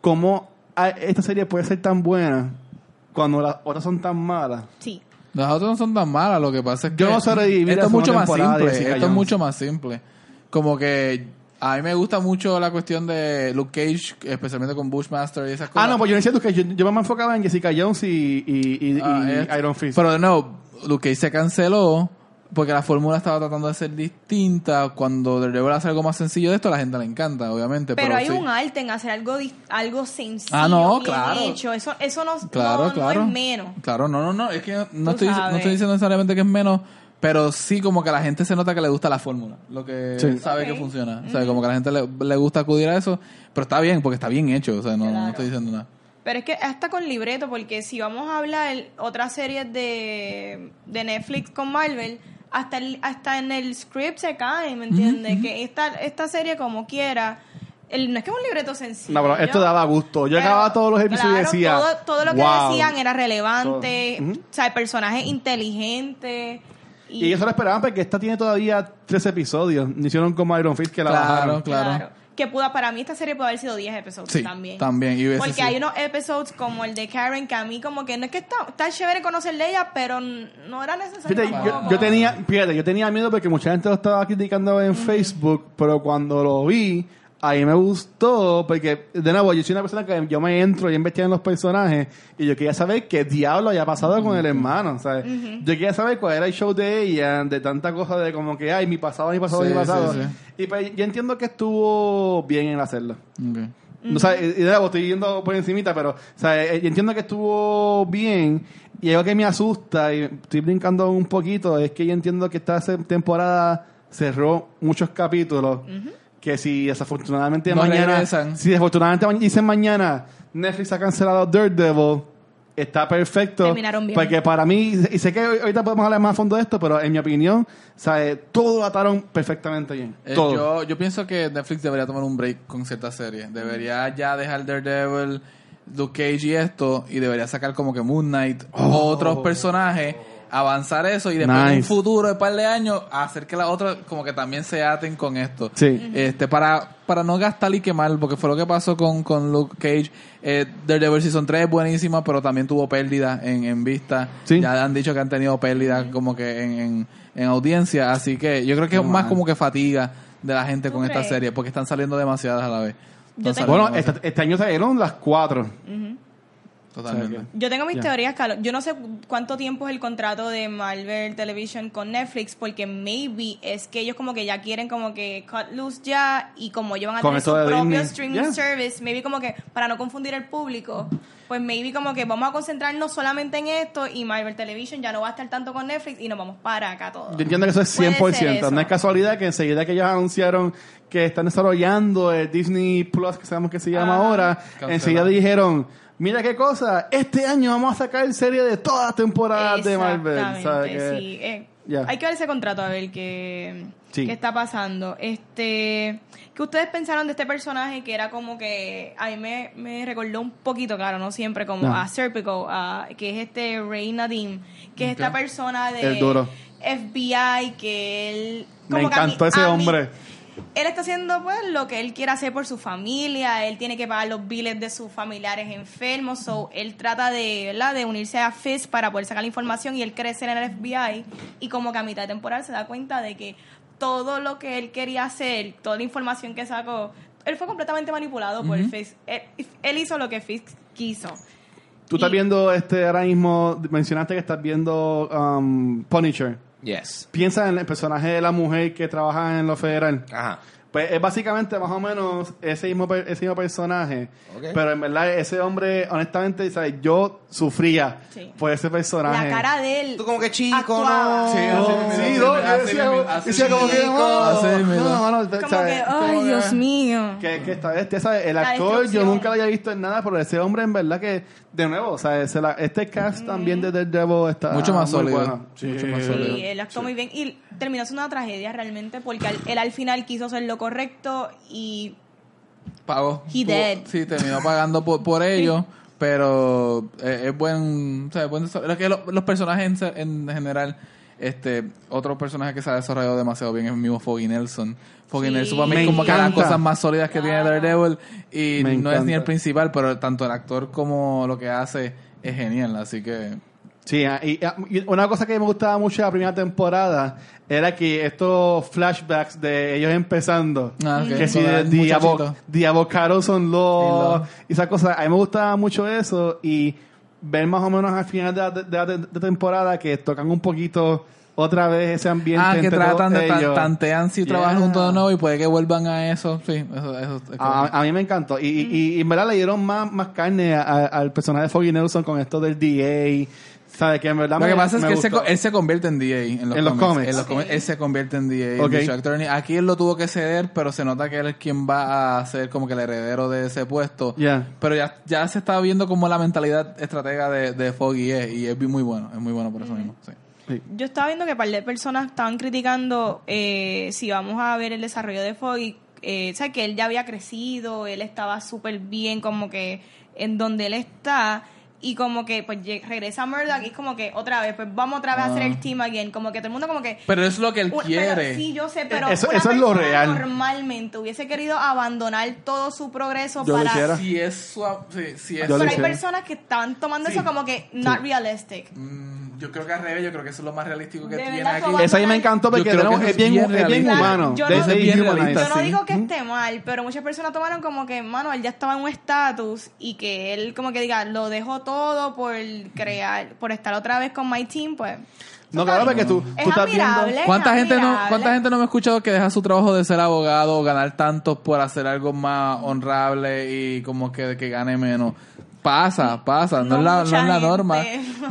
Speaker 5: cómo ah, esta serie puede ser tan buena cuando las otras son tan malas.
Speaker 3: Sí.
Speaker 2: Las otras no son tan malas, lo que pasa es que.
Speaker 5: Yo no sobreviví la
Speaker 2: Esto es
Speaker 5: segunda
Speaker 2: mucho más
Speaker 5: temporada de
Speaker 2: simple.
Speaker 5: Jessica
Speaker 2: Esto es
Speaker 5: Jones.
Speaker 2: mucho más simple. Como que. A mí me gusta mucho la cuestión de Luke Cage, especialmente con Bushmaster y esas cosas.
Speaker 5: Ah, no, pues yo no entiendo que yo, yo me enfocaba en Jessica Jones y, y, y-
Speaker 2: Ah,
Speaker 5: y
Speaker 2: es-
Speaker 5: Iron Fist.
Speaker 2: Pero no, Luke Cage se canceló porque la fórmula estaba tratando de ser distinta. Cuando Daredevil hace algo más sencillo de esto, a la gente le encanta, obviamente.
Speaker 3: Pero,
Speaker 2: Pero,
Speaker 3: hay
Speaker 2: sí.
Speaker 3: un arte en hacer algo dis- algo sencillo,
Speaker 2: Ah, no,
Speaker 3: bien
Speaker 2: claro.
Speaker 3: hecho. Eso, eso no,
Speaker 2: Claro,
Speaker 3: no- no
Speaker 2: claro.
Speaker 3: es menos.
Speaker 2: Claro, no, no, no. Es que no,
Speaker 3: Tú
Speaker 2: estoy,
Speaker 3: sabes.
Speaker 2: no estoy diciendo necesariamente que es menos, pero sí como que a la gente se nota que le gusta la fórmula. Lo que
Speaker 5: Sí.
Speaker 2: sabe
Speaker 3: Ok.
Speaker 2: que funciona. O sea, como que a la gente le, le gusta acudir a eso. Pero está bien, porque está bien hecho. O sea, no, no
Speaker 3: Claro.
Speaker 2: estoy diciendo nada.
Speaker 3: Pero es que hasta con libreto, porque si vamos a hablar otras series de, de Netflix con Marvel, hasta el- hasta en el script se caen, ¿me entiendes? Que esta, esta serie como quiera, el, no es que es un libreto sencillo.
Speaker 5: No, pero esto daba gusto. Yo
Speaker 3: Pero,
Speaker 5: acababa todos los episodios
Speaker 3: claro,
Speaker 5: y decía.
Speaker 3: Todo, todo lo que
Speaker 5: "Wow".
Speaker 3: decían era relevante,
Speaker 5: Todo. Ujú.
Speaker 3: o sea, el personaje inteligente.
Speaker 5: Y ellos lo esperaban porque esta tiene todavía tres episodios. No Hicieron como Iron Fist que la
Speaker 2: Claro,
Speaker 5: bajaron.
Speaker 2: claro.
Speaker 3: que pudo, para mí esta serie puede haber sido 10 episodios
Speaker 2: Sí,
Speaker 3: también.
Speaker 2: también, y hubiese
Speaker 3: Porque
Speaker 2: sido-
Speaker 3: hay unos episodios como el de Karen que a mí como que no es que está, está chévere conocerle a ella, pero no era necesario.
Speaker 5: Fíjate, yo,
Speaker 3: tampoco.
Speaker 5: yo tenía, fíjate, yo tenía miedo porque mucha gente lo estaba criticando en Facebook, pero cuando lo vi, ahí me gustó, porque de nuevo, yo soy una persona que yo me entro y investigo en los personajes, y yo quería saber qué diablo había pasado con el hermano, ¿sabes? Yo quería saber cuál era el show de ella, de tanta cosa de como que, ay, mi pasado, mi pasado,
Speaker 2: Sí,
Speaker 5: mi pasado.
Speaker 2: sí,
Speaker 5: Y pues, yo entiendo que estuvo bien en hacerlo.
Speaker 2: Ok.
Speaker 5: No, o sea, y de nuevo, estoy yendo por encimita, pero o sea, eh, yo entiendo que estuvo bien y algo que me asusta y estoy brincando un poquito es que yo entiendo que esta se- temporada cerró muchos capítulos que si desafortunadamente
Speaker 2: No
Speaker 5: mañana
Speaker 2: regresan.
Speaker 5: si desafortunadamente ma- dicen mañana Netflix ha cancelado Daredevil está perfecto
Speaker 3: Terminaron bien.
Speaker 5: porque para mí y sé que hoy- ahorita podemos hablar más a fondo de esto pero en mi opinión o sea, eh, todo ataron perfectamente bien
Speaker 2: Eh,
Speaker 5: todo
Speaker 2: yo, yo pienso que Netflix debería tomar un break con ciertas series. Debería ya dejar Daredevil, Luke Cage y esto, y debería sacar como que Moon Knight, otros personajes, avanzar eso y después en un
Speaker 5: Oh. Nice.
Speaker 2: futuro de par de años hacer que las otras como que también se aten con esto.
Speaker 5: Sí.
Speaker 2: Este, para, para no gastar y quemar, porque fue lo que pasó con, con Luke Cage. Eh, Daredevil Season 3 es buenísima, pero también tuvo pérdida en, en vista.
Speaker 5: Sí.
Speaker 2: Ya han dicho que han tenido pérdida como que en, en, en audiencia, así que yo creo que es más como que fatiga de la gente
Speaker 3: ¿Tú
Speaker 2: con esta
Speaker 3: crees?
Speaker 2: serie, porque están saliendo demasiadas a la vez.
Speaker 3: Yo
Speaker 2: Están
Speaker 3: tengo-
Speaker 2: saliendo
Speaker 5: bueno este,
Speaker 2: demasiadas.
Speaker 5: este año salieron las cuatro
Speaker 2: totalmente.
Speaker 5: o sea
Speaker 3: Yo tengo mis
Speaker 5: Ya.
Speaker 3: teorías, Carlos. Yo no sé cu- cuánto tiempo es el contrato de Marvel Television con Netflix, porque maybe es que ellos como que ya quieren como que cut loose ya y como llevan a
Speaker 5: Con
Speaker 3: tener su
Speaker 5: esto de
Speaker 3: propio
Speaker 5: Disney.
Speaker 3: streaming
Speaker 5: Yeah.
Speaker 3: service, maybe como que para no confundir al público, pues maybe como que vamos a concentrarnos solamente en esto y Marvel Television ya no va a estar tanto con Netflix y nos vamos para acá todos.
Speaker 5: Yo entiendo que eso es
Speaker 3: Puede ser
Speaker 5: 100%.
Speaker 3: eso.
Speaker 5: No es casualidad que enseguida que ellos anunciaron que están desarrollando el Disney Plus, que sabemos que se llama
Speaker 3: Ah.
Speaker 5: ahora,
Speaker 2: Cancelaron.
Speaker 5: enseguida dijeron, mira qué cosa, este año vamos a sacar serie de todas las temporadas de Marvel.
Speaker 3: Exactamente,
Speaker 5: ¿sabes? Que-
Speaker 3: sí. Eh,
Speaker 5: Ya.
Speaker 3: Hay que ver ese contrato a ver qué,
Speaker 5: Sí.
Speaker 3: qué está pasando. Este, ¿Qué ustedes pensaron de este personaje que era como que a mí me, me recordó un poquito, claro, no siempre, como
Speaker 5: No.
Speaker 3: a Serpico, a- que es este Ray Nadim, que es esta
Speaker 2: Ok.
Speaker 3: persona de
Speaker 5: El duro.
Speaker 3: FBI que él...
Speaker 5: Me
Speaker 3: como que a mí-
Speaker 5: encantó ese
Speaker 3: a mí-
Speaker 5: hombre.
Speaker 3: él está haciendo pues lo que él quiere hacer por su familia, él tiene que pagar los biles de sus familiares enfermos, so, él trata de, ¿verdad? de unirse a FIS para poder sacar la información y él crece en el FBI y como que a mitad de temporada se da cuenta de que todo lo que él quería hacer, toda la información que sacó, él fue completamente manipulado por FIS. Él, él hizo lo que FIS quiso.
Speaker 5: Tú estás
Speaker 3: Y-
Speaker 5: viendo este ahora mismo, mencionaste que estás viendo um, Punisher.
Speaker 1: Yes.
Speaker 5: Piensa en el personaje de la mujer que trabaja en lo federal.
Speaker 1: Ajá.
Speaker 5: Pues es básicamente más o menos ese mismo, per- ese mismo personaje.
Speaker 1: Ok.
Speaker 5: Pero en verdad, ese hombre, honestamente, ¿sabes? yo sufría
Speaker 3: Sí.
Speaker 5: por ese
Speaker 3: La
Speaker 5: personaje. Oh.
Speaker 3: cara de él.
Speaker 1: Tú como que chico,
Speaker 3: actuaba.
Speaker 1: no.
Speaker 2: Sí, así
Speaker 5: Sí,
Speaker 2: mismo,
Speaker 5: no, yo
Speaker 2: así
Speaker 5: decía,
Speaker 2: mismo,
Speaker 5: yo
Speaker 2: así
Speaker 5: decía como que
Speaker 1: mismo.
Speaker 5: no,
Speaker 2: Así mismo.
Speaker 5: no, mano,
Speaker 3: Como
Speaker 5: ¿sabes?
Speaker 3: que, ay, Dios mío.
Speaker 5: Que, que esta bestia, ¿sabes? El
Speaker 3: La
Speaker 5: actor yo
Speaker 3: destrucción.
Speaker 5: nunca lo había visto en nada, pero ese hombre en verdad que, de nuevo, ¿sabes? Se la- este cast también de Daredevil está
Speaker 2: Mucho más
Speaker 5: muy
Speaker 2: sólido.
Speaker 5: bueno.
Speaker 2: Mucho más sólido.
Speaker 3: Sí, él actuó muy bien y terminó siendo una tragedia realmente porque al- él al final quiso hacer lo correcto y
Speaker 2: Pagó.
Speaker 3: He
Speaker 2: Tuvo-
Speaker 3: dead.
Speaker 2: Sí, terminó pagando por, por ello, pero eh, es buen... o sea, es buen desa- lo que lo- los personajes en, se- en general... Este, otro personaje que se ha desarrollado demasiado bien es el mismo Foggy Nelson. Foggy
Speaker 3: Sí.
Speaker 2: Nelson para mí es
Speaker 5: Me
Speaker 2: como que las
Speaker 5: encanta.
Speaker 2: cosas más sólidas que tiene Daredevil y
Speaker 5: Me
Speaker 2: no es ni
Speaker 5: encanta.
Speaker 2: el principal, pero tanto el actor como lo que hace es genial, así que...
Speaker 5: Sí, ah, y, ah, y una cosa que me gustaba mucho de la primera temporada era que estos flashbacks de ellos empezando,
Speaker 2: Ah, ok.
Speaker 5: que si
Speaker 2: Con
Speaker 5: de
Speaker 2: el
Speaker 5: The,
Speaker 2: muchachito.
Speaker 5: Avo- The Avocados on
Speaker 2: In
Speaker 5: Law
Speaker 2: Love.
Speaker 5: y esas cosas, a mí me gustaba mucho eso y ver más o menos al final de la, de la- de la temporada que tocan un poquito otra vez ese ambiente.
Speaker 2: Ah, que
Speaker 5: entre
Speaker 2: tratan
Speaker 5: todos
Speaker 2: de tan-
Speaker 5: ellos.
Speaker 2: tantean si trabajan
Speaker 5: Yeah.
Speaker 2: juntos de nuevo y puede que vuelvan a eso. Sí, eso, eso es correcto.
Speaker 5: A, a mí me encantó. Y, y, y- y en verdad le dieron más, más carne a- a- al personaje de Foggy Nelson con esto del DA. ¿Sabes? Que en verdad
Speaker 2: Lo que
Speaker 5: me-
Speaker 2: pasa es
Speaker 5: me
Speaker 2: que él se,
Speaker 5: gustó.
Speaker 2: co- él se convierte en DA en los,
Speaker 5: En los
Speaker 2: cómics.
Speaker 5: cómics.
Speaker 2: En los cómics, Él se convierte en DA.
Speaker 5: Ok.
Speaker 2: District Attorney. Aquí él lo tuvo que ceder, pero se nota que él es quien va a ser como que el heredero de ese puesto.
Speaker 5: Yeah.
Speaker 2: Pero ya, ya se está viendo como la mentalidad estratega de, de Foggy es. Y es muy bueno. Es muy bueno por eso mismo. sí.
Speaker 3: yo estaba viendo que un par de personas estaban criticando eh, si vamos a ver el desarrollo de Foggy, eh, o sea, que él ya había crecido, él estaba súper bien, como que en donde él está. y como que pues lleg- regresa Murdoch y es como que otra vez, pues vamos otra vez a hacer
Speaker 5: Ah.
Speaker 3: el team again. Como que todo el mundo como que...
Speaker 2: Pero es lo que él
Speaker 3: Un-
Speaker 2: quiere.
Speaker 3: pero sí, yo sé, pero
Speaker 5: Eso-
Speaker 3: una
Speaker 5: eso es lo
Speaker 3: persona
Speaker 5: real.
Speaker 3: normalmente hubiese querido abandonar todo su progreso
Speaker 5: Yo lo
Speaker 3: para...
Speaker 5: hiciera.
Speaker 2: Si es suave, sí, si es
Speaker 5: Yo lo
Speaker 3: pero hay
Speaker 5: hiciera.
Speaker 3: personas que estaban tomando
Speaker 2: Sí.
Speaker 3: eso como que not realistic.
Speaker 2: Mm, yo creo que al revés, yo creo que eso es lo más realístico que
Speaker 3: De
Speaker 2: tiene
Speaker 3: verdad,
Speaker 2: aquí.
Speaker 3: Juan-
Speaker 5: Esa a mí me encantó porque
Speaker 2: Yo creo
Speaker 5: tenemos-
Speaker 2: que
Speaker 5: es,
Speaker 2: es
Speaker 5: bien,
Speaker 2: bien
Speaker 5: es bien
Speaker 2: realista.
Speaker 5: humano.
Speaker 3: Yo
Speaker 5: de-
Speaker 3: no-
Speaker 5: es
Speaker 2: es
Speaker 5: bien
Speaker 2: bien
Speaker 5: humanista,
Speaker 2: realista,
Speaker 3: Yo no
Speaker 5: sí.
Speaker 3: digo que
Speaker 5: Ujú.
Speaker 3: esté mal, pero muchas personas tomaron como que, mano, él ya estaba en un estatus y que él como que diga, lo dejo todo por crear, por estar otra vez con My Team, pues...
Speaker 5: No, claro, porque tú,
Speaker 3: Es
Speaker 5: tú estás
Speaker 3: admirable.
Speaker 5: viendo...
Speaker 2: ¿Cuánta
Speaker 3: Es
Speaker 2: gente, no,
Speaker 3: admirable.
Speaker 2: ¿Cuánta gente no me ha escuchado que deja su trabajo de ser abogado o ganar tanto por hacer algo más honrable y como que, que gane menos? Pasa, pasa. No,
Speaker 3: No
Speaker 2: es, la, no es
Speaker 3: mucha
Speaker 2: la
Speaker 3: gente.
Speaker 2: norma.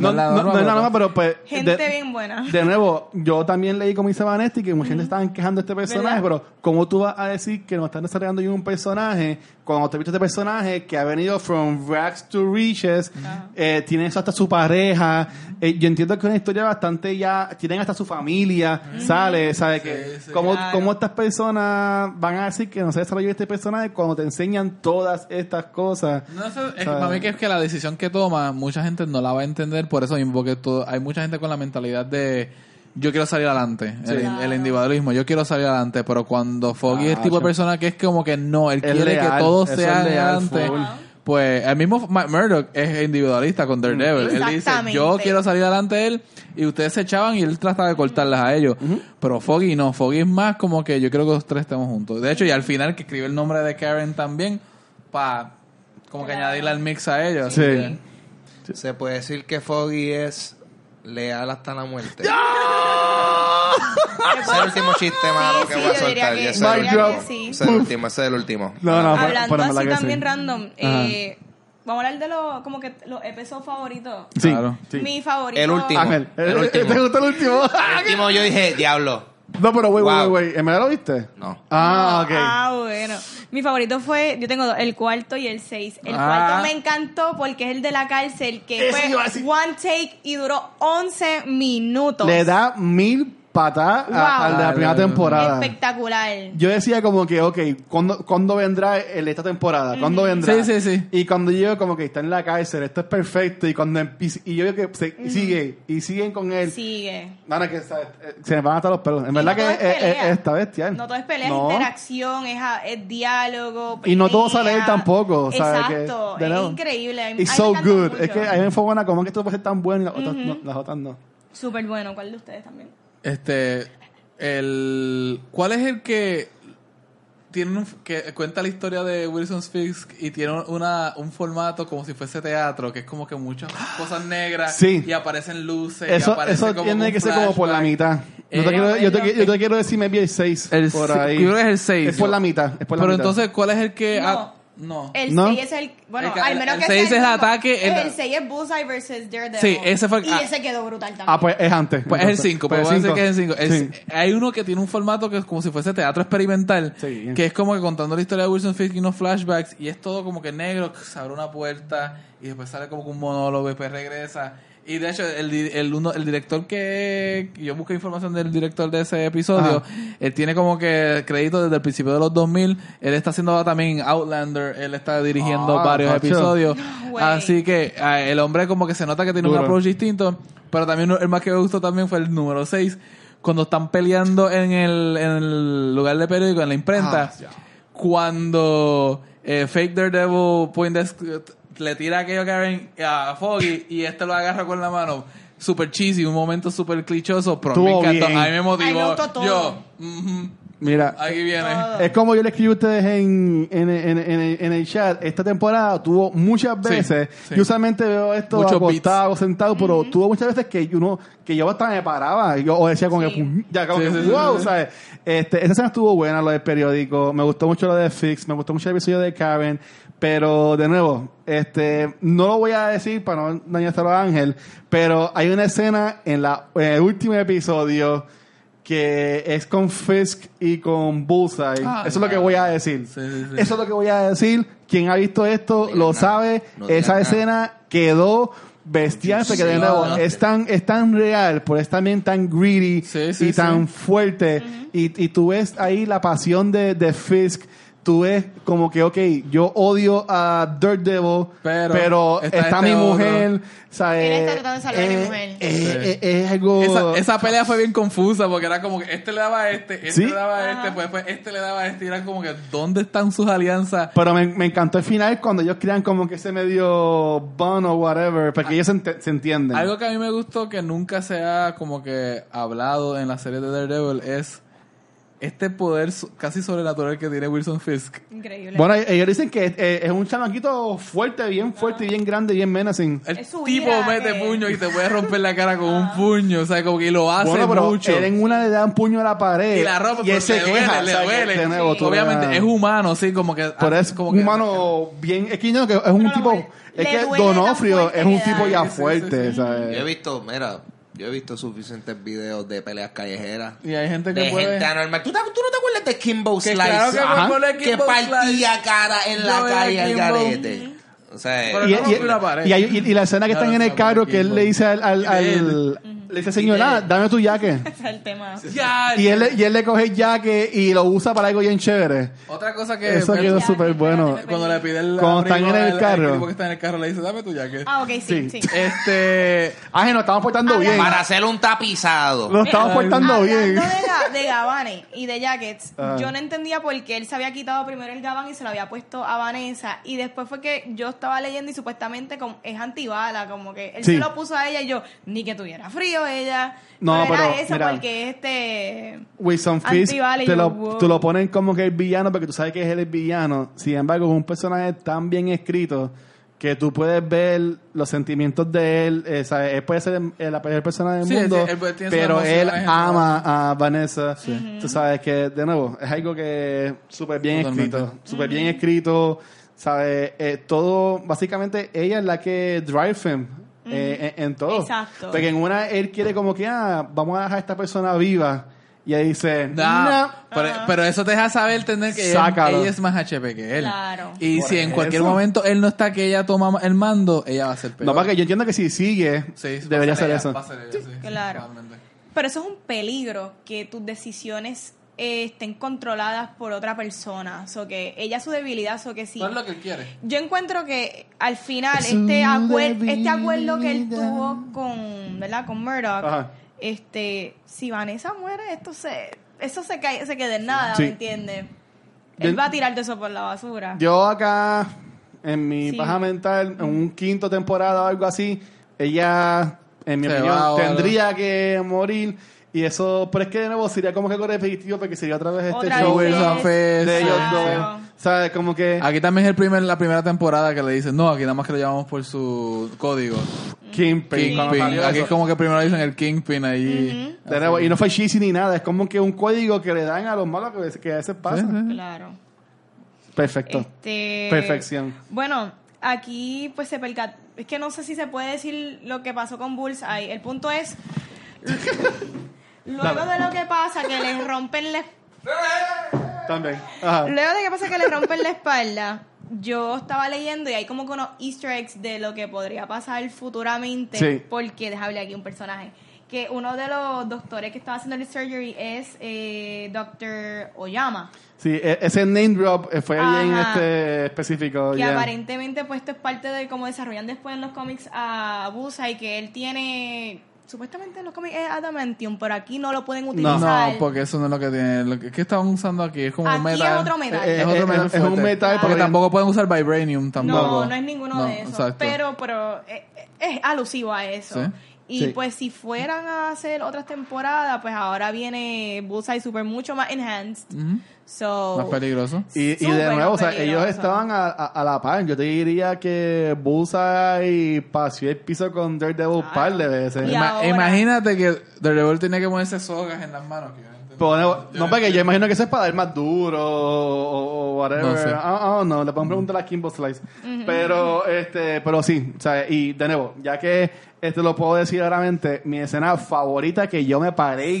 Speaker 5: No,
Speaker 2: es la
Speaker 5: no, no es nada más, pero pues...
Speaker 3: Gente
Speaker 5: de-
Speaker 3: bien buena.
Speaker 5: De nuevo, yo también leí como dice Vanetti que mucha gente estaban quejando de este personaje,
Speaker 3: ¿Verdad?
Speaker 5: pero ¿cómo tú vas a decir que no están desarrollando yo un personaje cuando te viste este personaje que ha venido from rags to riches, eh, tiene eso hasta su pareja, eh, yo entiendo que es una historia bastante ya, tienen hasta su familia, sale, sabe que
Speaker 2: sí,
Speaker 5: ¿cómo,
Speaker 3: claro.
Speaker 5: cómo estas personas van a decir que no se desarrolló este personaje cuando te enseñan todas estas cosas?
Speaker 2: No sé, es,
Speaker 5: O sea,
Speaker 2: para mí que es que la decisión que toma, mucha gente no la va a entender por eso mismo, porque todo- hay mucha gente con la mentalidad de yo quiero salir adelante, el, el individualismo, yo quiero salir adelante, pero cuando Foggy es el tipo de
Speaker 5: Tacho.
Speaker 2: persona que es como que no, él
Speaker 5: Es
Speaker 2: quiere
Speaker 5: leal,
Speaker 2: que todo
Speaker 5: eso
Speaker 2: sea
Speaker 5: es leal,
Speaker 2: adelante.
Speaker 5: full.
Speaker 2: Pues el mismo Matt Murdock es individualista con Daredevil. Él dice,
Speaker 3: Exactamente.
Speaker 2: yo quiero salir adelante de él y ustedes se echaban y él trataba de cortarlas a ellos. Pero Foggy no, Foggy es más como que yo creo que los tres estemos juntos. De hecho, y al final que escribe el nombre de Karen también para como que añadirle al mix a ellos. así
Speaker 5: Sí.
Speaker 2: que-
Speaker 1: Se puede decir que Foggy es leal hasta la muerte. Ese es el último chiste malo
Speaker 3: Sí,
Speaker 1: que
Speaker 3: sí,
Speaker 1: voy a
Speaker 3: yo diría
Speaker 1: soltar.
Speaker 3: que-
Speaker 1: y ese
Speaker 5: yo
Speaker 1: es el
Speaker 5: diría
Speaker 1: último.
Speaker 5: que
Speaker 3: sí.
Speaker 1: Ese es el último, ese es el último.
Speaker 5: No, no, por-
Speaker 3: Hablando
Speaker 5: por en verdad
Speaker 3: así
Speaker 5: que sí.
Speaker 3: también random,
Speaker 5: Ajá.
Speaker 3: eh, vamos a hablar de los, como que los episodios favoritos.
Speaker 5: Sí,
Speaker 2: Claro.
Speaker 5: sí.
Speaker 3: Mi favorito.
Speaker 1: El último.
Speaker 5: Ángel, eh,
Speaker 1: El último.
Speaker 5: ¿te gustó el último?
Speaker 2: ¡Ah,
Speaker 1: El último yo dije, diablo.
Speaker 5: No, pero güey, güey,
Speaker 1: Wow.
Speaker 5: güey, ¿en verdad lo viste?
Speaker 1: No.
Speaker 5: Ah, ok.
Speaker 3: Ah, bueno. Mi favorito fue, yo tengo dos, el cuarto y el seis. El
Speaker 2: Ah.
Speaker 3: cuarto me encantó porque es el de la cárcel, que
Speaker 5: Eso iba a
Speaker 3: fue
Speaker 5: decir.
Speaker 3: one take y duró 11 minutos.
Speaker 5: Le da mil patadas a-
Speaker 3: Wow.
Speaker 5: al de la
Speaker 2: Dale,
Speaker 5: primera
Speaker 2: dale, dale.
Speaker 5: temporada.
Speaker 3: Espectacular.
Speaker 5: Yo decía como que, ok, ¿cuándo, ¿cuándo vendrá el de esta temporada? ¿Cuándo vendrá?
Speaker 2: Sí, sí, sí.
Speaker 5: Y cuando yo como que está en la cárcel, esto es perfecto. Y cuando empieza, y yo veo que se- sigue, y siguen con él.
Speaker 3: Sigue.
Speaker 5: Nada, que ¿sabes? Eh, se me van a dar los pelos. En
Speaker 3: Y
Speaker 5: verdad
Speaker 3: no
Speaker 5: que
Speaker 3: todo
Speaker 5: es- es-
Speaker 3: pelea.
Speaker 5: es- está bestial.
Speaker 3: No todo es pelea,
Speaker 5: No.
Speaker 3: es interacción, es, a- es diálogo.
Speaker 5: Y no todo
Speaker 3: pelea.
Speaker 5: sale él tampoco. o sea, que-
Speaker 3: Exacto.
Speaker 5: de
Speaker 3: es
Speaker 5: nuevo.
Speaker 3: increíble. a mí-
Speaker 5: It's
Speaker 3: a mí me
Speaker 5: so
Speaker 3: encantó
Speaker 5: good.
Speaker 3: mucho.
Speaker 5: Es que hay me fogona como que esto puede ser tan bueno y las otras, no, las otras no.
Speaker 3: Súper bueno. ¿Cuál de ustedes también?
Speaker 2: Este, el, ¿cuál es el que tiene un- que cuenta la historia de Wilson's Fix y tiene una un formato como si fuese teatro, que es como que muchas cosas negras
Speaker 5: Sí.
Speaker 2: y aparecen luces, y
Speaker 5: Eso,
Speaker 2: aparece
Speaker 5: eso
Speaker 2: como
Speaker 5: tiene
Speaker 2: un
Speaker 5: que ser como por la
Speaker 2: flashback.
Speaker 5: mitad. Yo
Speaker 2: Eh,
Speaker 5: te, quiero, yo, te,
Speaker 3: bueno,
Speaker 5: yo te quiero decir, me vi el 6.
Speaker 2: El
Speaker 5: por
Speaker 2: se-
Speaker 5: ahí.
Speaker 2: yo creo que es el seis.
Speaker 5: Es por la mitad. Es por la
Speaker 2: Pero
Speaker 5: mitad.
Speaker 2: entonces, ¿cuál es el que
Speaker 3: No.
Speaker 2: ah, no.
Speaker 3: El
Speaker 5: ¿No?
Speaker 3: 6 es el. Bueno,
Speaker 2: El que-
Speaker 3: al
Speaker 2: el-
Speaker 3: menos
Speaker 2: el
Speaker 3: que
Speaker 2: seis
Speaker 3: sea
Speaker 2: es el
Speaker 3: mismo.
Speaker 2: ataque, el-
Speaker 3: El 6 es Bullseye versus Daredevil.
Speaker 2: Sí, ese fue-
Speaker 3: Y
Speaker 2: ah.
Speaker 3: ese quedó brutal también.
Speaker 5: Ah, pues es antes.
Speaker 2: Pues es el
Speaker 5: Entonces,
Speaker 2: 5,
Speaker 5: pues
Speaker 2: pues voy a decir
Speaker 5: cinco.
Speaker 2: que es el 5.
Speaker 5: Sí.
Speaker 2: Hay uno que tiene un formato que es como si fuese teatro experimental,
Speaker 5: Sí.
Speaker 2: que es como que contando la historia de Wilson Fisk y unos flashbacks, y es todo como que negro, que se abre una puerta, y después sale como que un monólogo, y después regresa. Y de hecho, el, di- el, uno, el director que... Yo busqué información del director de ese episodio.
Speaker 5: Ajá.
Speaker 2: Él tiene como que crédito desde el principio de los 2000. Él está haciendo también Outlander. Él está dirigiendo
Speaker 5: Ah,
Speaker 2: varios
Speaker 5: tacho.
Speaker 2: episodios.
Speaker 3: güey.
Speaker 2: Así que ah, el hombre como que se nota que tiene un
Speaker 5: Duro.
Speaker 2: approach distinto. Pero también el más que me gustó también fue el número 6. Cuando están peleando en el, en el lugar de periódico, en la imprenta.
Speaker 5: Ah, ya.
Speaker 2: Cuando eh, Fake Daredevil Point Desk, eh, le tira aquello que ven a Foggy y este lo agarra con la mano. Super cheesy, un momento super clichoso, pero me
Speaker 5: Estuvo
Speaker 2: encantó.
Speaker 5: bien.
Speaker 2: A mí me
Speaker 3: Ay, me
Speaker 2: motivó.
Speaker 3: gustó todo.
Speaker 2: Yo, ujú,
Speaker 5: Mira,
Speaker 2: aquí viene.
Speaker 3: Todo.
Speaker 5: es como yo le escribí a ustedes en, en, en, en- en el chat. Esta temporada tuvo muchas
Speaker 2: Sí,
Speaker 5: veces.
Speaker 2: sí.
Speaker 5: Yo usualmente veo esto
Speaker 2: Muchos
Speaker 5: acostado, sentado, pero tuvo muchas veces que uno, que yo hasta me paraba. y Yo, o decía como
Speaker 3: Sí.
Speaker 5: que, "Pum", ya como
Speaker 2: Sí,
Speaker 5: que,
Speaker 2: sí, sí,
Speaker 5: wow,
Speaker 2: sí.
Speaker 5: ¿sabes? Este, esa escena estuvo buena, lo del periódico. Me gustó mucho lo de Fix. Me gustó mucho el episodio de Karen. Pero, de nuevo, este, no lo voy a decir para no dañárselo a Ángel, pero hay una escena en, la, en el último episodio que es con Fisk y con Bullseye.
Speaker 2: Ah,
Speaker 5: Eso es lo que
Speaker 2: ya.
Speaker 5: voy a decir.
Speaker 2: Sí, sí, sí.
Speaker 5: Eso es lo que voy a decir. Quien ha visto esto
Speaker 1: digas
Speaker 5: lo
Speaker 1: nada.
Speaker 5: sabe.
Speaker 1: No digas
Speaker 5: Esa
Speaker 1: nada.
Speaker 5: escena quedó bestial porque de
Speaker 2: Sí,
Speaker 5: nuevo
Speaker 2: no.
Speaker 5: es tan, es tan real, pero es también tan greedy
Speaker 2: Sí, sí,
Speaker 5: y tan
Speaker 2: sí.
Speaker 5: fuerte. y, y tú ves ahí la pasión de, de Fisk. tú ves como que, ok, yo odio a Daredevil,
Speaker 2: Pero
Speaker 5: pero,
Speaker 2: está
Speaker 5: está,
Speaker 2: este
Speaker 5: mi
Speaker 2: otro.
Speaker 5: mujer. o sea,
Speaker 3: Él
Speaker 5: eh,
Speaker 3: está tratando de salvar a mi
Speaker 5: eh,
Speaker 3: mujer.
Speaker 5: eh,
Speaker 2: Sí.
Speaker 5: eh, es algo...
Speaker 2: Esa, esa pelea fue bien confusa porque era como que este le daba a este, este
Speaker 5: Sí.
Speaker 2: le daba a este, pues después este le daba a este y era como que ¿dónde están sus alianzas?
Speaker 5: Pero me, me encantó el final cuando ellos crean como que ese medio bun o whatever, porque ellos se, ent- se entienden.
Speaker 2: Algo que a mí me gustó que nunca se ha como que hablado en la serie de Daredevil es este poder so- casi sobrenatural que tiene Wilson Fisk.
Speaker 3: Increíble.
Speaker 5: Bueno, ellos dicen que eh, es un chamaquito fuerte, bien fuerte, y bien grande, y bien menacing.
Speaker 2: El
Speaker 3: Es su
Speaker 2: tipo
Speaker 3: ira,
Speaker 2: mete
Speaker 3: eh. Ah.
Speaker 2: puño y te puede romper la cara con un puño, o sea, como que lo hace
Speaker 5: Bueno, pero
Speaker 2: mucho.
Speaker 5: él en una le da un puño a la pared.
Speaker 2: Y la ropa,
Speaker 5: y
Speaker 2: pero
Speaker 5: él se
Speaker 2: le duele, le
Speaker 5: queja. o sea, que
Speaker 2: duele.
Speaker 5: de nuevo, tú
Speaker 2: Obviamente,
Speaker 5: veas-
Speaker 2: es humano, sí, como que... ah,
Speaker 5: Pero es
Speaker 2: como
Speaker 5: un
Speaker 2: que-
Speaker 5: humano bien. Es que, no, que es un
Speaker 3: Pero
Speaker 5: tipo.
Speaker 3: le-
Speaker 5: Es
Speaker 3: le
Speaker 5: que
Speaker 3: duele tan
Speaker 5: Donofrio
Speaker 3: fuerte
Speaker 5: es un
Speaker 3: que
Speaker 5: tipo
Speaker 3: da.
Speaker 5: ya
Speaker 2: Sí, sí, sí,
Speaker 5: fuerte,
Speaker 2: sí.
Speaker 5: ¿sabes?
Speaker 1: Yo he visto, mira, yo he visto suficientes videos de peleas callejeras.
Speaker 2: Y hay gente que
Speaker 1: De
Speaker 2: puede...
Speaker 1: gente anormal. ¿Tú, te- tú no te acuerdas de Kimbo
Speaker 2: Que
Speaker 1: Slice?
Speaker 2: claro que me
Speaker 5: Ajá.
Speaker 2: acuerdo de
Speaker 1: que
Speaker 2: Kimbo
Speaker 1: partía
Speaker 2: Slice.
Speaker 1: cara en la
Speaker 2: Yo era
Speaker 1: calle al
Speaker 2: Kimbo.
Speaker 1: garete. O sea,
Speaker 2: Pero
Speaker 5: Y,
Speaker 2: no
Speaker 5: y-
Speaker 2: rompió la pared.
Speaker 5: y hay- y- y la escena que
Speaker 2: No
Speaker 5: están en
Speaker 2: rompió
Speaker 5: el
Speaker 2: la
Speaker 5: carro
Speaker 2: pared,
Speaker 5: que él le dice al. al-
Speaker 2: Y
Speaker 5: al-
Speaker 2: él.
Speaker 5: le dice, señora,
Speaker 2: él.
Speaker 5: dame tu jaque.
Speaker 2: [LAUGHS]
Speaker 3: Ese es el tema.
Speaker 2: Ya,
Speaker 5: Y él, le- y él le coge el jaque y lo usa para algo bien chévere.
Speaker 2: Otra cosa que...
Speaker 5: Eso
Speaker 2: me-
Speaker 5: quedó
Speaker 3: Eh, Ya,
Speaker 5: súper
Speaker 3: espérate,
Speaker 5: bueno.
Speaker 3: espérate.
Speaker 2: Cuando le pide el...
Speaker 5: Cuando están
Speaker 2: abrigo
Speaker 5: en el
Speaker 2: al- al
Speaker 5: carro.
Speaker 2: tipo que está en el carro le dice, dame tu jacket.
Speaker 3: Ah, ok, sí,
Speaker 5: Sí.
Speaker 3: sí.
Speaker 2: Este...
Speaker 5: Ah, que nos estamos portando
Speaker 3: Habla-
Speaker 5: bien.
Speaker 1: para hacer un tapizado.
Speaker 5: Nos estamos
Speaker 2: Ay,
Speaker 5: portando
Speaker 3: Hablando de,
Speaker 5: bien.
Speaker 3: ga- de gabanes y de jackets,
Speaker 5: Ah.
Speaker 3: yo no entendía por qué él se había quitado primero el gabán y se lo había puesto a Vanessa. Y después fue que yo estaba leyendo y supuestamente como, es antibala, como que él
Speaker 5: Sí.
Speaker 3: se lo puso a ella y yo, ni que tuviera frío ella.
Speaker 5: No,
Speaker 3: era
Speaker 5: pero,
Speaker 3: eso
Speaker 5: mira.
Speaker 3: porque este...
Speaker 5: Wilson Fisk,
Speaker 3: Antivale,
Speaker 5: te
Speaker 3: yo,
Speaker 5: lo,
Speaker 3: wow.
Speaker 5: tú lo ponen como que el villano porque tú sabes que es él el villano. Sin embargo, es un personaje tan bien escrito que tú puedes ver los sentimientos de él. eh, ¿sabes? Él puede ser el, el- la peor persona del
Speaker 2: Sí,
Speaker 5: mundo,
Speaker 2: sí, él puede- tiene sus
Speaker 5: pero
Speaker 2: emociones
Speaker 5: él
Speaker 2: en
Speaker 5: ama a Vanessa. Tú sabes que, de nuevo, es algo que es súper bien
Speaker 2: Totalmente.
Speaker 5: escrito. Súper bien escrito. ¿Sabes? Eh, todo, básicamente, ella es la que drive him. eh, en, en todo.
Speaker 3: Exacto.
Speaker 5: Porque en una él quiere como que, ah, vamos a dejar a esta persona viva. Y ahí dice,
Speaker 2: Nah,
Speaker 5: no.
Speaker 2: pero, pero eso te deja saber tener que ella,
Speaker 5: Sácalo.
Speaker 2: ella es más HP que él.
Speaker 3: Claro.
Speaker 2: Y
Speaker 5: Por
Speaker 2: si en cualquier
Speaker 5: eso.
Speaker 2: momento él no está que ella toma el mando, ella va a ser peor.
Speaker 5: No, para que yo entiendo que si sigue,
Speaker 2: Sí,
Speaker 5: debería
Speaker 2: va
Speaker 5: ser
Speaker 2: ella,
Speaker 5: eso.
Speaker 2: va a ser ella, sí, sí,
Speaker 3: Claro.
Speaker 2: totalmente.
Speaker 3: Pero eso es un peligro, que tus decisiones eh, estén controladas por otra persona. O que ella es su debilidad, o que sí.
Speaker 2: No es Pues lo que él quiere.
Speaker 3: Yo encuentro que al final
Speaker 5: Su
Speaker 3: este, acuer- este acuerdo que él
Speaker 5: debilidad.
Speaker 3: tuvo con, ¿verdad? Con Murdoch,
Speaker 5: Ajá.
Speaker 3: este, si Vanessa muere, esto se, eso se cae, se queda en nada,
Speaker 5: Sí.
Speaker 3: ¿me entiendes?
Speaker 5: Yo-
Speaker 3: Él va a tirar de eso por la basura.
Speaker 5: Yo acá, en mi
Speaker 3: Sí.
Speaker 5: paja mental, en un quinto temporada o algo así, ella, en mi
Speaker 2: Se
Speaker 5: opinión,
Speaker 2: va, o
Speaker 5: tendría que morir. Y eso, pero es que de nuevo sería como que con repetitivo porque sería otra vez este
Speaker 3: Otra
Speaker 5: show
Speaker 2: vez.
Speaker 5: de-
Speaker 2: Wilson Fisk.
Speaker 5: de ellos
Speaker 3: Claro.
Speaker 5: dos. ¿Sabes? Como que,
Speaker 2: Aquí también es el primer, la primera temporada que le dicen, no, aquí nada más que lo llamamos por su código.
Speaker 5: Kingpin. cuando
Speaker 2: Kingpin.
Speaker 5: salió
Speaker 2: Aquí
Speaker 5: eso.
Speaker 2: es como que primero dicen el Kingpin ahí.
Speaker 5: De nuevo, y no fue cheesy ni nada, es como que un código que le dan a los malos que, que a veces pasa.
Speaker 3: Claro.
Speaker 5: Perfecto.
Speaker 3: Este,
Speaker 5: Perfección.
Speaker 3: Bueno, aquí pues se percató. Es que no sé si se puede decir lo que pasó con Bullseye. El punto
Speaker 5: [LAUGHS]
Speaker 3: es. luego de lo que pasa, que les rompen la
Speaker 5: También. Ajá.
Speaker 3: Luego de que pasa que le rompen la espalda, yo estaba leyendo y hay como que unos easter eggs de lo que podría pasar futuramente.
Speaker 5: Sí.
Speaker 3: Porque, déjame aquí un personaje. Que uno de los doctores que estaba haciendo el surgery es eh, Dr. Oyama.
Speaker 5: Sí, e- ese name drop eh, fue bien
Speaker 3: Ajá.
Speaker 5: este específico.
Speaker 3: Que
Speaker 5: yeah.
Speaker 3: aparentemente pues esto es parte de cómo desarrollan después en los cómics a Bullseye, que él tiene... Supuestamente en los cómics es adamantium, pero aquí no lo pueden
Speaker 2: No,
Speaker 3: utilizar.
Speaker 2: porque eso no es lo que tiene. Lo que, ¿qué estaban usando aquí es como un
Speaker 3: Aquí es
Speaker 2: metal.
Speaker 3: otro metal.
Speaker 5: Eh,
Speaker 2: Es otro
Speaker 5: eh,
Speaker 2: metal
Speaker 5: es un
Speaker 2: fuerte.
Speaker 5: metal
Speaker 2: Porque
Speaker 5: porque-
Speaker 2: tampoco pueden usar vibranium tampoco.
Speaker 3: No, no es ninguno
Speaker 2: No,
Speaker 3: de esos.
Speaker 2: exacto.
Speaker 3: Pero, pero eh, eh, es, alusivo a eso.
Speaker 2: Sí.
Speaker 3: Y
Speaker 5: Sí.
Speaker 3: pues si fueran a hacer otras temporadas, pues ahora viene Bullseye Super mucho más enhanced.
Speaker 2: Ujú.
Speaker 3: So,
Speaker 2: Más peligroso.
Speaker 5: Y, y de
Speaker 3: Súper
Speaker 5: nuevo, o sea,
Speaker 3: peligroso.
Speaker 5: ellos estaban a, a- a la par. Yo te diría que Bullseye paseó el piso con Daredevil un par de veces.
Speaker 3: Y
Speaker 2: Ima-
Speaker 3: ahora-
Speaker 2: Imagínate que Daredevil tenía que ponerse sogas en las manos. que yo no entiendo.
Speaker 5: Pero de nuevo, no, porque yo imagino que eso es para dar más duro o, o- o whatever.
Speaker 2: No
Speaker 5: No
Speaker 2: sé. Mm.
Speaker 5: no, le podemos preguntar a Kimbo Slice. Pero, este, pero sí, o sea, y de nuevo, ya que este lo puedo decir claramente, mi escena favorita que yo me paré y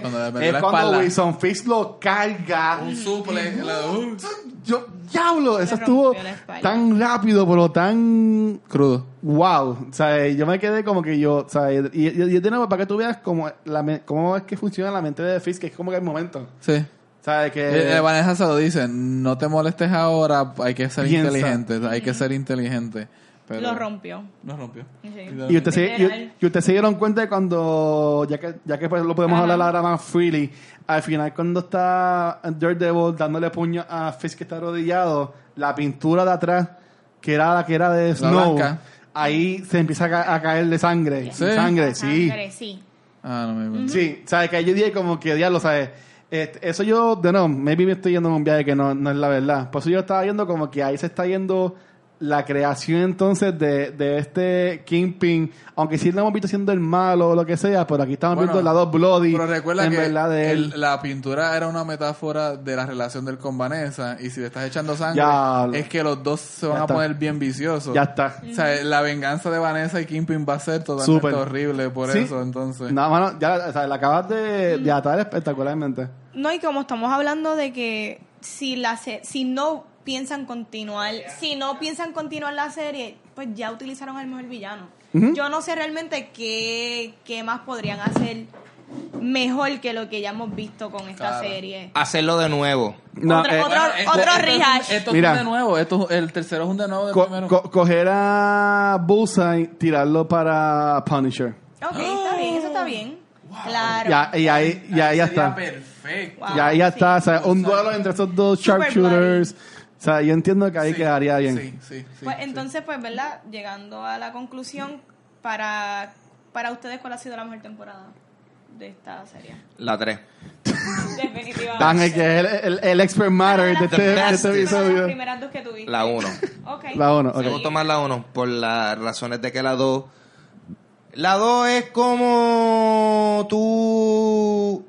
Speaker 2: bueno, cuando le metió
Speaker 5: es
Speaker 2: la
Speaker 5: cuando
Speaker 2: espalda.
Speaker 5: Wilson Fisk lo carga.
Speaker 2: Un suplex. la- uh,
Speaker 5: Yo, diablo, eso
Speaker 3: Le
Speaker 5: estuvo
Speaker 3: rompió la espalda.
Speaker 5: tan rápido, pero tan
Speaker 2: Crudo.
Speaker 5: wow. O sea, yo me quedé como que yo, o sea, y, y, y de nuevo, para que tú veas cómo, la, me- cómo es que funciona la mente de Fisk, que es como que el momento.
Speaker 2: Sí.
Speaker 5: O ¿Sabes? Que,
Speaker 2: Eh, eh, Vanessa se lo dice, no te molestes ahora, hay que ser
Speaker 5: Piensa.
Speaker 2: inteligente, hay que ser inteligente. Pero
Speaker 3: Lo rompió.
Speaker 2: Nos rompió.
Speaker 3: Sí.
Speaker 5: y, usted
Speaker 2: eh,
Speaker 5: se,
Speaker 3: Literal.
Speaker 5: y- y usted se dieron cuenta de cuando, ya que, ya que pues lo podemos
Speaker 3: Ajá.
Speaker 5: hablar ahora más freely, al final cuando está Daredevil dándole puño a Fisk que está arrodillado, la pintura de atrás, que era la que era de Snow,
Speaker 2: blanca.
Speaker 5: ahí se empieza a, ca- a caer de sangre.
Speaker 2: Sí.
Speaker 5: Sangre, sí.
Speaker 3: Sangre, sí.
Speaker 2: Ah, no me
Speaker 5: Sí, ¿sabes? Que yo dije como que, diablo, ¿sabes? Este, eso yo, de no, maybe me estoy yendo en un viaje que no, no es la verdad. Por eso yo estaba viendo como que ahí se está yendo la creación entonces de, de este Kingpin. Aunque sí lo hemos visto siendo el malo o lo que sea, pero aquí estamos
Speaker 2: Bueno,
Speaker 5: viendo el lado bloody.
Speaker 2: Pero recuerda
Speaker 5: en
Speaker 2: que
Speaker 5: verdad de él.
Speaker 2: el- la pintura era una metáfora de la relación del con Vanessa y si le estás echando sangre
Speaker 5: Ya lo-
Speaker 2: es que los dos se van
Speaker 5: Ya
Speaker 2: a
Speaker 5: está.
Speaker 2: poner bien viciosos.
Speaker 5: Ya está.
Speaker 2: O sea, la venganza de Vanessa y Kingpin va a ser totalmente
Speaker 5: Súper.
Speaker 2: horrible por
Speaker 5: Sí.
Speaker 2: eso, entonces.
Speaker 5: Nada, mano, ya o sea, la acabas de, de atar espectacularmente.
Speaker 3: No, y como estamos hablando de que si, la se- si no piensan continuar, si no piensan continuar la serie, pues ya utilizaron al mejor villano. Yo no sé realmente qué, qué más podrían hacer mejor que lo que ya hemos visto con esta
Speaker 2: Claro.
Speaker 3: serie.
Speaker 1: Hacerlo de nuevo.
Speaker 5: No,
Speaker 3: Otra-
Speaker 5: eh,
Speaker 3: otra- Otro- otro
Speaker 2: es un-
Speaker 3: rehash.
Speaker 2: Esto es
Speaker 5: Mira.
Speaker 2: un de nuevo, esto, el tercero es un de nuevo del
Speaker 5: co-
Speaker 2: primero.
Speaker 5: co- coger a Bullseye, tirarlo para Punisher.
Speaker 3: Ok, está bien, eso está bien. Claro.
Speaker 5: Ya, eh, y ahí, y ahí ya
Speaker 2: Sería
Speaker 5: está.
Speaker 2: perfecto.
Speaker 3: Wow,
Speaker 5: ya, ya
Speaker 3: sí.
Speaker 5: está, o sea, un duelo entre esos dos
Speaker 3: Super
Speaker 5: sharpshooters. O sea, yo entiendo que ahí
Speaker 2: Sí,
Speaker 5: quedaría bien.
Speaker 2: Sí, sí, sí.
Speaker 3: Pues
Speaker 2: sí.
Speaker 3: entonces, pues, ¿verdad? Llegando a la conclusión, para, para ustedes, ¿cuál ha sido la mejor temporada de esta serie?
Speaker 1: La 3.
Speaker 5: Dan, el
Speaker 3: Definitivamente.
Speaker 5: que es el, el, el expert matter de este, de este
Speaker 1: Fantastic.
Speaker 3: Las
Speaker 5: episodio.
Speaker 3: primeras dos que tuviste.
Speaker 1: La 1.
Speaker 3: Ok.
Speaker 5: La uno,
Speaker 1: Me
Speaker 5: ok.
Speaker 1: gustó más la 1 por las razones de que la 2. La 2 es como tú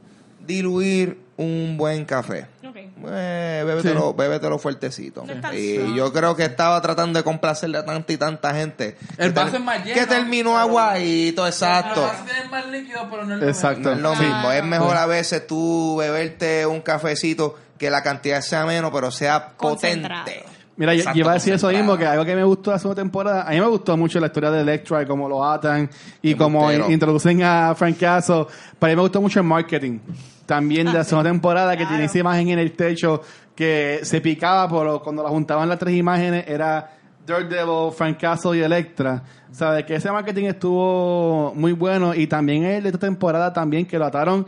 Speaker 1: diluir un buen café.
Speaker 3: Ok.
Speaker 1: Eh, bébetelo, bébetelo fuertecito.
Speaker 3: No es tan
Speaker 1: Y
Speaker 3: sano.
Speaker 1: yo creo que estaba tratando de complacerle a tanta y tanta gente.
Speaker 2: El
Speaker 1: que
Speaker 2: vaso
Speaker 1: ter-
Speaker 2: es más lleno,
Speaker 1: Que terminó aguadito, exacto.
Speaker 2: Además, tiene más líquido, pero no es lo
Speaker 5: Exacto.
Speaker 1: No es lo
Speaker 3: Claro.
Speaker 1: mismo. Es mejor a veces tú beberte un cafecito que la cantidad sea menos, pero sea
Speaker 3: Concentrado.
Speaker 1: potente.
Speaker 5: Mira, yo,
Speaker 1: Exacto,
Speaker 5: yo iba a decir eso
Speaker 1: concentrado.
Speaker 5: mismo, que algo que me gustó de la segunda temporada, a mí me gustó mucho la historia de Electra y cómo lo atan y cómo
Speaker 1: Embustero.
Speaker 5: in- introducen a Frank Castle, pero a mí me gustó mucho el marketing. También de la segunda temporada que
Speaker 3: Claro.
Speaker 5: tiene esa imagen en el techo que se picaba, pero cuando la juntaban las tres imágenes era Daredevil, Frank Castle y Electra. ¿Sabes? Que ese marketing estuvo muy bueno y también el de esta temporada también que lo ataron,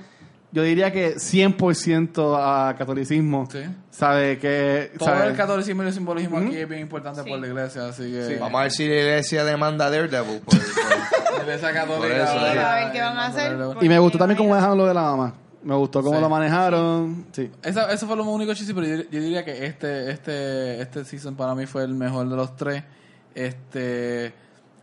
Speaker 5: yo diría que 100% a catolicismo.
Speaker 2: Sí.
Speaker 5: ¿Sabes? Que,
Speaker 2: Todo
Speaker 5: ¿sabe?
Speaker 2: el catolicismo y el simbolismo aquí es bien importante por la iglesia, así que...
Speaker 1: Vamos a ver si la iglesia demanda a Daredevil. por- por-
Speaker 2: La iglesia católica...
Speaker 1: Por eso,
Speaker 2: ahora-
Speaker 1: sí.
Speaker 3: A ver qué van a hacer.
Speaker 5: Y me
Speaker 3: Porque,
Speaker 5: gustó también cómo
Speaker 3: vaya.
Speaker 5: dejaron lo de la mamá. Me gustó cómo
Speaker 2: Sí.
Speaker 5: lo manejaron. Sí.
Speaker 2: Esa- eso fue lo único chiste, pero yo, yo diría que este, este, este season para mí fue el mejor de los tres. Este,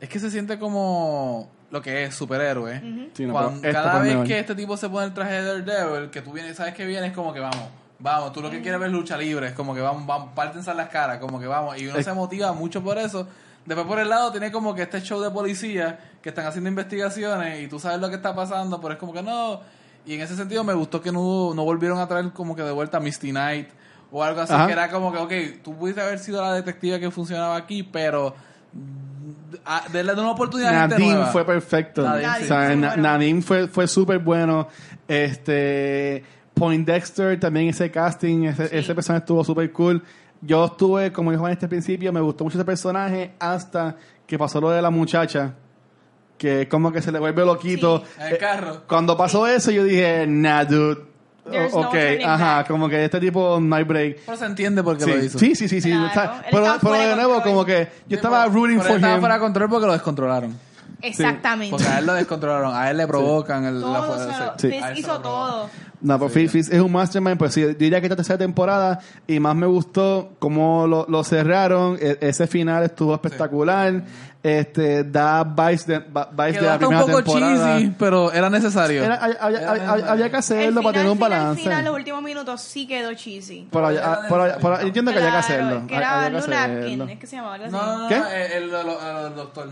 Speaker 2: es que se siente como lo que es superhéroe.
Speaker 5: Sí, no,
Speaker 2: Cuan-
Speaker 5: pero este
Speaker 2: cada
Speaker 5: fue el
Speaker 2: vez
Speaker 5: mejor.
Speaker 2: que este tipo se pone el traje de Daredevil, que tú vienes, sabes que vienes como que vamos, vamos, tú lo que quieres ver es lucha libre, es como que vamos, vamos, pártense las caras, como que vamos, y uno
Speaker 5: Eh.
Speaker 2: se motiva mucho por eso. Después por el lado tiene como que este show de policía que están haciendo investigaciones y tú sabes lo que está pasando, pero es como que no. Y en ese sentido me gustó que no, no volvieron a traer como que de vuelta a Misty Knight o algo así,
Speaker 5: Ajá.
Speaker 2: que era como que, ok, tú pudiste haber sido la detective que funcionaba aquí, pero mm, a- denle una oportunidad a gente
Speaker 5: Nadine
Speaker 2: nueva.
Speaker 5: fue perfecto.
Speaker 2: Nadine,
Speaker 5: Nadine,
Speaker 3: sí.
Speaker 5: o sea,
Speaker 3: Nadine,
Speaker 5: Na-
Speaker 3: bueno.
Speaker 5: Nadine fue, fue súper bueno. Este, Poindexter, también ese casting, ese, ese personaje estuvo súper cool. Yo estuve, como dijo en este principio, me gustó mucho ese personaje hasta que pasó lo de la muchacha, que es como que se le vuelve loquito.
Speaker 2: En el carro.
Speaker 5: Cuando pasó eso, yo dije, nah, dude.
Speaker 3: There's
Speaker 5: O-
Speaker 3: no
Speaker 5: ok,
Speaker 3: turning
Speaker 5: ajá,
Speaker 3: back.
Speaker 5: como que este tipo, no hay break.
Speaker 2: Pero se entiende por qué
Speaker 5: Sí,
Speaker 2: lo hizo.
Speaker 5: sí, sí, sí, sí.
Speaker 3: Claro,
Speaker 5: o sea,
Speaker 3: él
Speaker 5: pero
Speaker 3: estaba
Speaker 5: pero
Speaker 3: fuera de
Speaker 5: de nuevo,
Speaker 3: control.
Speaker 5: como que yo estaba
Speaker 2: pero-
Speaker 5: rooting
Speaker 2: pero él
Speaker 5: for
Speaker 2: estaba
Speaker 5: him.
Speaker 2: fuera de control porque lo descontrolaron.
Speaker 3: Exactamente.
Speaker 2: Porque a él lo descontrolaron. A él le provocan el, la Ah,
Speaker 3: Todo
Speaker 2: fuerza.
Speaker 3: se lo-
Speaker 5: Sí.
Speaker 3: Fizz
Speaker 2: A él se
Speaker 3: hizo
Speaker 2: lo provocan.
Speaker 3: todo.
Speaker 5: No, pero Fizz- Fizz es un mastermind, pues sí, yo diría que esta tercera temporada y más me gustó cómo lo, lo cerraron, E- ese final estuvo espectacular, este, da Vice de, va- Vice de
Speaker 2: Quedó hasta
Speaker 5: la
Speaker 2: un
Speaker 5: primera
Speaker 2: poco
Speaker 5: temporada.
Speaker 2: cheesy, pero era necesario.
Speaker 5: Era- hay- hay- hay- hay- había que
Speaker 3: El
Speaker 5: hacerlo para tener un balance.
Speaker 3: Final, final, los últimos minutos sí quedó cheesy.
Speaker 5: Pero hay-
Speaker 2: Era
Speaker 5: pero hay- pero
Speaker 2: necesario.
Speaker 5: yo entiendo que había que hacerlo.
Speaker 3: Que
Speaker 5: Hay-
Speaker 3: era
Speaker 5: había que
Speaker 3: Lunapkin,
Speaker 5: hacerlo.
Speaker 3: es que se llamaba algo
Speaker 2: No, eh,
Speaker 3: así.
Speaker 2: no, no,
Speaker 5: ¿Qué?
Speaker 2: no, El, el- el- el doctor.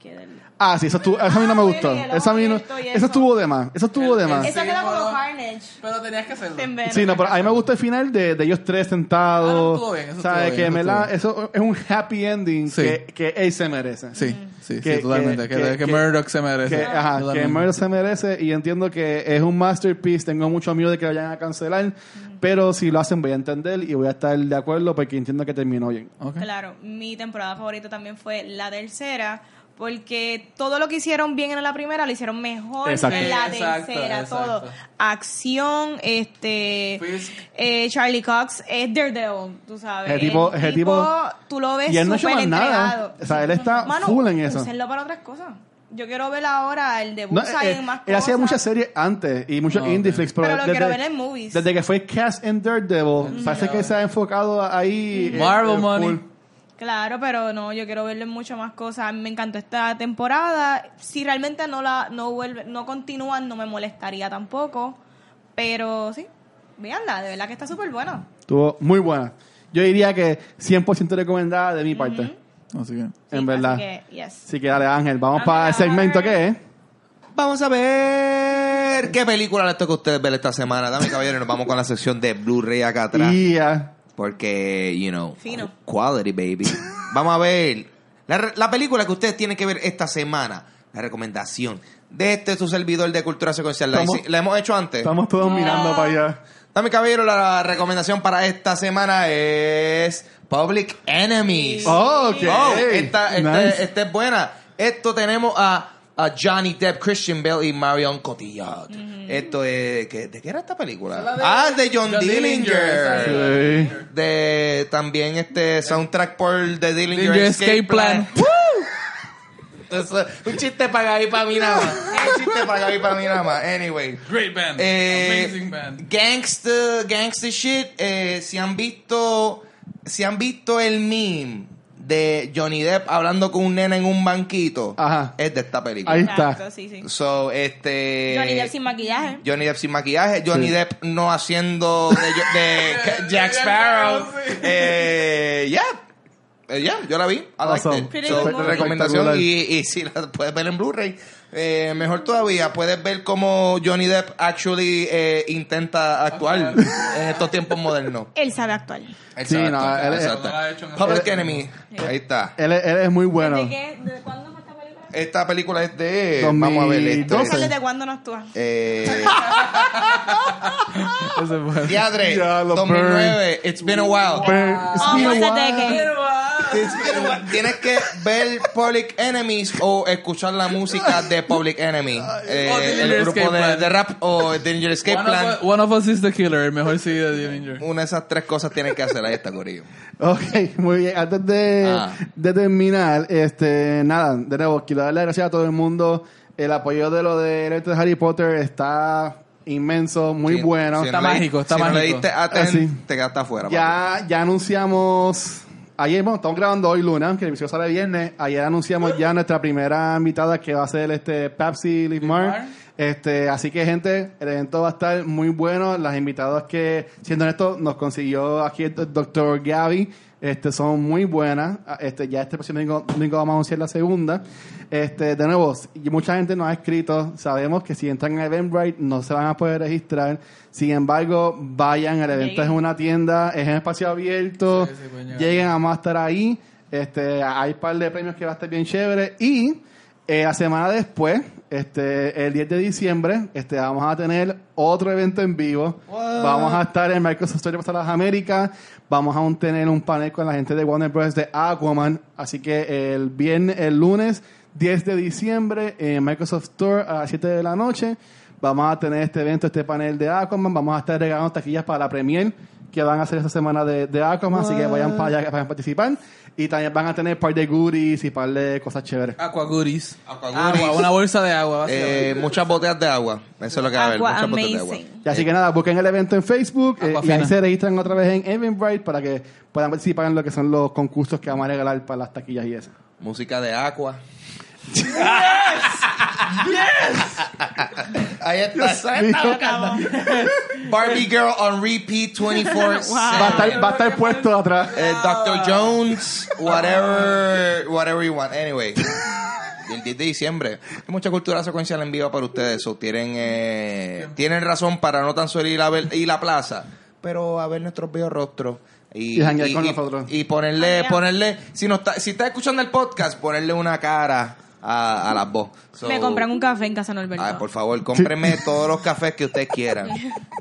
Speaker 3: que del-
Speaker 5: Ah, sí, esa, estuvo- esa a mí no
Speaker 3: Ah,
Speaker 5: me
Speaker 3: bueno,
Speaker 5: gustó.
Speaker 3: y el
Speaker 5: esa a mí no,
Speaker 3: objeto y
Speaker 5: esa
Speaker 3: eso.
Speaker 5: estuvo de más. Esa estuvo de más.
Speaker 3: Esa queda como
Speaker 2: símbolo-
Speaker 3: Carnage.
Speaker 2: Pero tenías que hacerlo.
Speaker 3: En
Speaker 5: Ah, Sí, no, pero a mí me gusta el final de, de ellos tres sentados.
Speaker 2: Ah, no, estuvo bien, eso
Speaker 5: ¿Sabes?
Speaker 2: estuvo
Speaker 5: que
Speaker 2: bien,
Speaker 5: me
Speaker 2: eso
Speaker 5: la-
Speaker 2: estuvo
Speaker 5: eso es un happy ending
Speaker 2: Sí.
Speaker 5: que, que él se merece.
Speaker 2: Sí, sí,
Speaker 5: Que-
Speaker 2: sí, totalmente.
Speaker 5: que-
Speaker 2: Que,
Speaker 5: que-
Speaker 2: que Murdoch se merece.
Speaker 5: Que, ajá, que
Speaker 2: Totalmente.
Speaker 5: Murdoch se merece y entiendo que es un masterpiece. Tengo mucho miedo de que lo vayan a cancelar, pero si lo hacen voy a entender y voy a estar de acuerdo porque entiendo que terminó bien.
Speaker 2: Ok.
Speaker 3: Claro, mi temporada favorita también fue la tercera, porque todo lo que hicieron bien en la primera lo hicieron mejor
Speaker 5: Exacto.
Speaker 3: en la
Speaker 2: Exacto,
Speaker 3: tercera,
Speaker 2: exacto.
Speaker 3: todo. Acción, este
Speaker 2: Fisk.
Speaker 3: eh, Charlie Cox es Daredevil, tú sabes.
Speaker 5: Ese tipo-
Speaker 3: El
Speaker 5: ese tipo-
Speaker 3: tú lo ves
Speaker 5: y él no ha hecho
Speaker 3: súper
Speaker 5: más nada.
Speaker 3: entregado.
Speaker 5: O sea, él está
Speaker 3: Mano,
Speaker 5: full en eso.
Speaker 3: úsenlo para otras cosas. Yo quiero ver ahora el de
Speaker 5: No,
Speaker 3: Bullseye
Speaker 5: eh,
Speaker 3: en más
Speaker 5: él hacía
Speaker 3: cosas.
Speaker 5: muchas series antes y muchos
Speaker 2: Ah,
Speaker 5: indie
Speaker 2: ok.
Speaker 5: flicks, pero,
Speaker 3: pero lo quiero ver en movies.
Speaker 5: desde que fue Cast and Daredevil, parece que se ha enfocado ahí. eh,
Speaker 2: Marvel
Speaker 5: eh, full.
Speaker 2: Money.
Speaker 3: Claro, pero no, yo quiero verle mucho más cosas. A mí me encantó esta temporada. Si realmente no la no vuelve, no continúan, no me molestaría tampoco. Pero sí, veanla, de verdad que está súper buena.
Speaker 5: Estuvo muy buena. Yo diría que 100% recomendada de mi parte,
Speaker 2: Así que.
Speaker 3: Sí,
Speaker 5: en verdad.
Speaker 3: Así que, yes.
Speaker 5: Así que dale, Ángel, vamos
Speaker 3: Ángel,
Speaker 5: para el
Speaker 3: vamos a
Speaker 5: segmento
Speaker 3: ver.
Speaker 5: que es.
Speaker 1: [LAUGHS] Vamos a ver qué película les toca a ustedes ver esta semana. Dame caballero, nos vamos con la sección de Blu-ray acá atrás.
Speaker 5: Y ah,
Speaker 1: Porque, you know,
Speaker 3: Fino.
Speaker 1: quality, baby. Vamos a ver la, re- la película que ustedes tienen que ver esta semana. La recomendación de este su servidor de cultura secuencial. La,
Speaker 5: Estamos-
Speaker 1: hici- la hemos hecho antes.
Speaker 5: estamos todos mirando para allá.
Speaker 1: Dame caballero, la recomendación para esta semana es Public Enemies.
Speaker 5: Oh, ok.
Speaker 1: Oh, esta, esta-
Speaker 5: Nice.
Speaker 1: esta es buena. Esto tenemos a, a Johnny Depp, Christian Bale y Marion Cotillard. Esto es... ¿qué- ¿De qué era esta película? ah, de John,
Speaker 2: John
Speaker 1: Dillinger.
Speaker 2: Dillinger, exacto.
Speaker 5: Sí.
Speaker 1: De, también este soundtrack por The Dillinger,
Speaker 2: Dillinger Escape Plan.
Speaker 1: [LAUGHS] Eso, un chiste para Gaby para mí nada más. Un chiste para Gaby para mí nada más. Anyway.
Speaker 2: Great band.
Speaker 1: Eh,
Speaker 2: Amazing [LAUGHS] band.
Speaker 1: Gangsta, gangsta shit. eh, si han visto, si han visto el meme de Johnny Depp hablando con un nene en un banquito,
Speaker 5: Ajá.
Speaker 1: es de esta película.
Speaker 5: Ahí
Speaker 3: Exacto,
Speaker 5: está.
Speaker 3: sí, sí.
Speaker 1: So, este.
Speaker 3: Johnny Depp sin maquillaje.
Speaker 1: Johnny Depp sin maquillaje, Johnny
Speaker 5: Sí.
Speaker 1: Depp no haciendo de, de Ca- Jack Sparrow.
Speaker 2: Sí.
Speaker 1: Eh, yeah. Eh, yeah, yo la vi. I liked
Speaker 5: Awesome.
Speaker 1: it.
Speaker 3: Pretty
Speaker 1: So,
Speaker 3: good movie.
Speaker 1: recomendación.
Speaker 5: Espectacular.
Speaker 1: Y, y si la puedes ver en Blu-ray, eh, mejor todavía. Puedes ver cómo Johnny Depp actually eh, intenta actuar en estos tiempos modernos.
Speaker 3: [LAUGHS] Él sabe actuar.
Speaker 5: Sí, no, él-
Speaker 1: exacto.
Speaker 2: él- No la ha hecho en-
Speaker 1: Public Enemy. Ahí está.
Speaker 5: Él, es- él es muy bueno.
Speaker 3: ¿De qué? ¿De cuándo fue esta película?
Speaker 1: Esta película es de.
Speaker 5: 2012.
Speaker 1: Vamos a ver. esto.
Speaker 3: ¿Sabes desde cuándo no actúa?
Speaker 1: Eh, [LAUGHS]
Speaker 5: Ese fue-
Speaker 1: Diadre,
Speaker 5: Ya, lo
Speaker 1: 2009. It's been a while.
Speaker 5: burn. It's been a
Speaker 3: Almost a
Speaker 5: while.
Speaker 3: decade.
Speaker 1: Tienes que ver Public Enemies o escuchar la música de Public Enemy. Eh,
Speaker 2: O Danger
Speaker 1: el grupo
Speaker 2: oh, Escape
Speaker 1: de,
Speaker 2: Plan.
Speaker 1: de rap o Danger Escape
Speaker 2: One
Speaker 1: Plan.
Speaker 2: of, us- one of Us is the Killer, el mejor sí de Dillinger.
Speaker 1: Una de esas tres cosas tienes que hacer. Ahí está, Corillo.
Speaker 5: Ok, muy bien. Antes de,
Speaker 1: Ah.
Speaker 5: de terminar, este, nada, de nuevo, quiero darle las gracias a todo el mundo. El apoyo de lo de Electro de Harry Potter está inmenso, muy
Speaker 1: Si-
Speaker 5: bueno.
Speaker 1: si
Speaker 2: Está
Speaker 1: no le-
Speaker 2: mágico, está
Speaker 1: si no le
Speaker 2: mágico.
Speaker 1: diste aten,
Speaker 5: Ah, sí.
Speaker 1: te quedaste afuera. papi.
Speaker 5: Ya, ya anunciamos. Ayer, bueno, estamos grabando hoy lunes, que el episodio sale viernes. Ayer anunciamos ya nuestra primera invitada que va a ser este Pepsi Lismar.
Speaker 2: Lismar.
Speaker 5: Este, así que, gente, el evento va a estar muy bueno. Las invitadas que, siendo honesto, nos consiguió aquí el doctor Gaby. Este, son muy buenas. Ah, Este, ya este próximo domingo, domingo vamos a anunciar la segunda. Este, de nuevo, s- y mucha gente nos ha escrito. Sabemos que si entran a Eventbrite no se van a poder registrar. Sin embargo, vayan al evento.
Speaker 3: Lleguen.
Speaker 5: Es una tienda, es un espacio abierto.
Speaker 2: Sí, sí, pueden llegar.
Speaker 5: Lleguen a más estar ahí. Este, hay un par de premios que va a estar bien chévere. Y eh, la semana después, este, el 10 de diciembre, este, vamos a tener otro evento en vivo. Vamos a estar en Microsoft Studios para las Américas. Vamos a un- tener un panel con la gente de Warner Bros. de Aquaman. Así que el viernes, el lunes 10 de diciembre en Microsoft Store a las 7 de la noche. Vamos a tener este evento, este panel de Aquaman. Vamos a estar regalando taquillas para la Premier que van a hacer esta semana de, de Aquaman. Así que vayan para allá para participar. Y también van a tener un par de goodies y un par de cosas chéveres.
Speaker 2: Aquaguris.
Speaker 1: Aquaguris.
Speaker 2: Agua, Ah, una bolsa de agua, básicamente.
Speaker 1: Eh, muchas botellas de agua. Eso es lo que va a haber.
Speaker 3: Agua
Speaker 1: Muchas botellas de agua.
Speaker 3: amazing.
Speaker 5: Y así que nada, busquen el evento en Facebook eh, y ahí
Speaker 2: Aquafina.
Speaker 5: se registran otra vez en Eventbrite para que puedan participar en lo que son los concursos que vamos a regalar para las taquillas y eso.
Speaker 1: Música de agua. Ahí está. Esa es la boca. Barbie Girl on repeat
Speaker 3: [LAUGHS]
Speaker 1: 24
Speaker 5: Va a estar, va a estar puesto atrás.
Speaker 1: Eh, Dr. Jones, whatever, whatever you want. Anyway, you el 10 de diciembre. Hay mucha cultura secuencial en vivo para ustedes. So, tienen, eh, tienen razón para no tan solo ir a ver y la plaza, pero a ver nuestros bellos rostros. Y,
Speaker 5: Y janguear con nosotros.
Speaker 1: y ponerle,
Speaker 3: Janguear.
Speaker 1: ponerle, si no está, si está escuchando el podcast, ponerle una cara a, a las voz. So,
Speaker 3: Me compran un café en Casa Norberto.
Speaker 1: Ay, Ah, por favor, cómprenme todos los cafés que ustedes quieran.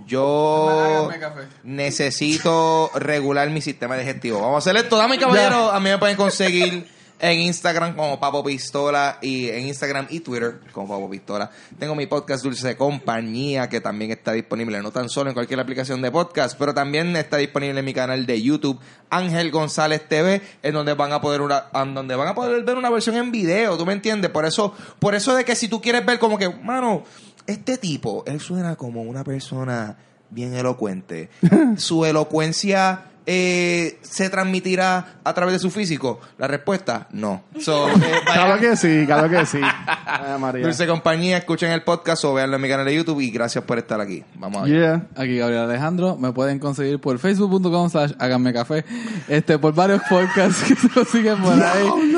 Speaker 1: Yo
Speaker 2: Háganme café.
Speaker 1: necesito regular mi sistema digestivo. Vamos a hacer esto. Dame, caballero. A mí me pueden conseguir en Instagram como Papo Pistola y en Instagram y Twitter como Papo Pistola. Tengo mi podcast Dulce de Compañía que también está disponible no tan solo en cualquier aplicación de podcast, pero también está disponible en mi canal de YouTube Ángel González TV, en donde van a poder una, en donde van a poder ver una versión en video, ¿tú me entiendes? Por eso, por eso de que si tú quieres ver como que, mano, este tipo, él suena como una persona bien elocuente. Su elocuencia eh, se transmitirá a través de su físico. La respuesta, no. So, eh, vayan-
Speaker 5: Claro que sí, claro que sí. Ay, María.
Speaker 1: Dulce compañía, escuchen el podcast o veanlo en mi canal de YouTube y gracias por estar aquí. Vamos a ver.
Speaker 5: Yeah.
Speaker 2: Aquí Gabriel Alejandro, me pueden conseguir por facebook.com slash háganme café, este, por varios podcasts que se consiguen por ahí.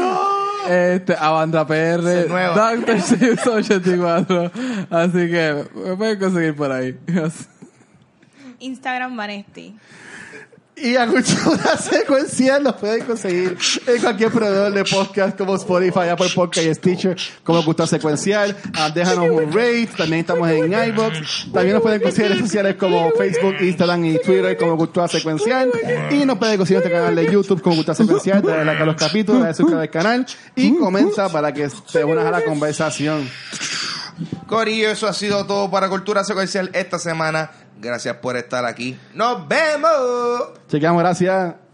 Speaker 2: Este, Avandra PR,
Speaker 1: es nuevo.
Speaker 2: Doctor Seuss 84. Así que me pueden conseguir por ahí. [LAUGHS]
Speaker 3: Instagram Vanesti.
Speaker 5: Y a [LAUGHS] Cultura Secuencial los pueden conseguir en cualquier proveedor de podcast como Spotify, Apple Podcast y Stitcher como Cultura Secuencial. Ah, déjanos un rate. También estamos en iBox. También nos pueden conseguir en redes sociales como Facebook, Instagram y Twitter como Cultura Secuencial. Y nos pueden conseguir en este canal de YouTube como Cultura Secuencial. Dale like a los capítulos, dale suscribir al canal y comienza para que te unas a la conversación.
Speaker 1: Corillo, eso ha sido todo para Cultura Secuencial esta semana. Gracias por estar aquí. ¡Nos vemos!
Speaker 5: Chequeamos, gracias.